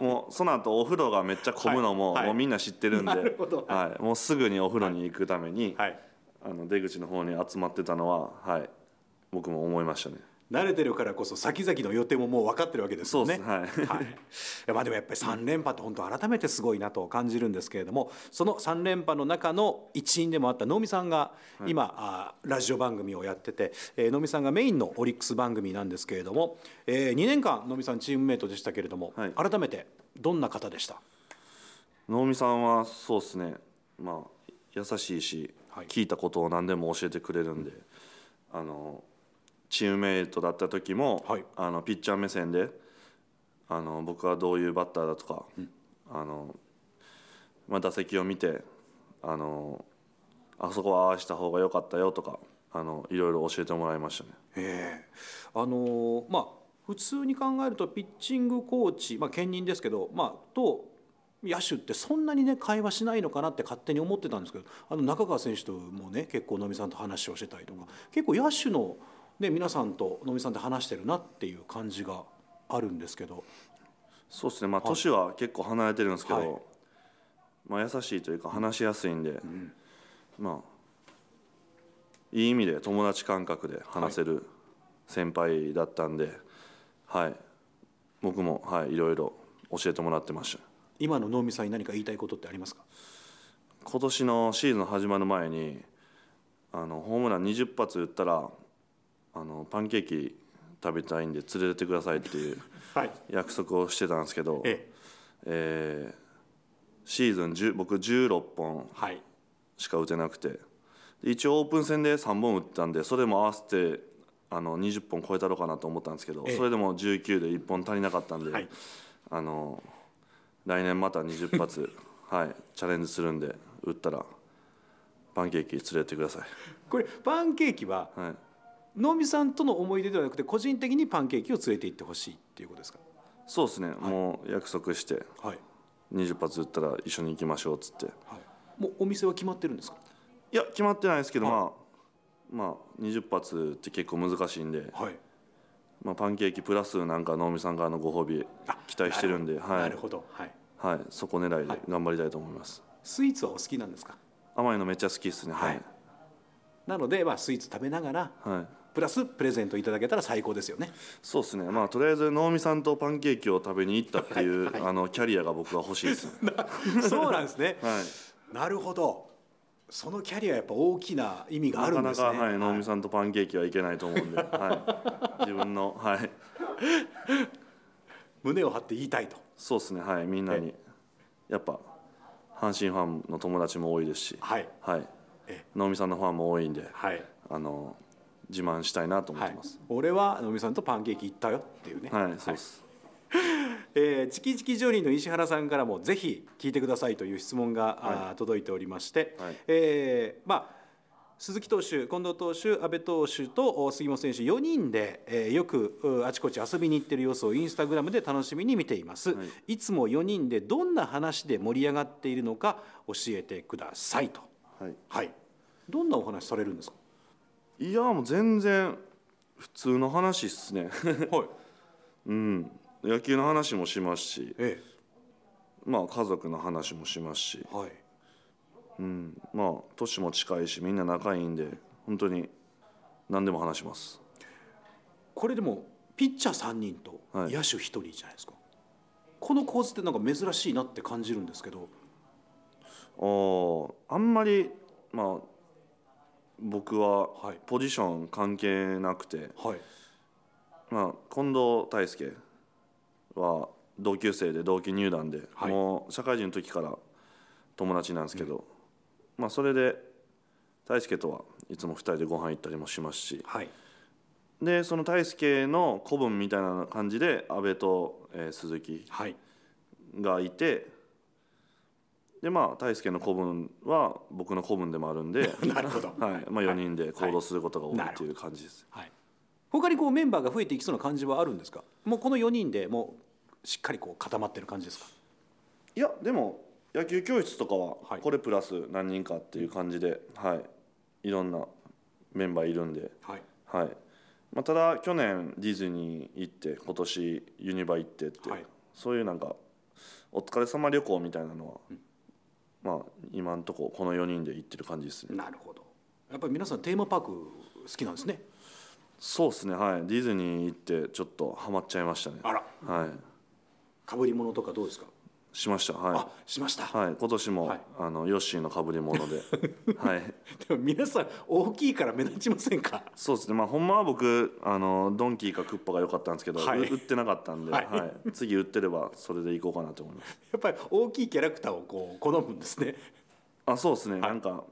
Speaker 4: もうその後お風呂がめっちゃ混むのも、
Speaker 1: はいはい
Speaker 4: もうみんな知ってるんで
Speaker 1: なるほど
Speaker 4: はい、もうすぐにお風呂に行くために、
Speaker 1: はい
Speaker 4: あの出口の方に集まってたのは、はい、僕も思いましたね。
Speaker 1: 慣れてるからこそ先々の予定ももう分かってるわけですよね。
Speaker 4: そうですねは
Speaker 1: い
Speaker 4: い
Speaker 1: やまあでもやっぱり3連覇って本当改めてすごいなと感じるんですけれどもその3連覇の中の一員でもあった能見さんが今、あーラジオ番組をやってて、えー能見さんがメインのオリックス番組なんですけれども、え2年間能見さんチームメイトでしたけれども、
Speaker 4: はい
Speaker 1: 改めてどんな方でした
Speaker 4: 能見さんはそうですね、まあ、優しいし、
Speaker 1: はい
Speaker 4: 聞いたことを何でも教えてくれるんで、あのチームメイトだった時も、
Speaker 1: はい
Speaker 4: あのピッチャー目線であの僕はどういうバッターだとか、あのまあ、打席を見てあのあそこはああした方が良かったよとかあのいろいろ教えてもらいましたね。
Speaker 1: ええあのーまあ普通に考えるとピッチングコーチ、まあ、兼任ですけど、まあ、と野手ってそんなにね会話しないのかなって勝手に思ってたんですけどあの中川選手ともね結構能見さんと話をしてたりとか結構野手の、ね、皆さんと能見さんって話してるなっていう感じがあるんですけど
Speaker 4: そうですね、まあ、年は結構離れてるんですけど、
Speaker 1: はい
Speaker 4: まあ、優しいというか話しやすいんで、まあいい意味で友達感覚で話せる先輩だったんで、はい僕も、はい、いろいろ教えてもらってました
Speaker 1: 今の能見さんに何か言いたいことってありますか
Speaker 4: 今年のシーズン始まる前にあのホームラン20発打ったらあのパンケーキ食べたいんで連れてってくださいっていう
Speaker 1: はい
Speaker 4: 約束をしてたんですけ ど、
Speaker 1: ええ
Speaker 4: えーシーズン10僕16本
Speaker 1: はい
Speaker 4: しか打てなくてで一応オープン戦で3本打ってたんでそれも合わせてあの20本超えたろうかなと思ったんですけど、
Speaker 1: ええ
Speaker 4: それでも19で1本足りなかったんで、
Speaker 1: はい
Speaker 4: あの来年また20発、 はい、チャレンジするんで打ったらパンケーキ連れてってください、
Speaker 1: これパンケーキは
Speaker 4: はい、
Speaker 1: 能見さんとの思い出ではなくて個人的にパンケーキを連れて行ってほしいっていうことですか
Speaker 4: そうですね、もう約束して
Speaker 1: はい
Speaker 4: 20発打ったら一緒に行きましょうっつって
Speaker 1: はい、もうお店は決まってるんですか。
Speaker 4: いや決まってないですけど、まあまあ20発って結構難しいんで、
Speaker 1: はい。
Speaker 4: まあ、パンケーキプラスなんか能見さんからのご褒美期待してるんで、は
Speaker 1: ないるほど。はい。
Speaker 4: はい、そこ狙いで頑張りたいと思います、
Speaker 1: スイーツはお好きなんですか。
Speaker 4: 甘いのめっちゃ好きですねはい、
Speaker 1: なので、まあ、スイーツ食べながら、
Speaker 4: はい
Speaker 1: プラスプレゼントいただけたら最高ですよ ね。
Speaker 4: そうですねまあとりあえず能見さんとパンケーキを食べに行ったっていう、あのキャリアが僕は欲しいですね、
Speaker 1: そうなんですね。
Speaker 4: はい、
Speaker 1: なるほど。そのキャリアやっぱ大きな意味が あ
Speaker 4: な
Speaker 1: る
Speaker 4: か
Speaker 1: ん
Speaker 4: な
Speaker 1: です
Speaker 4: か、
Speaker 1: ね。
Speaker 4: はい、能見
Speaker 1: ん。
Speaker 4: さんとパンケーキはいけないと思うんで、はい、自分の、はい、
Speaker 1: 胸を張って言いたいと。
Speaker 4: そうですねはいみんなにやっぱ阪神ファンの友達も多いですし
Speaker 1: はい
Speaker 4: はい
Speaker 1: え、
Speaker 4: 能見さんのファンも多いんで、
Speaker 1: はい。
Speaker 4: あの自慢したいなと思っ
Speaker 1: は
Speaker 4: て
Speaker 1: い
Speaker 4: ます、。
Speaker 1: 俺は能見さんとパンケーキ行ったよっていうね。
Speaker 4: はい、そうです、
Speaker 1: えー、チキチキジョニーの石原さんからもぜひ聞いてくださいという質問が、あー届いておりまして、
Speaker 4: はい
Speaker 1: えーまあ鈴木投手、近藤投手、阿部投手とお杉本選手4人で、えーよくうあちこち遊びに行ってる様子をインスタグラムで楽しみに見ています、、
Speaker 4: はい
Speaker 1: つも4人でどんな話で盛り上がっているのか教えてくださいと、
Speaker 4: はい
Speaker 1: はい、どんなお話されるん ですか、
Speaker 4: いやもう全然普通の話っすね
Speaker 1: はい
Speaker 4: うん野球の話もしますし
Speaker 1: え
Speaker 4: まあ家族の話もしますし
Speaker 1: えはい、
Speaker 4: うんまあ年も近いしみんな仲いいんで本当に何でも話します
Speaker 1: これでもピッチャー3人と
Speaker 4: はい
Speaker 1: 野手1人じゃないですか、この構図ってなんか珍しいなって感じるんですけど
Speaker 4: あーあんまりまあ僕は
Speaker 1: はい
Speaker 4: ポジション関係なくて、
Speaker 1: はい
Speaker 4: まあ近藤泰輔は同級生で同期入団で、
Speaker 1: はい
Speaker 4: もう社会人の時から友達なんですけど、まあそれで泰輔とはいつも2人でご飯行ったりもしますし
Speaker 1: はい
Speaker 4: でその泰輔の子分みたいな感じで阿部と、えー鈴木
Speaker 1: はい
Speaker 4: がいてでまあ泰輔の子分は僕の子分でもあるんで
Speaker 1: なるほ ど
Speaker 4: はいまあ、4人で行動することが多いっていう感じです。
Speaker 1: はい他にこうメンバーが増えていきそうな感じはあるんですかもうこの4人でもうしっかりこう固まってる感じですか
Speaker 4: いやでも野球教室とか
Speaker 1: は
Speaker 4: はいこれプラス何人かっていう感じで、はいいろんなメンバーいるんで、
Speaker 1: はい
Speaker 4: はいまあ、ただ去年ディズニー行って今年ユニバ行ってって、
Speaker 1: はい
Speaker 4: そういうなんかお疲れ様旅行みたいなのは、まあ今んとここの4人で行ってる感じですね。
Speaker 1: なるほどやっぱり皆さんテーマパーク好きなんですね
Speaker 4: そうですねはいディズニー行ってちょっとハマっちゃいましたね
Speaker 1: あら
Speaker 4: はい
Speaker 1: かぶり物とかどうですか
Speaker 4: しました
Speaker 1: あ
Speaker 4: は
Speaker 1: しました、
Speaker 4: いはい今年も、
Speaker 1: はい
Speaker 4: あのヨッシーの被り物ではい
Speaker 1: でも皆さん大きいから目立ちませんか
Speaker 4: そうですねまあほんまは僕あのドンキーかクッパが良かったんですけど、
Speaker 1: はいう
Speaker 4: 売ってなかったんで、
Speaker 1: は
Speaker 4: はいい次売ってればそれで行こうかなと思います
Speaker 1: やっぱり大きいキャラクターをこう好むんですね
Speaker 4: あそうですね、なんか、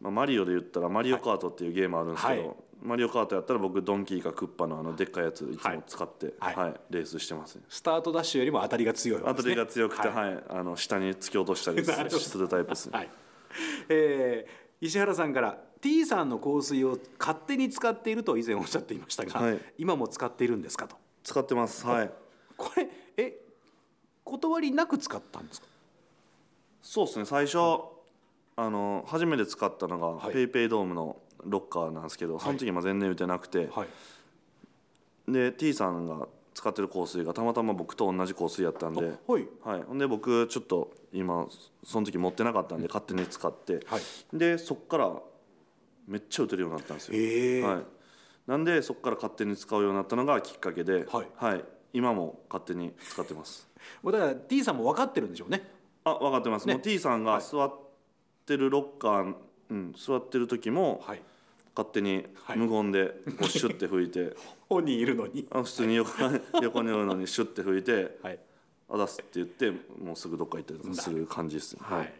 Speaker 4: まあ、マリオで言ったら「マリオカート」っていうゲームあるんですけど、
Speaker 1: はい
Speaker 4: マリオカートやったら僕ドンキーかクッパのあのでっかいやついつ
Speaker 1: はい
Speaker 4: も使って、
Speaker 1: は
Speaker 4: はいいレースしてますね
Speaker 1: スタートダッシュよりも当たりが強いわけ
Speaker 4: 当たりが強くて、
Speaker 1: はい
Speaker 4: はいあの下に突き落としたり
Speaker 1: なるほど
Speaker 4: するタイプですね、
Speaker 1: はいえー石原さんから T さんの香水を勝手に使っていると以前おっしゃっていましたが、
Speaker 4: はい
Speaker 1: 今も使っているんですかと
Speaker 4: 使ってますはい
Speaker 1: これえ断りなく使ったんですか
Speaker 4: そうですね最初あの初めて使ったのが、
Speaker 1: はい
Speaker 4: ペイペイドームのロッカーなんですけどその時も全然打てなくて、
Speaker 1: はい
Speaker 4: で T さんが使ってる香水がたまたま僕と同じ香水やったんで、
Speaker 1: あはい
Speaker 4: はい、ほんで僕ちょっと今その時持ってなかったんで勝手に使って、
Speaker 1: はい
Speaker 4: でそっからめっちゃ打てるようになったんですよ、
Speaker 1: へえ
Speaker 4: はい、なんでそっから勝手に使うようになったのがきっかけで、
Speaker 1: はい
Speaker 4: 今も勝手に使っ てます
Speaker 1: もうだから T さんも分かってるんでしょうね
Speaker 4: あ分かってます、
Speaker 1: ね
Speaker 4: もう T さんが
Speaker 1: はい
Speaker 4: 座ってるロッカー、うん、座ってる時も
Speaker 1: はい
Speaker 4: 勝手に
Speaker 1: はい
Speaker 4: 無言でこうシュッて拭いて、
Speaker 1: 本人いるのに
Speaker 4: あ普通に横横におるのにシュッて拭いて
Speaker 1: はい
Speaker 4: あ出すって言ってもうすぐどっか行ったりとかする感じですね、
Speaker 1: はい、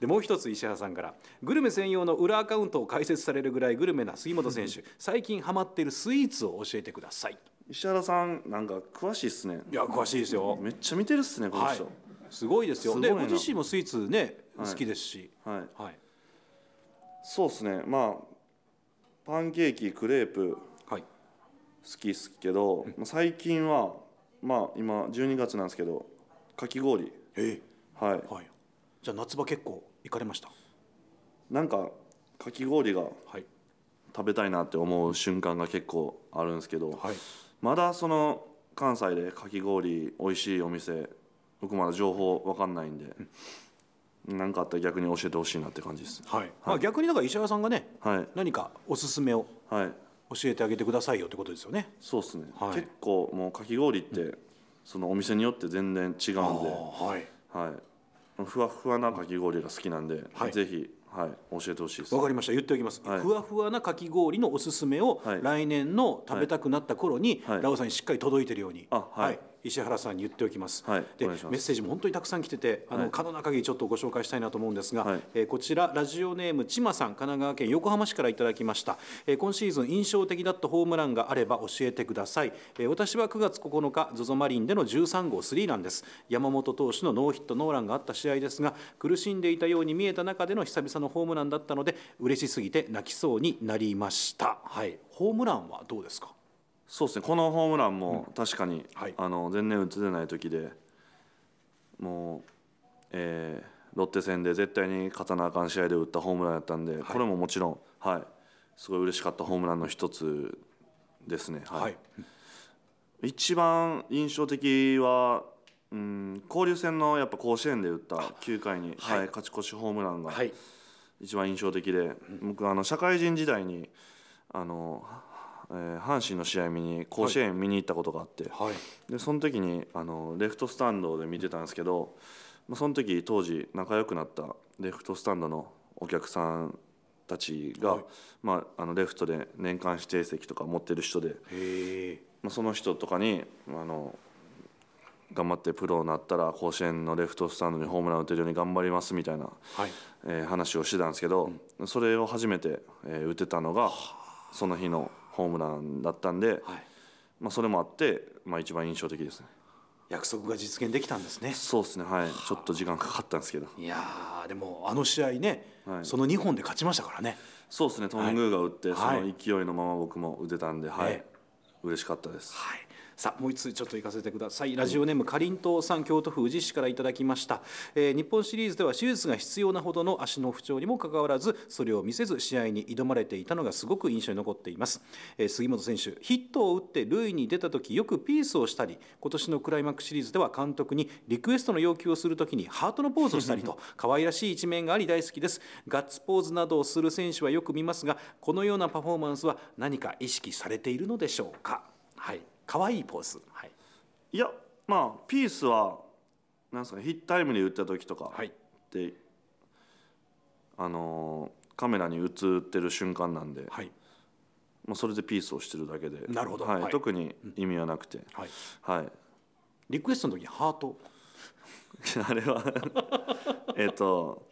Speaker 1: でもう一つ石原さんからグルメ専用の裏アカウントを開設されるぐらいグルメな杉本選 手最近ハマっているスイーツを教えてください
Speaker 4: 石原さんなんか詳しいっすね
Speaker 1: いや詳しいですよ、
Speaker 4: めっちゃ見てるっすねこの
Speaker 1: はい
Speaker 4: 人、、
Speaker 1: すごいですよ
Speaker 4: すごい
Speaker 1: で
Speaker 4: な
Speaker 1: ご自身もスイーツね好
Speaker 4: はい
Speaker 1: きですし
Speaker 4: はい
Speaker 1: はい
Speaker 4: そうっすねまあパンケーキクレープ
Speaker 1: はい
Speaker 4: 好きっすけど、まあ最近はまあ今12月なんですけどかき氷
Speaker 1: え
Speaker 4: はい、
Speaker 1: ーはい、じゃあ夏場結構行かれました
Speaker 4: なんかかき氷が
Speaker 1: はい
Speaker 4: 食べたいなって思う瞬間が結構あるんですけど、
Speaker 1: はい
Speaker 4: まだその関西でかき氷美味しいお店僕まだ情報わかんないんで何かあったら逆に教えてほしいなって感じです
Speaker 1: はい、まあ、逆にだから石原さんがね
Speaker 4: はい
Speaker 1: 何かおすすめを
Speaker 4: はい
Speaker 1: 教えてあげてくださいよってことですよね
Speaker 4: そうですね、
Speaker 1: はい
Speaker 4: 結構もうかき氷って、そのお店によって全然違うんで、
Speaker 1: あ
Speaker 4: は
Speaker 1: ーはい
Speaker 4: い、ふわふわなかき氷が好きなんで、
Speaker 1: はい
Speaker 4: ぜひ、はい、教えてほしいです
Speaker 1: わかりました言っておきます、
Speaker 4: はい
Speaker 1: ふわふわなかき氷のおすすめを
Speaker 4: はい
Speaker 1: 来年の食べたくなった頃に、
Speaker 4: はい
Speaker 1: ラオさんにしっかり届いてるように、
Speaker 4: あはい
Speaker 1: 石原さんに言っておきます、
Speaker 4: はい
Speaker 1: でメ
Speaker 4: お願いします
Speaker 1: ッセージも本当にたくさん来ててあの、
Speaker 4: はい
Speaker 1: 可能な限りちょっとご紹介したいなと思うんですが、
Speaker 4: はい
Speaker 1: えーこちらラジオネームちまさん神奈川県横浜市からいただきました、えー今シーズン印象的だったホームランがあれば教えてください、えー私は9月9日 ZOZO マリンでの13号スリーランです山本投手のノーヒットノーランがあった試合ですが苦しんでいたように見えた中での久々のホームランだったので嬉しすぎて泣きそうになりました、はい、ホームランはどうですか
Speaker 4: そうですねこのホームランも確かに、
Speaker 1: はい
Speaker 4: あの全然打ててない時でもう、えーロッテ戦で絶対に勝たなあかん試合で打ったホームランやったんで、これももちろん、はい、すごい嬉しかったホームランの一つですね。はい
Speaker 1: はい、
Speaker 4: 一番印象的は、うん、交流戦のやっぱ甲子園で打った9回に、
Speaker 1: はい
Speaker 4: はい勝ち越しホームランが
Speaker 1: はい
Speaker 4: 一番印象的で、僕あの社会人時代にあの、えー阪神の試合見に甲子園見に行ったことがあって、
Speaker 1: はい
Speaker 4: でその時にあのレフトスタンドで見てたんですけど、まあ、その時当時仲良くなったレフトスタンドのお客さんたちが、
Speaker 1: はい
Speaker 4: まあ、あのレフトで年間指定席とか持ってる人で。
Speaker 1: へえ
Speaker 4: まあ、その人とかにあの頑張ってプロになったら甲子園のレフトスタンドにホームラン打てるように頑張りますみたいな、
Speaker 1: はい
Speaker 4: えー話をしてたんですけど、それを初めて、えー打てたのがその日のホームランだったんで、
Speaker 1: はい
Speaker 4: まあ、それもあって、まあ、一番印象的ですね。
Speaker 1: 約束が実現できたんですね
Speaker 4: そうですねはいちょっと時間かかったんですけど
Speaker 1: いやーでもあの試合ね、
Speaker 4: はい
Speaker 1: その2本で勝ちましたからね
Speaker 4: そうですねトム・グーが打って、
Speaker 1: はい
Speaker 4: その勢いのまま僕も打てたんではい、
Speaker 1: え
Speaker 4: 嬉しかったです
Speaker 1: はい、さあもう一つちょっと行かせてくださいラジオネームかりんとうさん京都府宇治市からいただきました、えー日本シリーズでは手術が必要なほどの足の不調にもかかわらずそれを見せず試合に挑まれていたのがすごく印象に残っています、えー杉本選手ヒットを打って塁に出た時よくピースをしたり今年のクライマックスシリーズでは監督にリクエストの要求をするときにハートのポーズをしたりと可愛らしい一面があり大好きですガッツポーズなどをする選手はよく見ますがこのようなパフォーマンスは何か意識されているのでしょうかはい可愛いポーズはい、
Speaker 4: いやまあピースはなんですかヒットタイムで打った時とかって、
Speaker 1: はい
Speaker 4: あのーカメラに映ってる瞬間なんで、
Speaker 1: はい
Speaker 4: まあ、それでピースをしてるだけで
Speaker 1: なるほど
Speaker 4: はい
Speaker 1: はい
Speaker 4: 特に意味はなくて、
Speaker 1: はい、
Speaker 4: はい
Speaker 1: リクエストの時にハート
Speaker 4: あれは えっと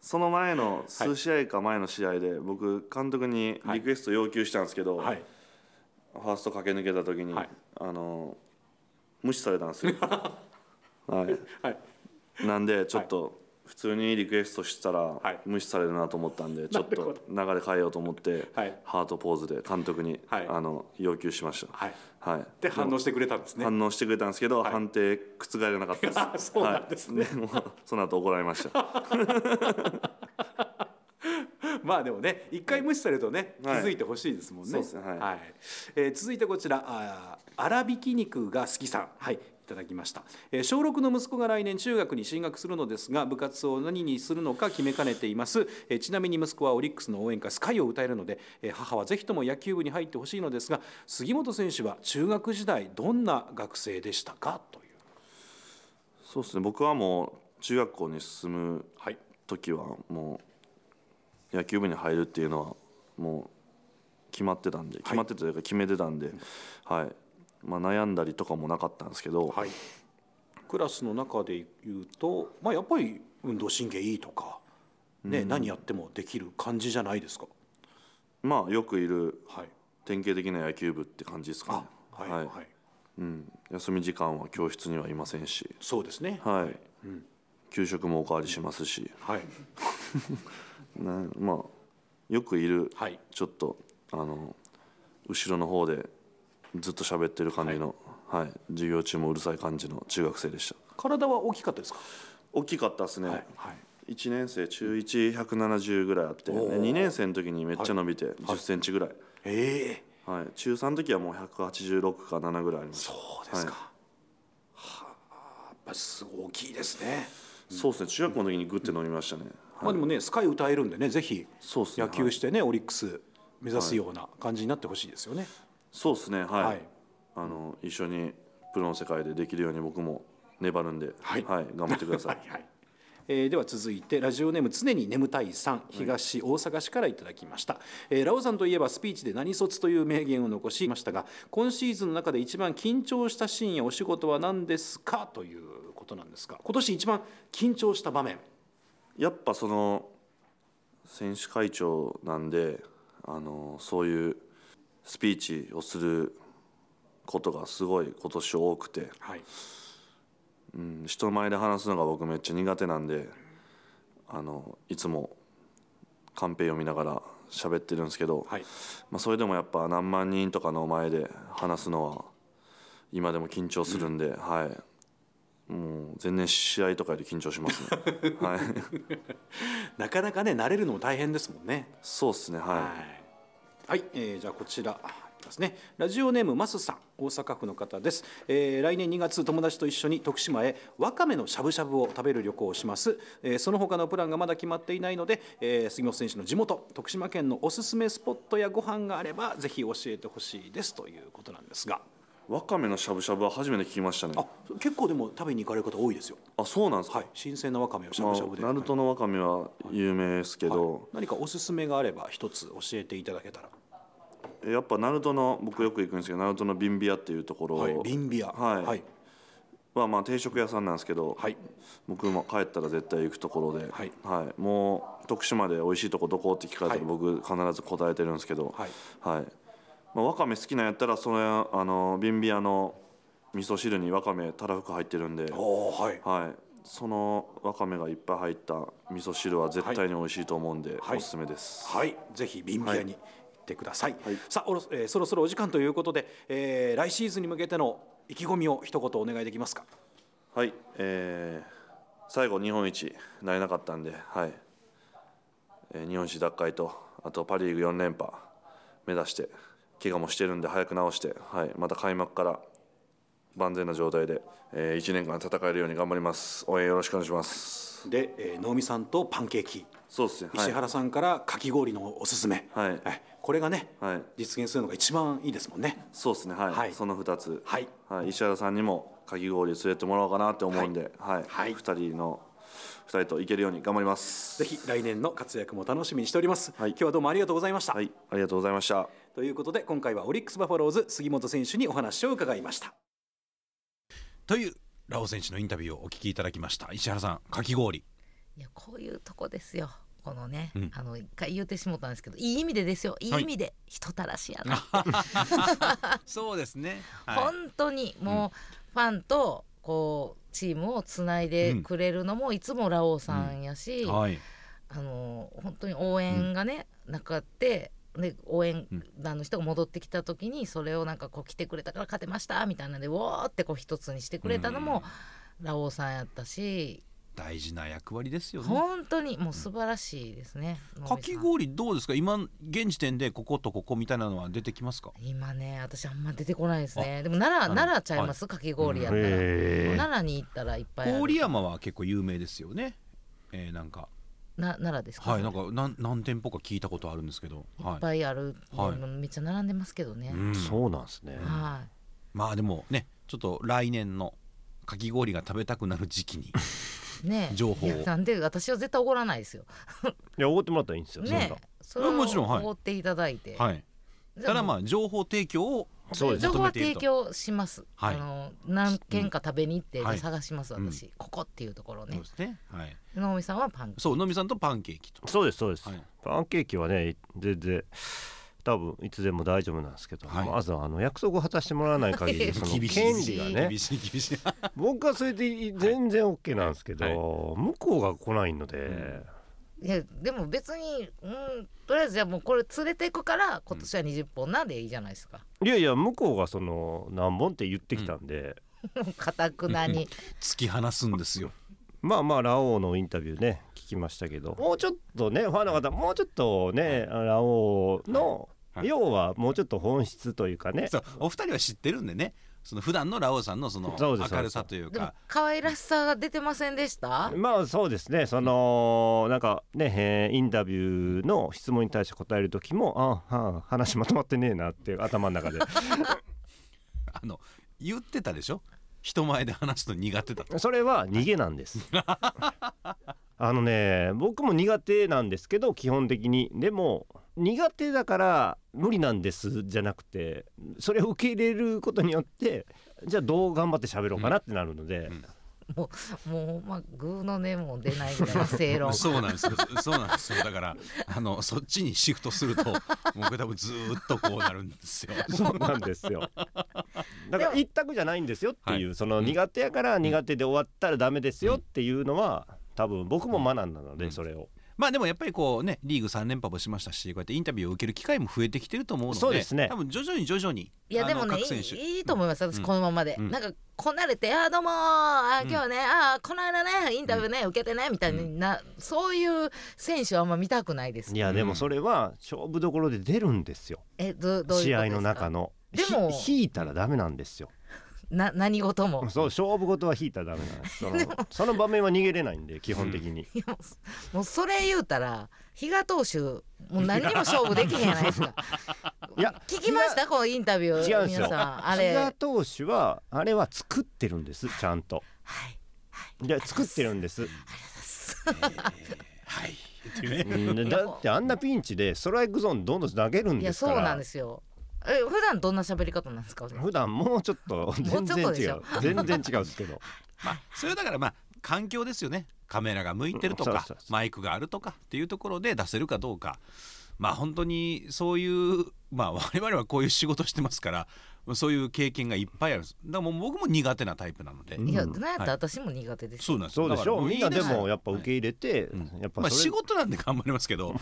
Speaker 4: その前の数試合か前の試合で僕監督にリクエスト要求したんですけど、
Speaker 1: はい
Speaker 4: ファースト駆け抜けた時に、
Speaker 1: はい
Speaker 4: あのー無視されたんで すよ、はい、
Speaker 1: はい
Speaker 4: なんでちょっと普通にリクエストしたら
Speaker 1: い
Speaker 4: 無視されるなと思ったんでちょっ
Speaker 1: なるほ
Speaker 4: と流れ変えようと思って
Speaker 1: はい
Speaker 4: ハートポーズで監督に
Speaker 1: はい
Speaker 4: あの要求しました
Speaker 1: はい
Speaker 4: はい
Speaker 1: で反応してくれたんですね
Speaker 4: 反応してくれたんですけど判定覆らなかったで
Speaker 1: あ
Speaker 4: す
Speaker 1: そうなんですね
Speaker 4: はいもうその後怒られ ました
Speaker 1: まあでもね一回無視されるとね、
Speaker 4: はい
Speaker 1: 気づいてほしいですもんね。
Speaker 4: そうですねはい
Speaker 1: えー続いてこちらあー粗挽き肉が好きさんはい。いただきました、えー小6の息子が来年中学に進学するのですが部活を何にするのか決めかねています、えーちなみに息子はオリックスの応援歌「スカイを歌えるので、えー母はぜひとも野球部に入ってほしいのですが杉本選手は中学時代どんな学生でしたかという
Speaker 4: そうですね僕はもう中学校に進む
Speaker 1: はい
Speaker 4: 時はもう野球部に入るっていうのはもう決まってたんで決まってたというか決めてたんではいまあ悩んだりとかもなかったんですけど
Speaker 1: はい、クラスの中で言うと、まあ、やっぱり運動神経いいとか、ね何やってもできる感じじゃないですか。
Speaker 4: まあよくいる
Speaker 1: はい、
Speaker 4: 典型的な野球部って感じですかね
Speaker 1: あはい、はい
Speaker 4: うん、休み時間は教室にはいませんし、
Speaker 1: そうですね。
Speaker 4: はい給食もおかわりしますし、
Speaker 1: はい、
Speaker 4: ねまあ、よくいる、
Speaker 1: はい
Speaker 4: ちょっとあの後ろの方でずっと喋ってる感じの、はい授業中もうるさい感じの中学生でした
Speaker 1: 体は大きかったですか。
Speaker 4: 大きかったですね、
Speaker 1: はい、はい、
Speaker 4: 1年生中1170ぐらいあって、ね、
Speaker 1: おー
Speaker 4: 2年生の時にめっちゃ伸びて1 0ンチぐらい、
Speaker 1: ええ
Speaker 4: はい中3の時はもう186か7ぐらいありました
Speaker 1: そうですか。
Speaker 4: は
Speaker 1: はあ、やっぱすごい大きいですね。
Speaker 4: そうですね中学校の時にグッて飲みましたね、
Speaker 1: まあ、でもね、スカイ歌えるんでね、ぜひ
Speaker 4: そうっすね
Speaker 1: 野球してね、オリックス目指すような感じになってほしいですよね。
Speaker 4: そうですねはい、
Speaker 1: はい
Speaker 4: あの一緒にプロの世界でできるように僕も粘るんで、
Speaker 1: はい
Speaker 4: 頑張ってください
Speaker 1: はいはいえーでは続いてラジオネーム常に眠たいさん東大阪市からいただきました、えーラオさんといえばスピーチで何卒という名言を残しましたが今シーズンの中で一番緊張したシーンやお仕事は何ですかということなんですが今年一番緊張した場面
Speaker 4: やっぱその選手会長なんであのそういうスピーチをすることがすごい今年多くて、
Speaker 1: はい
Speaker 4: うん、人前で話すのが僕めっちゃ苦手なんであのいつもカンペ読みながら喋ってるんですけど、
Speaker 1: はい
Speaker 4: まあ、それでもやっぱ何万人とかの前で話すのは今でも緊張するんで、はいもう全然試合とかより緊張しますねはい
Speaker 1: なかなかね慣れるのも大変ですもんね
Speaker 4: そうですねはい、
Speaker 1: はい、はいえーじゃあこちらですねラジオネームマスさん大阪府の方です、えー来年2月友達と一緒に徳島へわかめのしゃぶしゃぶを食べる旅行をします、えーその他のプランがまだ決まっていないので、えー杉本選手の地元徳島県のおすすめスポットやご飯があればぜひ教えてほしいですということなんですが
Speaker 4: わかめのしゃぶしゃぶは初めて聞きましたね
Speaker 1: あ結構でも食べに行かれる方多いですよ
Speaker 4: あそうなんですか、
Speaker 1: はい新鮮なわかめをしゃ
Speaker 4: ま
Speaker 1: ぶ
Speaker 4: あ
Speaker 1: しゃぶで、
Speaker 4: 鳴門のわかめは有名ですけ
Speaker 1: はい
Speaker 4: ど、
Speaker 1: 何かおすすめがあれば一つ教えていただけたら
Speaker 4: やっぱ鳴門の僕よく行くんですけど鳴門のビンビアっていうところは、
Speaker 1: はいビンビア
Speaker 4: はい
Speaker 1: はい
Speaker 4: まあまあ定食屋さんなんですけど、
Speaker 1: はい
Speaker 4: 僕も帰ったら絶対行くところで、
Speaker 1: はい
Speaker 4: もう徳島で美味しいとこどこって聞かれたら
Speaker 1: は
Speaker 4: 僕必ず答えてるんですけど、
Speaker 1: はい
Speaker 4: はいまあ、わかめ好きなんやったらそれあのビンビアの味噌汁にわかめたらふく入ってるんで、
Speaker 1: おーはい
Speaker 4: はい、そのわかめがいっぱい入った味噌汁は絶対に美味しいと思うんで、
Speaker 1: はい
Speaker 4: おすすめです。
Speaker 1: はい、ぜひビンビアに行っ
Speaker 5: て
Speaker 1: て
Speaker 5: ください、さあおろ、えーそろそろお時間ということで、えー来シーズンに向けての意気込みを一言お願いできますか
Speaker 4: はい、えー最後日本一なれなかったんで、はいえー日本一奪回とあとパ・リーグ4連覇目指して怪我もしてるんで早く治して、はい、また開幕から万全な状態で、え1年間戦えるように頑張ります応援よろしくお願いします
Speaker 5: で、えー能見さんとパンケーキ
Speaker 4: そうですねはい
Speaker 5: 石原さんからかき氷のおすすめ、
Speaker 4: はい
Speaker 5: これがね、
Speaker 4: はい
Speaker 5: 実現するのが一番いいですもんね
Speaker 4: そうですねはい、
Speaker 5: はい
Speaker 4: その2つ
Speaker 5: はい
Speaker 4: はい、石原さんにもかき氷連れてもらおうかなって思うんで、はい
Speaker 5: はい
Speaker 4: 2人の2人と行けるように頑張ります
Speaker 5: ぜひ来年の活躍も楽しみにしております、
Speaker 4: はい
Speaker 5: 今日はどうもありがとうございました、
Speaker 4: はいありがとうございました
Speaker 5: ということで今回はオリックスバファローズ杉本選手にお話を伺いました
Speaker 1: というラオ選手のインタビューをお聞きいただきました石原さんかき氷
Speaker 3: いやこういうとこですよこのね、
Speaker 1: うん
Speaker 3: あの一回言うてしもたんですけどいい意味でですよいい意味で人たらしやな、
Speaker 1: そうですね、
Speaker 3: 本当にもうファンとこうチームをつないでくれるのもいつもラオウさんやし、
Speaker 1: はい、
Speaker 3: あの本当に応援がね、なかってで応援団の人が戻ってきた時にそれをなんかこう来てくれたから勝てましたみたいなんでうおーってこう一つにしてくれたのもラオウさんやったし
Speaker 1: 大事な役割ですよね
Speaker 3: 本当にもう素晴らしいですね。能見さ
Speaker 1: か
Speaker 3: ん
Speaker 1: き氷どうですか今現時点でこことここみたいなのは出てきますか
Speaker 3: 今ね私あんま出てこないですねでも奈良
Speaker 1: あ
Speaker 3: 奈良ちゃいます、かき氷やったら、
Speaker 2: へー
Speaker 3: 奈良に行ったらいっぱいある
Speaker 1: 郡山は結構有名ですよねえー、なんか
Speaker 3: な奈良ですか、
Speaker 1: はいなんかなん何店舗か聞いたことあるんですけど
Speaker 3: い
Speaker 1: は
Speaker 3: っぱいある、
Speaker 1: はい
Speaker 3: でもめっちゃ並んでますけどね、
Speaker 1: い、うん
Speaker 2: そうなんですね。
Speaker 3: はい
Speaker 1: まあでもねちょっと来年のかき氷が食べたくなる時期 に
Speaker 3: ねえ
Speaker 1: 情報を
Speaker 3: いやなんで私は絶対おごらないですよ。
Speaker 2: いや、おごってもらったらいいんですよ。
Speaker 3: ねえそれを
Speaker 1: うんもちろんはい
Speaker 3: おごっていただいて、
Speaker 1: はいただまあ情報提供を
Speaker 3: あ
Speaker 2: そうです
Speaker 3: 情
Speaker 1: 求
Speaker 3: 報
Speaker 1: め
Speaker 3: は
Speaker 1: てい
Speaker 3: 提
Speaker 1: ると
Speaker 3: 供します、
Speaker 1: はい
Speaker 3: あの何軒か食べに行って、
Speaker 1: うんはい
Speaker 3: 探します
Speaker 1: うん
Speaker 3: 私、ここっていうとこ
Speaker 1: そ
Speaker 3: ろ
Speaker 1: う
Speaker 3: ね
Speaker 1: ですねはい
Speaker 3: 能見さんはパン
Speaker 1: そうのみさんとパンケーキと
Speaker 2: そうです、そうです。
Speaker 1: はい
Speaker 2: パンケーキはね、全然。多分いつでも大丈夫なんですけど、
Speaker 1: はい
Speaker 2: まずはあの約束を果たしてもらわない限 りその
Speaker 1: 厳しい
Speaker 2: 権利がね
Speaker 1: 厳しい厳しい
Speaker 2: 僕はそれで全然 OK なんですけど、
Speaker 1: はい
Speaker 2: 向こうが来ないので、
Speaker 3: いやでも別に、うん、とりあえずじゃあもうこれ連れていくから今年は20本なんでいいじゃないですか。
Speaker 2: いやいや向こうがその何本って言ってきたんで、
Speaker 3: かたくなに。
Speaker 1: 突き放すんですよ
Speaker 2: まあまあラオウのインタビューね聞きましたけどもうちょっとねファンの方もうちょっとね、ラオウ
Speaker 1: はい
Speaker 2: の、要はもうちょっと本質というかね、
Speaker 1: そうお二人は知ってるんでねその普段のラオウさんのその
Speaker 2: そうです
Speaker 1: 明るさという
Speaker 3: でも
Speaker 1: か
Speaker 3: 可愛らしさが出てませんでした。
Speaker 2: まあそうですねそのなんかね、えーインタビューの質問に対して答える時もあはあ話まとまってねえなっていう頭の中で
Speaker 1: あの言ってたでしょ人前で話すの苦手だと
Speaker 2: それは逃げなんです あのね僕も苦手なんですけど基本的にでも苦手だから無理なんですじゃなくてそれを受け入れることによってじゃあどう頑張って喋ろうかなってなるので、
Speaker 3: もう、もう、まあ、グーの根も出ないぐらいの正論。
Speaker 1: そうなんですよそうなんですよだからあのそっちにシフトするともうこれ多分ずーっとこうなるんです よ
Speaker 2: そうなんですよ。だから一択じゃないんですよっていう、その苦手やから苦手で終わったらダメですよっていうのは、多分僕も学んだので、それを。
Speaker 1: まあでもやっぱりこうねリーグ3連覇もしましたしこうやってインタビューを受ける機会も増えてきてると思うので
Speaker 2: そうですね
Speaker 1: 多分徐々に徐々に
Speaker 3: いや、でも
Speaker 1: あの
Speaker 3: ね、
Speaker 1: 各
Speaker 3: い
Speaker 1: 選手
Speaker 3: いいいと思います。私、
Speaker 1: うん
Speaker 3: このままで、
Speaker 1: うん
Speaker 3: なんか、こなれて、あー、どうもー、あー、
Speaker 1: うん
Speaker 3: 今日ね、あー、この間ね、インタビューね、受けてね、みたいな、そういう選手はあんま見たくないです
Speaker 2: い。やでもそれは勝負どころで出るんですよ、
Speaker 3: え、ど、どういうことですか。
Speaker 2: 試合の中の。
Speaker 3: でも
Speaker 2: ひ引いたらダメなんですよ。
Speaker 3: な、何事も。
Speaker 2: そう勝負事は引いたらダメなんです。そのその場面は逃げれないんで基本的に。
Speaker 3: いやもうそれ言うたら比嘉投手もう何にも勝負できへんやないですか
Speaker 2: いや
Speaker 3: 聞きましたこのインタビュ
Speaker 2: 違う
Speaker 3: ー
Speaker 2: んです
Speaker 3: 皆
Speaker 2: よ。
Speaker 3: さんあ
Speaker 2: 比嘉
Speaker 3: れ
Speaker 2: 投手はあれは作ってるんですちゃんと。
Speaker 3: はい
Speaker 2: で作ってるんです。
Speaker 1: はいっていうね
Speaker 2: うんだってあんなピンチでストライクゾーンどんどん投げるん
Speaker 3: い
Speaker 2: で
Speaker 3: や
Speaker 2: すか
Speaker 3: そう
Speaker 2: ら。
Speaker 3: なんですよえ普段どんな喋り方なんですか
Speaker 2: 普段もうちょっと
Speaker 3: ちょ
Speaker 2: 全
Speaker 3: っと
Speaker 2: 然
Speaker 3: で
Speaker 2: 違
Speaker 3: し
Speaker 2: う
Speaker 3: ょ
Speaker 2: 全然違うんですけど
Speaker 1: まあそれはだからまあ環境ですよねカメラが向いてると
Speaker 2: うん
Speaker 1: か
Speaker 2: そうそうそう
Speaker 1: マイクがあるとかっていうところで出せるかどうか
Speaker 6: まあ本当にそういうまあ 我々はこういう仕事してますからそういう経験がいっぱいあるんですだからもう僕も苦手なタイプなので、
Speaker 2: うん
Speaker 3: いや、なんやった
Speaker 6: はい
Speaker 3: ら私も苦手です。
Speaker 6: そうなんです
Speaker 2: そうでしょうみんなでもやっぱ受け
Speaker 6: 入
Speaker 2: 入れて、やっぱ
Speaker 6: まあ、
Speaker 2: そ
Speaker 6: 仕
Speaker 2: れ、
Speaker 6: 事なんで頑張りますけど、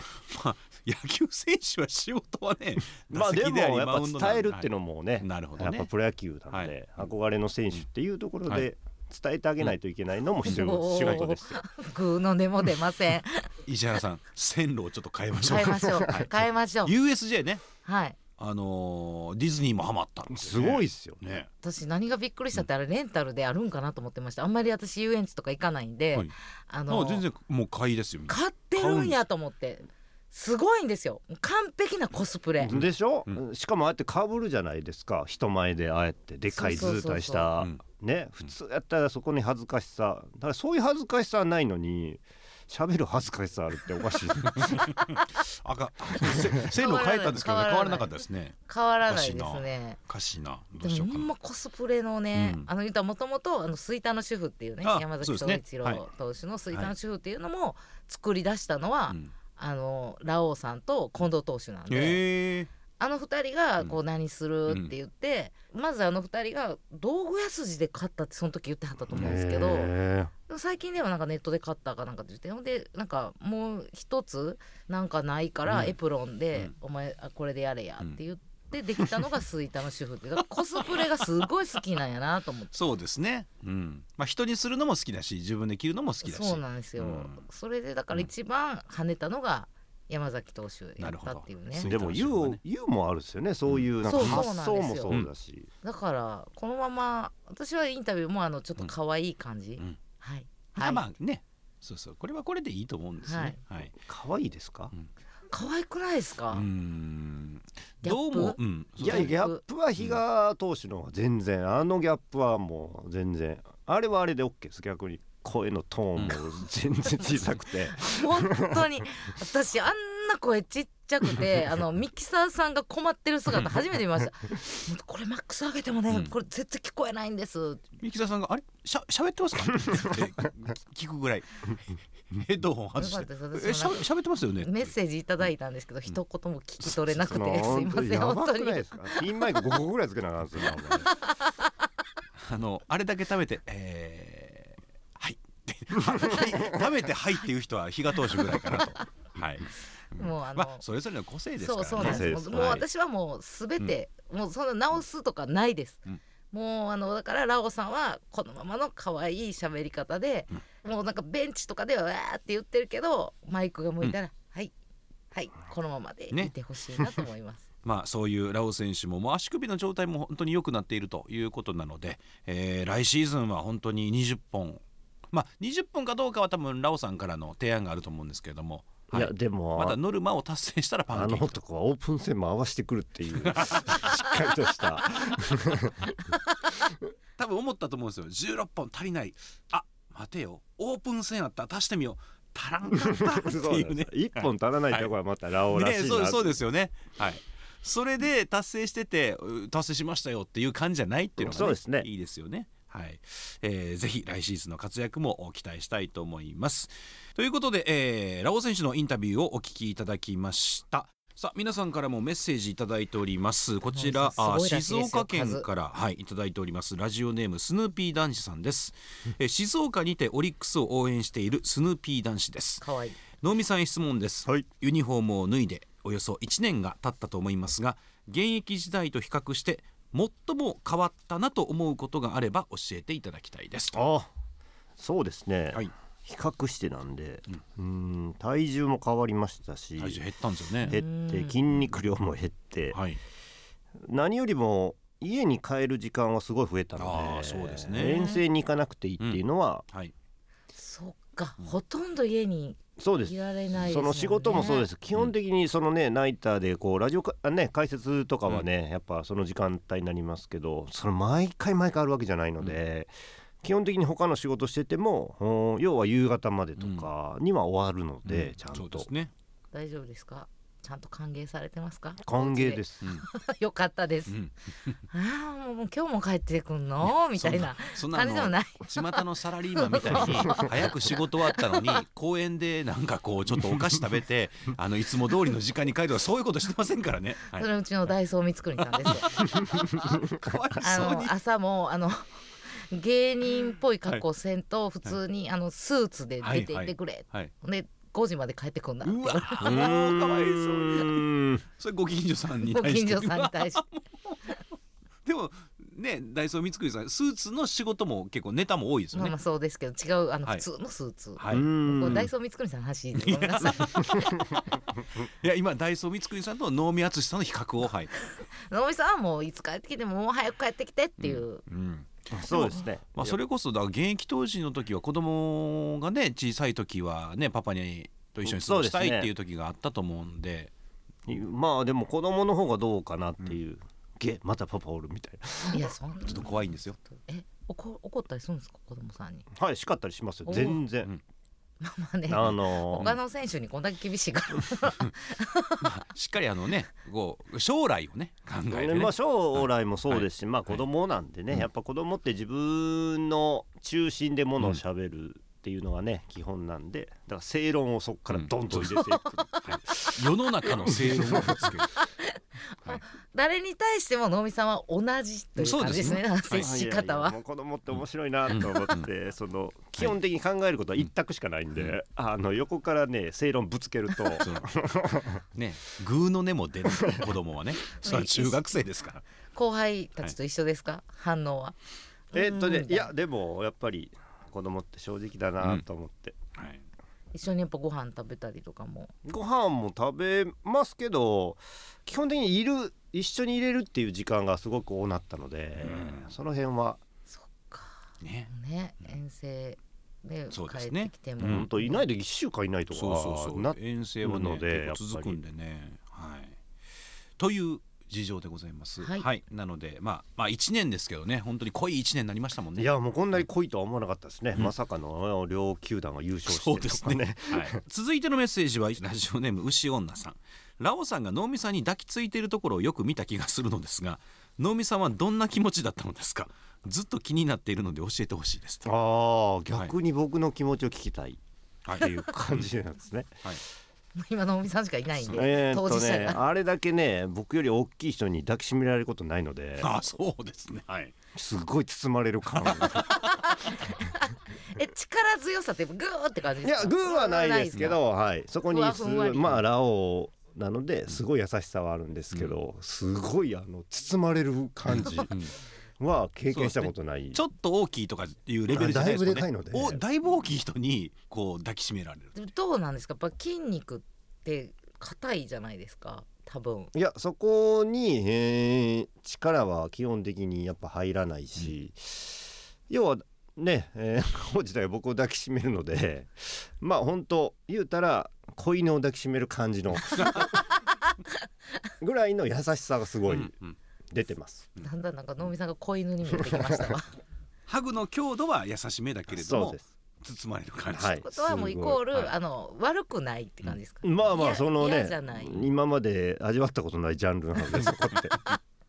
Speaker 6: まあ、野球選手は仕事はね、
Speaker 2: まあでもやっ
Speaker 6: マ
Speaker 2: ぱ
Speaker 6: ウンドなん
Speaker 2: 伝えるっていうのもね、
Speaker 6: はいなるほど
Speaker 2: や
Speaker 6: ね
Speaker 2: っぱプロ野球なんで、憧れの選手っていうところ
Speaker 6: は
Speaker 2: で伝えてあげないといけないのも必要
Speaker 3: おー
Speaker 2: 仕事ですよ。
Speaker 3: グーの根も出ませ ん。
Speaker 6: 石原さん、線路をちょっと変えましょう。
Speaker 3: 変えましょ う。変えましょう。
Speaker 6: USJ ね、
Speaker 3: はい。
Speaker 6: あのーディズニーもハマったんです
Speaker 2: す
Speaker 6: よね、
Speaker 2: ごいっすよね。
Speaker 6: ね。
Speaker 3: 私何がびっくりしたってあれレンタルであるんかなと思ってました。あんまり私遊園地とか行かないんで、
Speaker 6: はい
Speaker 3: あ
Speaker 6: ま
Speaker 3: の
Speaker 6: あ全然もう買いですよ。みんな
Speaker 3: 買ってるんやと思って。すごいんですよ。完璧なコスプレ。
Speaker 2: でしょ、
Speaker 6: う
Speaker 2: しかもああやってかぶるじゃないですか人前でああやってでっかい図
Speaker 3: そうそうそうそう
Speaker 2: 体した
Speaker 6: うん
Speaker 2: ね普通やったらそこに恥ずかしさだからそういう恥ずかしさはないのに喋る恥ずかしさあるっておかしい
Speaker 6: あか せ線路変えたんですけど、ね、変
Speaker 3: 変
Speaker 6: わ
Speaker 3: わらない
Speaker 6: らなかったですね。
Speaker 3: 変わらないですね。
Speaker 6: おかしいな。ど
Speaker 3: で
Speaker 6: うしよ
Speaker 3: もほ
Speaker 6: うか
Speaker 3: ん
Speaker 6: な。
Speaker 3: まコスプレのね、
Speaker 6: うん
Speaker 3: あの言ったもともとあの吹田の主婦っていうね
Speaker 6: あ
Speaker 3: 山崎
Speaker 6: そうで
Speaker 3: 総
Speaker 6: すね
Speaker 3: 一
Speaker 6: はい
Speaker 3: 郎投手の吹田の主婦っていうのも作り出したのは、
Speaker 6: うん
Speaker 3: あのラオウさんと近藤投手なんで、
Speaker 6: へえ
Speaker 3: あの2人がこう何するって言って、まずあの2人が道具屋筋で買ったってその時言ってはったと思うんですけど、
Speaker 2: へ
Speaker 3: でも最近ではなんかネットで買ったかなんかって言ってほんでなんかもう一つなんかないから
Speaker 6: うん
Speaker 3: エプロンで「
Speaker 6: うん
Speaker 3: お前あこれでやれや」って言ってできたのが吹田の主婦ってだからコスプレがすごい好きなんやなと思って。
Speaker 6: そうですね。うん。まあ人にするのも好きだし、自分で着るの も好きだし。
Speaker 3: そうなんですよ、
Speaker 6: うん
Speaker 3: それでだから一番跳ねたのが山崎投手やったっていう
Speaker 6: な
Speaker 3: ね
Speaker 6: るほど
Speaker 2: ーでもユ
Speaker 6: そうだ
Speaker 2: ー
Speaker 6: ね
Speaker 2: ユーもあるっすよねそういうなんか
Speaker 3: そうそう
Speaker 2: 発想も
Speaker 3: そ
Speaker 2: そう
Speaker 6: なん
Speaker 2: う
Speaker 6: で
Speaker 2: だし
Speaker 3: だからこのまま私はインタビューもあのちょっと可愛い感じ、
Speaker 6: うん
Speaker 3: はい、
Speaker 6: ま
Speaker 3: は
Speaker 6: あ
Speaker 3: い、
Speaker 6: まあね。そうそう。これはこれでいいと思うんですね。はい。
Speaker 2: 可愛いですか
Speaker 3: 可愛くないですか、
Speaker 6: うん。
Speaker 3: ギャ
Speaker 6: どう
Speaker 3: ップ
Speaker 6: も。うん。
Speaker 2: いや
Speaker 3: そう
Speaker 2: ギャップは比嘉投手の方が全然あのギャップはもう全然あれはあれで OK です逆に声のトーンも全然小さく て
Speaker 3: 本当に私あんな声ちっちゃくてあのミキサーさんが困ってる姿初めて見ました「もうこれマックス上げてもね、
Speaker 6: うん
Speaker 3: これ絶対聞こえないんです
Speaker 6: 三木田さんがあれしゃ喋ってますか って聞くぐ らいヘッドホン外して
Speaker 3: よかったです
Speaker 6: えしゃ喋ってますよ」ね
Speaker 3: メッセージいただいたんですけど一言も聞き取れなく
Speaker 2: その
Speaker 3: てすいません
Speaker 2: やば
Speaker 3: 本当
Speaker 2: く
Speaker 3: に
Speaker 2: ないですかピンマイク5個ぐらいつけなあかんすよなお前
Speaker 6: あのあれだけ食べてえー、はい って食べてはいっていう人は日が通しぐらいかなとはい
Speaker 3: もうあの
Speaker 6: まあそれぞれの個性ですか
Speaker 3: そ
Speaker 6: ら
Speaker 3: う
Speaker 6: ね
Speaker 3: そ
Speaker 2: 個性
Speaker 3: うなんで
Speaker 2: ですす
Speaker 3: もう
Speaker 6: はい
Speaker 3: 私はもうすべて、もうそんな直すとかないです、
Speaker 6: うん
Speaker 3: もうあのだからラオさんはこのままの可愛い喋り方で、もうなんかベンチとかではわーって言ってるけどマイクが向いたら、はいはいこのままで
Speaker 6: ね
Speaker 3: いてほしいなと思います、
Speaker 6: まあそういうラオ選手ももう足首の状態も本当に良くなっているということなので、えー来シーズンは本当に20本まあ20本かどうかは多分ラオさんからの提案があると思うんですけれども、はい
Speaker 2: やでも
Speaker 6: またノルマを達成したらパ
Speaker 2: あ
Speaker 6: ンケ
Speaker 2: の
Speaker 6: ーキと
Speaker 2: 男はオープン戦も合わせてくるっ ていうしっかりとした
Speaker 6: 多分思ったと思うんですよ16本足りないあ待てよオープン戦あった足してみよう足らんかったって
Speaker 2: そう
Speaker 6: い
Speaker 2: な
Speaker 6: うんね
Speaker 2: です一本足らないとこはまたラオウら
Speaker 6: ね
Speaker 2: しい
Speaker 6: そう
Speaker 2: な
Speaker 6: そうですよねはいそれで達成しててう達成しましたよっていう感じじゃないっていうのが、
Speaker 2: そうですね
Speaker 6: いいですよねはい、えーぜひ来シーズンの活躍も期待したいと思いますということで、えーラオウ選手のインタビューをお聞きいただきましたさあ皆さんからもメッセージいただいておりますこちら
Speaker 3: す
Speaker 6: あ
Speaker 3: ごいらしいです
Speaker 6: 静
Speaker 3: よ
Speaker 6: 岡県
Speaker 3: 数
Speaker 6: から、はい、いただいておりますラジオネームスヌーピー男子さんです、えー静岡にてオリックスを応援しているスヌーピー男子です
Speaker 3: 可愛い
Speaker 6: 能見さんへ質問です、
Speaker 2: はい
Speaker 6: ユニフォームを脱いでおよそ1年が経ったと思いますが現役時代と比較して最も変わったなと思うことがあれば教えていただきたいですと
Speaker 2: あそうですね、
Speaker 6: はい
Speaker 2: 比較してなんでうん体重も変わりましたし
Speaker 6: 体重減ったんですよね
Speaker 2: 減って筋肉量も減って、
Speaker 6: はい
Speaker 2: 何よりも家に帰る時間はすごい増えた
Speaker 6: あ
Speaker 2: の
Speaker 6: ー
Speaker 2: で
Speaker 6: そうですね
Speaker 2: 遠征に行かなくていいっていうのは、
Speaker 6: はい
Speaker 3: そっか、ほとんど家に
Speaker 2: そうです
Speaker 3: いられないです
Speaker 2: そ
Speaker 3: もんね
Speaker 2: の仕事もそうです基本的にそのねナイターでこうラジオかあね解説とかはね、やっぱその時間帯になりますけどその毎回毎回あるわけじゃないので、基本的に他の仕事しててもうん要は夕方までとかには終わるので、
Speaker 6: うん
Speaker 2: ちゃ
Speaker 6: そうんで
Speaker 2: と
Speaker 6: すね
Speaker 3: 大丈夫ですかちさんと歓迎されてますか
Speaker 2: 歓迎ですす、
Speaker 3: よかったです、
Speaker 6: うん
Speaker 3: ああもう今日も帰ってくんの みたいな
Speaker 6: そんな
Speaker 3: 感じでも
Speaker 6: あ
Speaker 3: ない
Speaker 6: の巷のサラリーマンみたいに早く仕事終わっ たのに公園でなんかこうちょっとお菓子食べてあのいつも通りの時間に帰るとかそういうことしてませんからね。はい
Speaker 3: それうちのダイソー光圀さんです
Speaker 6: かわい
Speaker 3: あ
Speaker 6: そう
Speaker 3: の
Speaker 6: に
Speaker 3: 朝もあの 芸人っぽい格好せんと普通にあのスーツで出て行ってくれ、
Speaker 6: はい。
Speaker 3: で5時まで帰ってくんな
Speaker 6: うわ、
Speaker 2: うーん、かわいそう
Speaker 6: それご近所さんに
Speaker 3: ご
Speaker 6: 対し
Speaker 3: 近
Speaker 6: て。
Speaker 3: 所さんに対して
Speaker 6: でもね、ダイソー三つさん、スーツの仕事も結構ネタも多いですよ
Speaker 3: まあま
Speaker 6: ね
Speaker 3: あ。そうですけど違うあの
Speaker 6: はい
Speaker 3: 普通のスーツ、
Speaker 6: はい。
Speaker 3: これダ
Speaker 2: ん
Speaker 3: イソー光圀さんの話 でごめんなさい
Speaker 6: いや今ダイソー三つさんと能見敦さんの比較をはい。
Speaker 3: 能見さんはもういつ帰ってきてももう早く帰ってきてっていう、
Speaker 6: うん。
Speaker 2: そうですね
Speaker 6: まあそれこそだから現役当時の時は子供がね小さい時はねパパにと一緒に過ごしたいっていう時があったと思うんで。
Speaker 2: まあでも子供の方がどうかなっていう、げまたパパおるみたい
Speaker 3: いやそんな
Speaker 6: ちょっと怖いんですよ。
Speaker 3: え怒怒ったりするんですか子供さんに
Speaker 2: なはい叱ったりしますよ
Speaker 3: お
Speaker 2: 全然、
Speaker 3: まあね
Speaker 2: あの
Speaker 3: 他の選手にこんだけ厳しいから
Speaker 6: しっかりあのね、こう将来をね考えてね
Speaker 2: まあ、。将来もそうですし、まあ子供なんでね、やっぱ子供って自分の中心でものをしゃべるっていうのがね、基本なんでだから正論をそこからどんどん入れてい く、
Speaker 6: 世の中の正論をぶつける。
Speaker 3: 誰に対しても能見さんは同じという感じですね
Speaker 6: そうですね
Speaker 3: 接し方は、
Speaker 2: いやいやもう子供って面白いなと思ってその基本的に考えることは一択しかないんで、あの横からね正論ぶつけると
Speaker 6: ね、グーの根も出ない子供はね。それは中学生ですから。
Speaker 3: 後輩たちと一緒ですか、反応は
Speaker 2: えっと
Speaker 3: う
Speaker 2: ね
Speaker 3: ん
Speaker 2: いやでもやっぱり子供って正直だなと思って、
Speaker 6: はい。
Speaker 3: 一緒にやっぱご飯食べたりとかも
Speaker 2: ご飯も食べますけど基本的にいる一緒にいれるっていう時間がすごく多なったので、その辺は
Speaker 3: そっか
Speaker 6: ね。
Speaker 3: ね遠征で
Speaker 6: そうで
Speaker 3: 帰
Speaker 6: す
Speaker 3: って
Speaker 6: ね
Speaker 3: きても、
Speaker 6: うん
Speaker 2: 本当いないで1週間いないとか
Speaker 6: そうそうそう
Speaker 2: な
Speaker 6: 遠征はね
Speaker 2: ので
Speaker 6: 結構続くんでねはいという事情でございますは、
Speaker 3: はいい
Speaker 6: なのでまあまあ1年ですけどね本当に濃い1年になりましたもんね
Speaker 2: いやもうこんなに濃いとは思わなかったですね、まさかの両球団が優勝して
Speaker 6: そう
Speaker 2: る
Speaker 6: で
Speaker 2: と
Speaker 6: す
Speaker 2: かね
Speaker 6: ねはい、続いてのメッセージはラジオネーム牛女さんラオさんが能見さんに抱きついているところをよく見た気がするのですが能見さんはどんな気持ちだったのですかずっと気になっているので教えてほしいですと
Speaker 2: ああ逆に僕の気持ちを聞きたい
Speaker 6: はい
Speaker 2: っていう感じなんですね。
Speaker 6: はい
Speaker 3: 今能見さんしかいないんで、
Speaker 2: えー
Speaker 3: 当
Speaker 2: っと
Speaker 3: 事者
Speaker 2: ね
Speaker 3: が、
Speaker 2: あれだけね僕より大きい人に抱きしめられることないので
Speaker 6: あそうですねはい
Speaker 2: すごい包まれる 感が
Speaker 3: え力強さってグーって感じ
Speaker 2: い
Speaker 3: です
Speaker 2: や
Speaker 3: か
Speaker 2: グーはないですけど、 はい、そこに
Speaker 3: ふわ
Speaker 2: す
Speaker 3: ふんわり
Speaker 2: まあラオウなのですごい優しさはあるんですけど、すごいあの包まれる感じは経験したことない。
Speaker 6: ちょっと大きいとかいうレベルじゃないです
Speaker 2: あだいぶでかいので
Speaker 6: おだいぶ大きい人にこう抱きしめられる
Speaker 3: でもどうなんですかやっぱ筋肉って硬いじゃないですか多分
Speaker 2: いやそこに、えー力は基本的にやっぱ入らないし、要はね、えー、王子だよ僕を抱きしめるのでまあ本当言うたら子犬を抱きしめる感 じのぐらいの優しさがすごい出てます。
Speaker 3: だんだんなんか能見さんが子犬に見えてきました わって
Speaker 6: ハグの強度は優しめだけれど
Speaker 2: そう
Speaker 6: も
Speaker 2: です
Speaker 6: 包まれる感じ、
Speaker 2: はい
Speaker 3: ことはもうイコール、
Speaker 6: すごいはい
Speaker 3: あの悪くないって感じですか、
Speaker 2: まあま
Speaker 3: い
Speaker 2: あ
Speaker 3: や
Speaker 2: その
Speaker 3: 嫌
Speaker 2: ね
Speaker 3: じゃない
Speaker 2: 今まで味わったことないジャンルなのでそこ って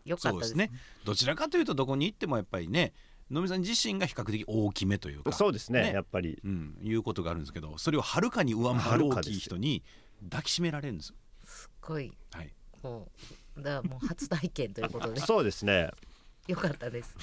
Speaker 3: よかっ
Speaker 6: そ
Speaker 3: た
Speaker 6: うで
Speaker 3: ですす
Speaker 6: ね
Speaker 3: ね
Speaker 6: どちらかというとどこに行ってもやっぱりねのみさん自身が比較的大きめというか
Speaker 2: そうですね
Speaker 6: ね
Speaker 2: やっぱり
Speaker 6: うん、いうことがあるんですけどそれをはるかに上回る
Speaker 2: はる
Speaker 6: 大
Speaker 2: かです
Speaker 6: きい人に抱きしめられるんですよ
Speaker 3: すっごい
Speaker 6: はい
Speaker 3: こうだからもう初体験ということで
Speaker 2: そうですね
Speaker 3: よかったです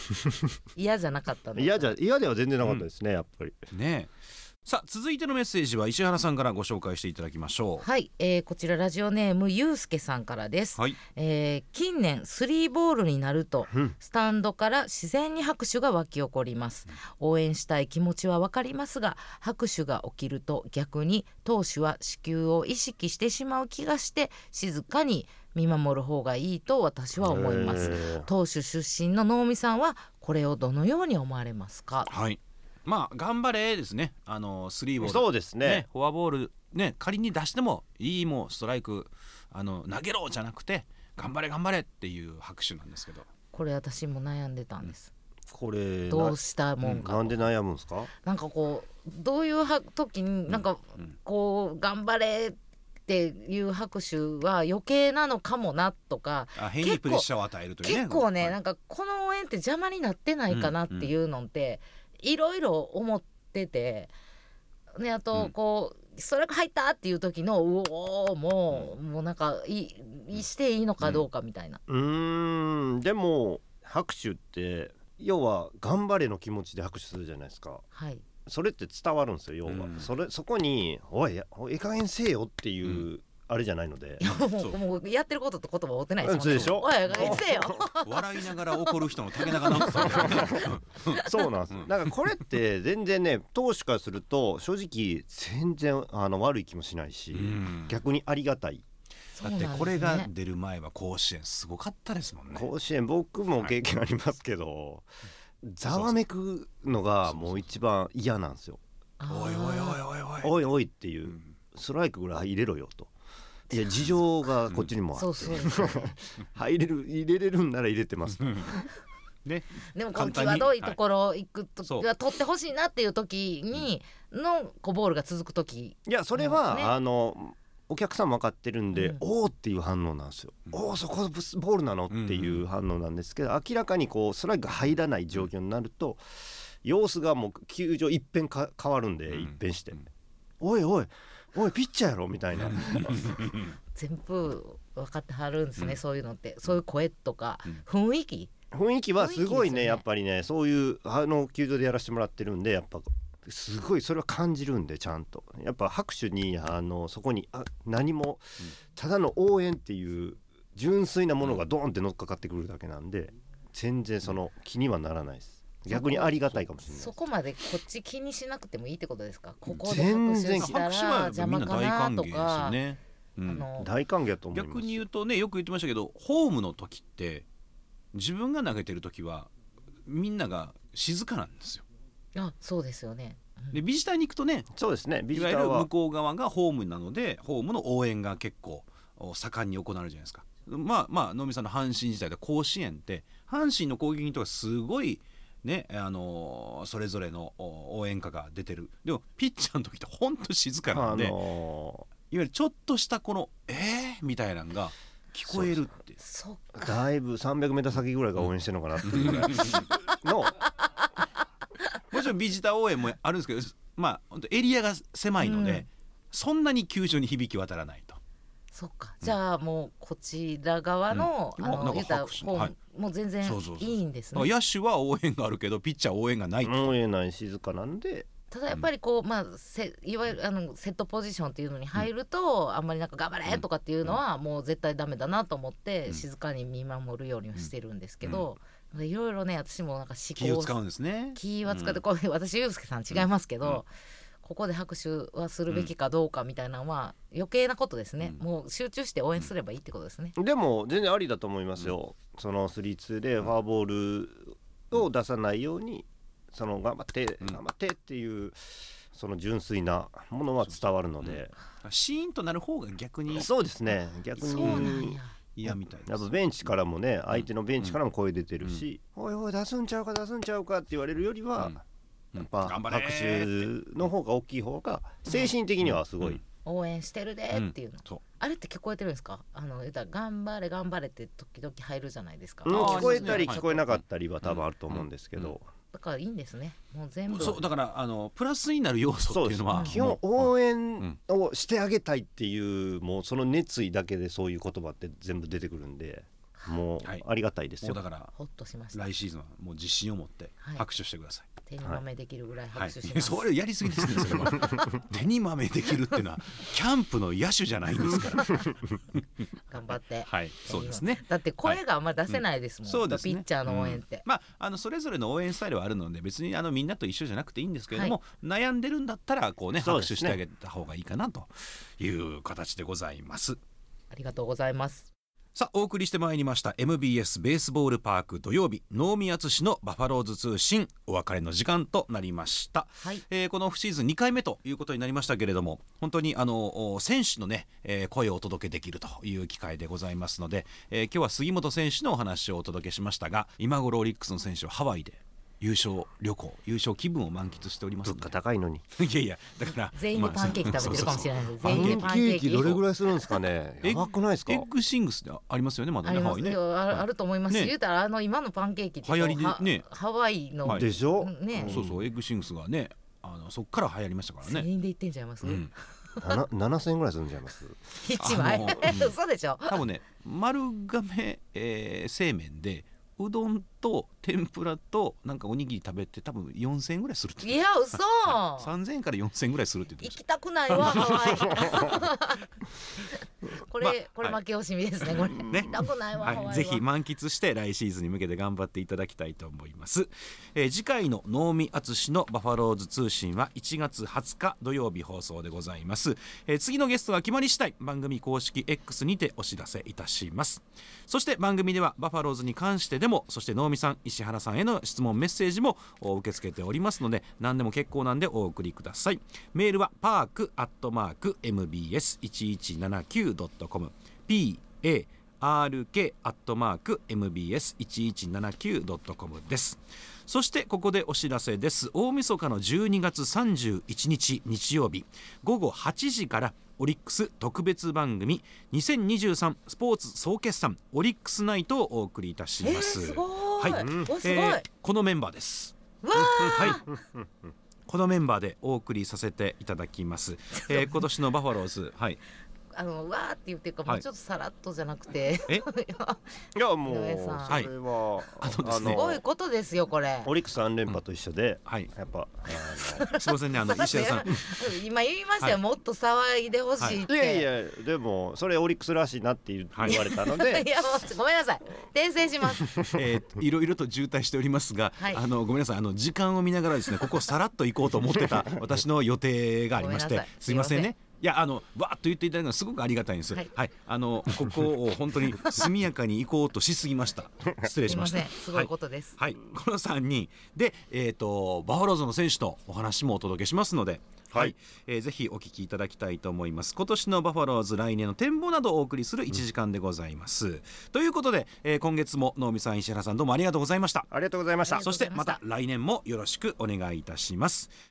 Speaker 3: 嫌じゃなかったの
Speaker 2: 嫌じゃ嫌では全然なかったですね、やっぱり
Speaker 6: ねえさあ続いてのメッセージは石原さんからご紹介していただきましょう
Speaker 3: はい、えーこちらラジオネームゆうすけさんからです、
Speaker 6: はい
Speaker 3: えー近年スリーボールになるとスタンドから自然に拍手が湧き起こります応援したい気持ちはわかりますが拍手が起きると逆に投手は支給を意識してしまう気がして静かに見守る方がいいと私は思いま
Speaker 2: へ
Speaker 3: す
Speaker 2: ー
Speaker 3: 投手出身の能見さんはこれをどのように思われますか
Speaker 6: はいまあ頑張れですねあのスリーボール
Speaker 2: そうですね
Speaker 6: ね、フォアボール、ね、仮に出してもいいもうストライクあの投げろじゃなくて頑張れ頑張れっていう拍手なんですけど
Speaker 3: これ私も悩んでたんです
Speaker 2: これな
Speaker 3: どうしたもんか
Speaker 2: なんで悩むんですか
Speaker 3: なんかこうどういうは時になんかこう頑張れっていう拍手は余計なのかもなとか
Speaker 6: あ変にプレッシャーを与えるというね
Speaker 3: 結構ね、
Speaker 6: はい
Speaker 3: なんかこの応援って邪魔になってないかなっていうのって、いろいろ思ってて、ね、あ
Speaker 6: う
Speaker 3: と
Speaker 6: ん
Speaker 3: こう、ストライク入ったっていう時のうおーもう、もうなんかいいいいしていいのかどうかみたいな、
Speaker 2: うーんでも拍手って要は頑張れの気持ちで拍手するじゃないですか
Speaker 3: はい
Speaker 2: それって伝わるんですよ要は、
Speaker 6: うん
Speaker 2: それそこに「おいやおいええ加減せえよ」っていう、
Speaker 6: う
Speaker 2: あれじゃないので
Speaker 3: いやも
Speaker 6: そう
Speaker 3: うもうやってることと言葉合ってないですもん
Speaker 2: そうでしょ
Speaker 3: おい返せよ
Speaker 6: 笑いながら怒る人の竹中直人さん
Speaker 2: そうなんです
Speaker 6: うん
Speaker 2: だからこれって全然ね投手からすると正直全然あの悪い気もしないし、
Speaker 6: うん
Speaker 2: 逆にありがたい
Speaker 6: だってこれが出る前は甲子園すごかったですもんね
Speaker 2: 甲子園僕も経験ありますけど、ざわめくのがもう一番嫌なんですよ
Speaker 6: おいおいおいおいおい
Speaker 2: おいおいっていううんストライクぐらい入れろよと。いや事情がこっちにもあ
Speaker 3: そう
Speaker 2: って
Speaker 3: そうです ね
Speaker 2: 入れる入れれるんなら入れてますと
Speaker 6: で
Speaker 3: でもこう
Speaker 6: 簡単
Speaker 3: 際
Speaker 6: に
Speaker 3: どいところ行くと
Speaker 6: そう
Speaker 3: きは取ってほしいなっていう時にのこうボールが続く時
Speaker 2: いやそれは、
Speaker 3: ね
Speaker 2: あのお客さんも分かってるんで、
Speaker 3: うん
Speaker 2: おーっていう反応なんですよ、おーそこボスボールなのっていう反応なんですけど、明らかにこうストライクが入らない状況になると様子がもう球場一変か変わるんで、
Speaker 6: うん
Speaker 2: 一変して、
Speaker 6: うん
Speaker 2: おいおいおいピッチャーやろみたいな、
Speaker 3: 全部分かってはるんですね、
Speaker 6: うん
Speaker 3: そういうのってそういう声とか、雰囲気
Speaker 2: 雰囲気はすごいね
Speaker 3: 雰囲気ですよね
Speaker 2: やっぱりねそういうあの球場でやらせてもらってるんでやっぱすごいそれは感じるんでちゃんとやっぱ拍手にあのそこにあ何もただの応援っていう純粋なものがドーンって乗っかかってくるだけなんで全然その気にはならないです逆にありがたいかもしれない
Speaker 3: そこまでこっち気にしなくてもいいってことですかここで
Speaker 2: 全
Speaker 3: 拍
Speaker 2: 然
Speaker 3: 手したら
Speaker 6: 拍手は
Speaker 3: 邪
Speaker 6: み
Speaker 3: 魔
Speaker 6: んな
Speaker 3: か
Speaker 6: 大
Speaker 3: な
Speaker 6: 歓迎
Speaker 3: と
Speaker 6: です
Speaker 3: か、
Speaker 6: よね、う
Speaker 3: あ
Speaker 6: ん、
Speaker 3: の
Speaker 2: 大歓迎だと思います
Speaker 6: 逆に言うとねよく言ってましたけどホームの時って自分が投げてる時はみんなが静かなんですよ
Speaker 3: あそうですよね
Speaker 6: でビジターに行くとね
Speaker 2: そうですねビ
Speaker 6: い
Speaker 2: ジ
Speaker 6: わ
Speaker 2: ター
Speaker 6: ゆる向
Speaker 2: は
Speaker 6: こう側がホームなのでホームの応援が結構お盛んに行われるじゃないですかまあまあ能見さんの阪神時代で甲子園って阪神の攻撃とかすごいねあのーそれぞれのお応援歌が出てるでもピッチャーの時ってほんと静かな
Speaker 2: あ
Speaker 6: んで、いわ
Speaker 2: の
Speaker 6: ゆるちょっとしたこの「えー?」みたいなのが聞こえるって
Speaker 3: そっ
Speaker 2: ーだいぶ 300m 先ぐらいが応援してるのかなって いうぐらいの
Speaker 6: もちろんビジター応援もあるんですけどまあ本当エリアが狭いので、
Speaker 3: うん
Speaker 6: そんなに球場に響き渡らないと。
Speaker 3: そっかじゃあもうこちら側の、
Speaker 6: うん
Speaker 3: あ
Speaker 6: あなん
Speaker 3: の
Speaker 6: か
Speaker 3: 言ったら
Speaker 6: 拍手
Speaker 3: 本、
Speaker 6: はい
Speaker 3: もう全然
Speaker 6: そうそうそうそう
Speaker 3: いいんです
Speaker 6: だか
Speaker 3: ね
Speaker 6: ら野手は応援があるけどピッチャーは応援がないと、
Speaker 2: 応援ない静かなんで
Speaker 3: ただやっぱりこう、まあせいわゆるあのセットポジションっていうのに入ると、あんまりなんか頑張れとかっていうのはもう絶対ダメだなと思って、
Speaker 6: うん
Speaker 3: 静かに見守るようにはしてるんですけど、いろいろね私もなんか思
Speaker 6: 気
Speaker 3: 考
Speaker 6: を使うんですね。
Speaker 3: 気は使って、これ私ユうスケさん違いますけど、ここで拍手はするべきかどうかみたいなのは余計なことですね、
Speaker 6: うん
Speaker 3: もう集中して応援すればいいってことですね、
Speaker 2: でも全然ありだと思いますよ、その3-2でフォアボールを出さないようにその頑張って、
Speaker 6: うん
Speaker 2: 頑張ってっていうその純粋なものは伝わるので、
Speaker 6: シーンとなる方が逆に
Speaker 2: そうですね逆に
Speaker 3: そうなんや、
Speaker 6: 嫌みたいで
Speaker 2: やっ
Speaker 6: す
Speaker 2: ぱ。ベンチからもね相手のベンチからも声出てるし「おいおい出すんちゃうか出すんちゃうか」って言われるよりは、
Speaker 6: うん
Speaker 2: やっぱ
Speaker 6: 頑張れー
Speaker 2: 拍手の方が大きい方が精神的にはすごい、
Speaker 6: うん
Speaker 3: 応援してるでっていうの、
Speaker 6: そ
Speaker 3: あれって聞こえてるんですかあの言ったら頑張れ頑張れって時々入るじゃないですか、
Speaker 2: うん
Speaker 6: あー
Speaker 2: 聞こえたり
Speaker 6: そうですね
Speaker 2: 聞こえなかったりは多分あると思うんですけ
Speaker 6: うん
Speaker 2: ど、
Speaker 3: だからいいんですねもう全
Speaker 6: う
Speaker 3: 部
Speaker 6: そうだからあのプラスになる要素
Speaker 2: そ
Speaker 6: っ
Speaker 2: うで
Speaker 6: ていう
Speaker 2: す
Speaker 6: のは
Speaker 2: 基本
Speaker 6: 援
Speaker 2: 応
Speaker 6: ん
Speaker 2: 援をしてあげたいっていうもうその熱意だけでそういう言葉って全部出てくるんでもう
Speaker 6: はい
Speaker 2: ありがたいですよ、
Speaker 6: だから
Speaker 3: ほっとしました
Speaker 6: 来シーズンはもう自信を持って
Speaker 3: はい
Speaker 6: 拍手してください。
Speaker 3: 手に豆できるぐらい
Speaker 6: はい、
Speaker 3: 拍手します、
Speaker 6: それやりすぎですねそれ は手に豆できるっていうのはキャンプの野手じゃないんで すから。
Speaker 3: 頑張って
Speaker 6: はい、そうですね。
Speaker 3: だって声があんま出せないですもん、
Speaker 6: そうですね
Speaker 3: ピッチャーの応援って、
Speaker 6: うんまああのそれぞれの応援スタイルはあるので別にあのみんなと一緒じゃなくていいんですけれども、悩んでるんだったらこうね
Speaker 2: そう
Speaker 6: 拍
Speaker 2: です
Speaker 6: 手
Speaker 2: ね
Speaker 6: してあげた方がいいかなという形でございます。
Speaker 3: ありがとうございます
Speaker 6: さあお送りしてまいりました MBS ベースボールパーク土曜日能見淳のバファローズ通信お別れの時間となりました。
Speaker 3: はい
Speaker 6: えーこのオフシーズン2回目ということになりましたけれども本当にあのお選手のね、えー声をお届けできるという機会でございますので、えー今日は杉本選手のお話をお届けしましたが今頃オリックスの選手はハワイで優勝旅行優勝気分を満喫しております
Speaker 2: 物
Speaker 6: ので
Speaker 2: 価高いのに
Speaker 6: いやいやだから
Speaker 3: 全員でパンケーキ食べてるかもしれないいです
Speaker 2: パ
Speaker 3: 全員
Speaker 2: ンケ
Speaker 3: で
Speaker 2: ー
Speaker 3: パン
Speaker 2: キ
Speaker 3: ケ
Speaker 2: ケ
Speaker 3: ー
Speaker 2: ー
Speaker 3: キ
Speaker 2: キどれぐらいするんですかねやばくないですか
Speaker 6: エッグシングスでありますよねまだ
Speaker 3: あ
Speaker 6: ね
Speaker 3: りま
Speaker 6: ハワ
Speaker 3: す
Speaker 6: イね
Speaker 3: よあるあると思います、
Speaker 6: ね
Speaker 3: 言うたらあの今のパンケーキって
Speaker 6: 流行りで
Speaker 3: は
Speaker 6: ね
Speaker 3: ハワイの、
Speaker 6: はい
Speaker 2: でしょ
Speaker 3: ね
Speaker 6: そうそうエッグシングスがねあのそっから流行りましたから
Speaker 3: 全
Speaker 6: ね
Speaker 3: 員で行ってんちゃいます、
Speaker 6: うん
Speaker 2: な7000円ぐらいするんじゃいます
Speaker 3: 一枚、
Speaker 6: あのうん
Speaker 3: そうでしょ
Speaker 6: 多分ね丸亀、えー製麺でうどんと天ぷらとなんかおにぎり食べて多分4000円ぐらいするって
Speaker 3: いや嘘
Speaker 6: 3000円から4000円ぐらいするって言っ
Speaker 3: 行
Speaker 6: てまし
Speaker 3: きたくないわハワイこれ、
Speaker 6: ま
Speaker 3: これ負け惜しみですねこれ、
Speaker 6: ね
Speaker 3: 行きたくないわ、ハワ
Speaker 6: た、
Speaker 3: イ
Speaker 6: は、
Speaker 3: はい
Speaker 6: ぜひ満喫して来シーズンに向けて頑張っていただきたいと思います、えー次回の能見淳のバファローズ通信は1月20日土曜日放送でございます、えー次のゲストが決まり次第番組公式 X にてお知らせいたしますそして番組ではバファローズに関してでもそして能見さん石原さんへの質問メッセージもお受け付けておりますので何でも結構なんでお送りくださいメールはパークアットマーク MBS1179.com PA rk.mbs1179.com ですそしてここでお知らせです大晦日の12月31日日曜日午後8時からオリックス特別番組2023スポーツ総決算オリックスナイトをお送りいたし
Speaker 3: えー、
Speaker 6: ます、
Speaker 3: すごい、
Speaker 6: は
Speaker 3: おす
Speaker 6: い
Speaker 3: ごい、
Speaker 6: えーこのメンバーです
Speaker 3: わあ
Speaker 6: はい。このメンバーでお送りさせていただきます。え ー、今年のバファローズ、はい。
Speaker 3: あのわーって言ってるか、も
Speaker 6: はい
Speaker 3: うちょっとさらっとじゃなくて
Speaker 6: え、
Speaker 2: いや もう
Speaker 3: 井
Speaker 2: それ
Speaker 3: 上さん
Speaker 6: はい
Speaker 2: は
Speaker 6: あのですね
Speaker 3: すごいことですよこれ
Speaker 2: オリックス3連覇と一緒で
Speaker 6: はい。
Speaker 2: やっぱ
Speaker 6: すみませんね、あの石田さん。
Speaker 3: 今言いましたよ、
Speaker 6: はい
Speaker 3: もっと騒いでほしいっ
Speaker 2: い
Speaker 3: て、
Speaker 2: やいやでもそれオリックスらしいなって言
Speaker 6: はい
Speaker 2: 言われたので
Speaker 3: いやもうごめんなさい訂正します
Speaker 6: えー、いろいろと渋滞しておりますが、
Speaker 3: はい
Speaker 6: あのごめんなさいあの時間を見ながらですねここさらっと行こうと思って た私の予定がありまし
Speaker 3: ごめんな
Speaker 6: て
Speaker 3: さい
Speaker 6: すいません
Speaker 3: すいま
Speaker 6: ねいやあのわーっと言っていただくのはすごくありがたいんですは
Speaker 3: はいい、
Speaker 6: あのここを本当に速やかに行こうとしすぎました 失礼
Speaker 3: す
Speaker 6: し
Speaker 3: い
Speaker 6: ま
Speaker 3: ま
Speaker 6: し
Speaker 3: せ
Speaker 6: た
Speaker 3: んすごいことです、
Speaker 6: はい、この3人で、えー、とバファローズの選手とお話もお届けしますので、はい
Speaker 2: い
Speaker 6: えーぜひお聞きいただきたいと思います今年のバファローズ来年の展望などをお送りする1時間でございます、ということで、えー今月も能見さん石原さんどうもありがとうございました
Speaker 2: ありがとうございました
Speaker 3: ありがとうございました
Speaker 6: そしてまた来年もよろしくお願いいたします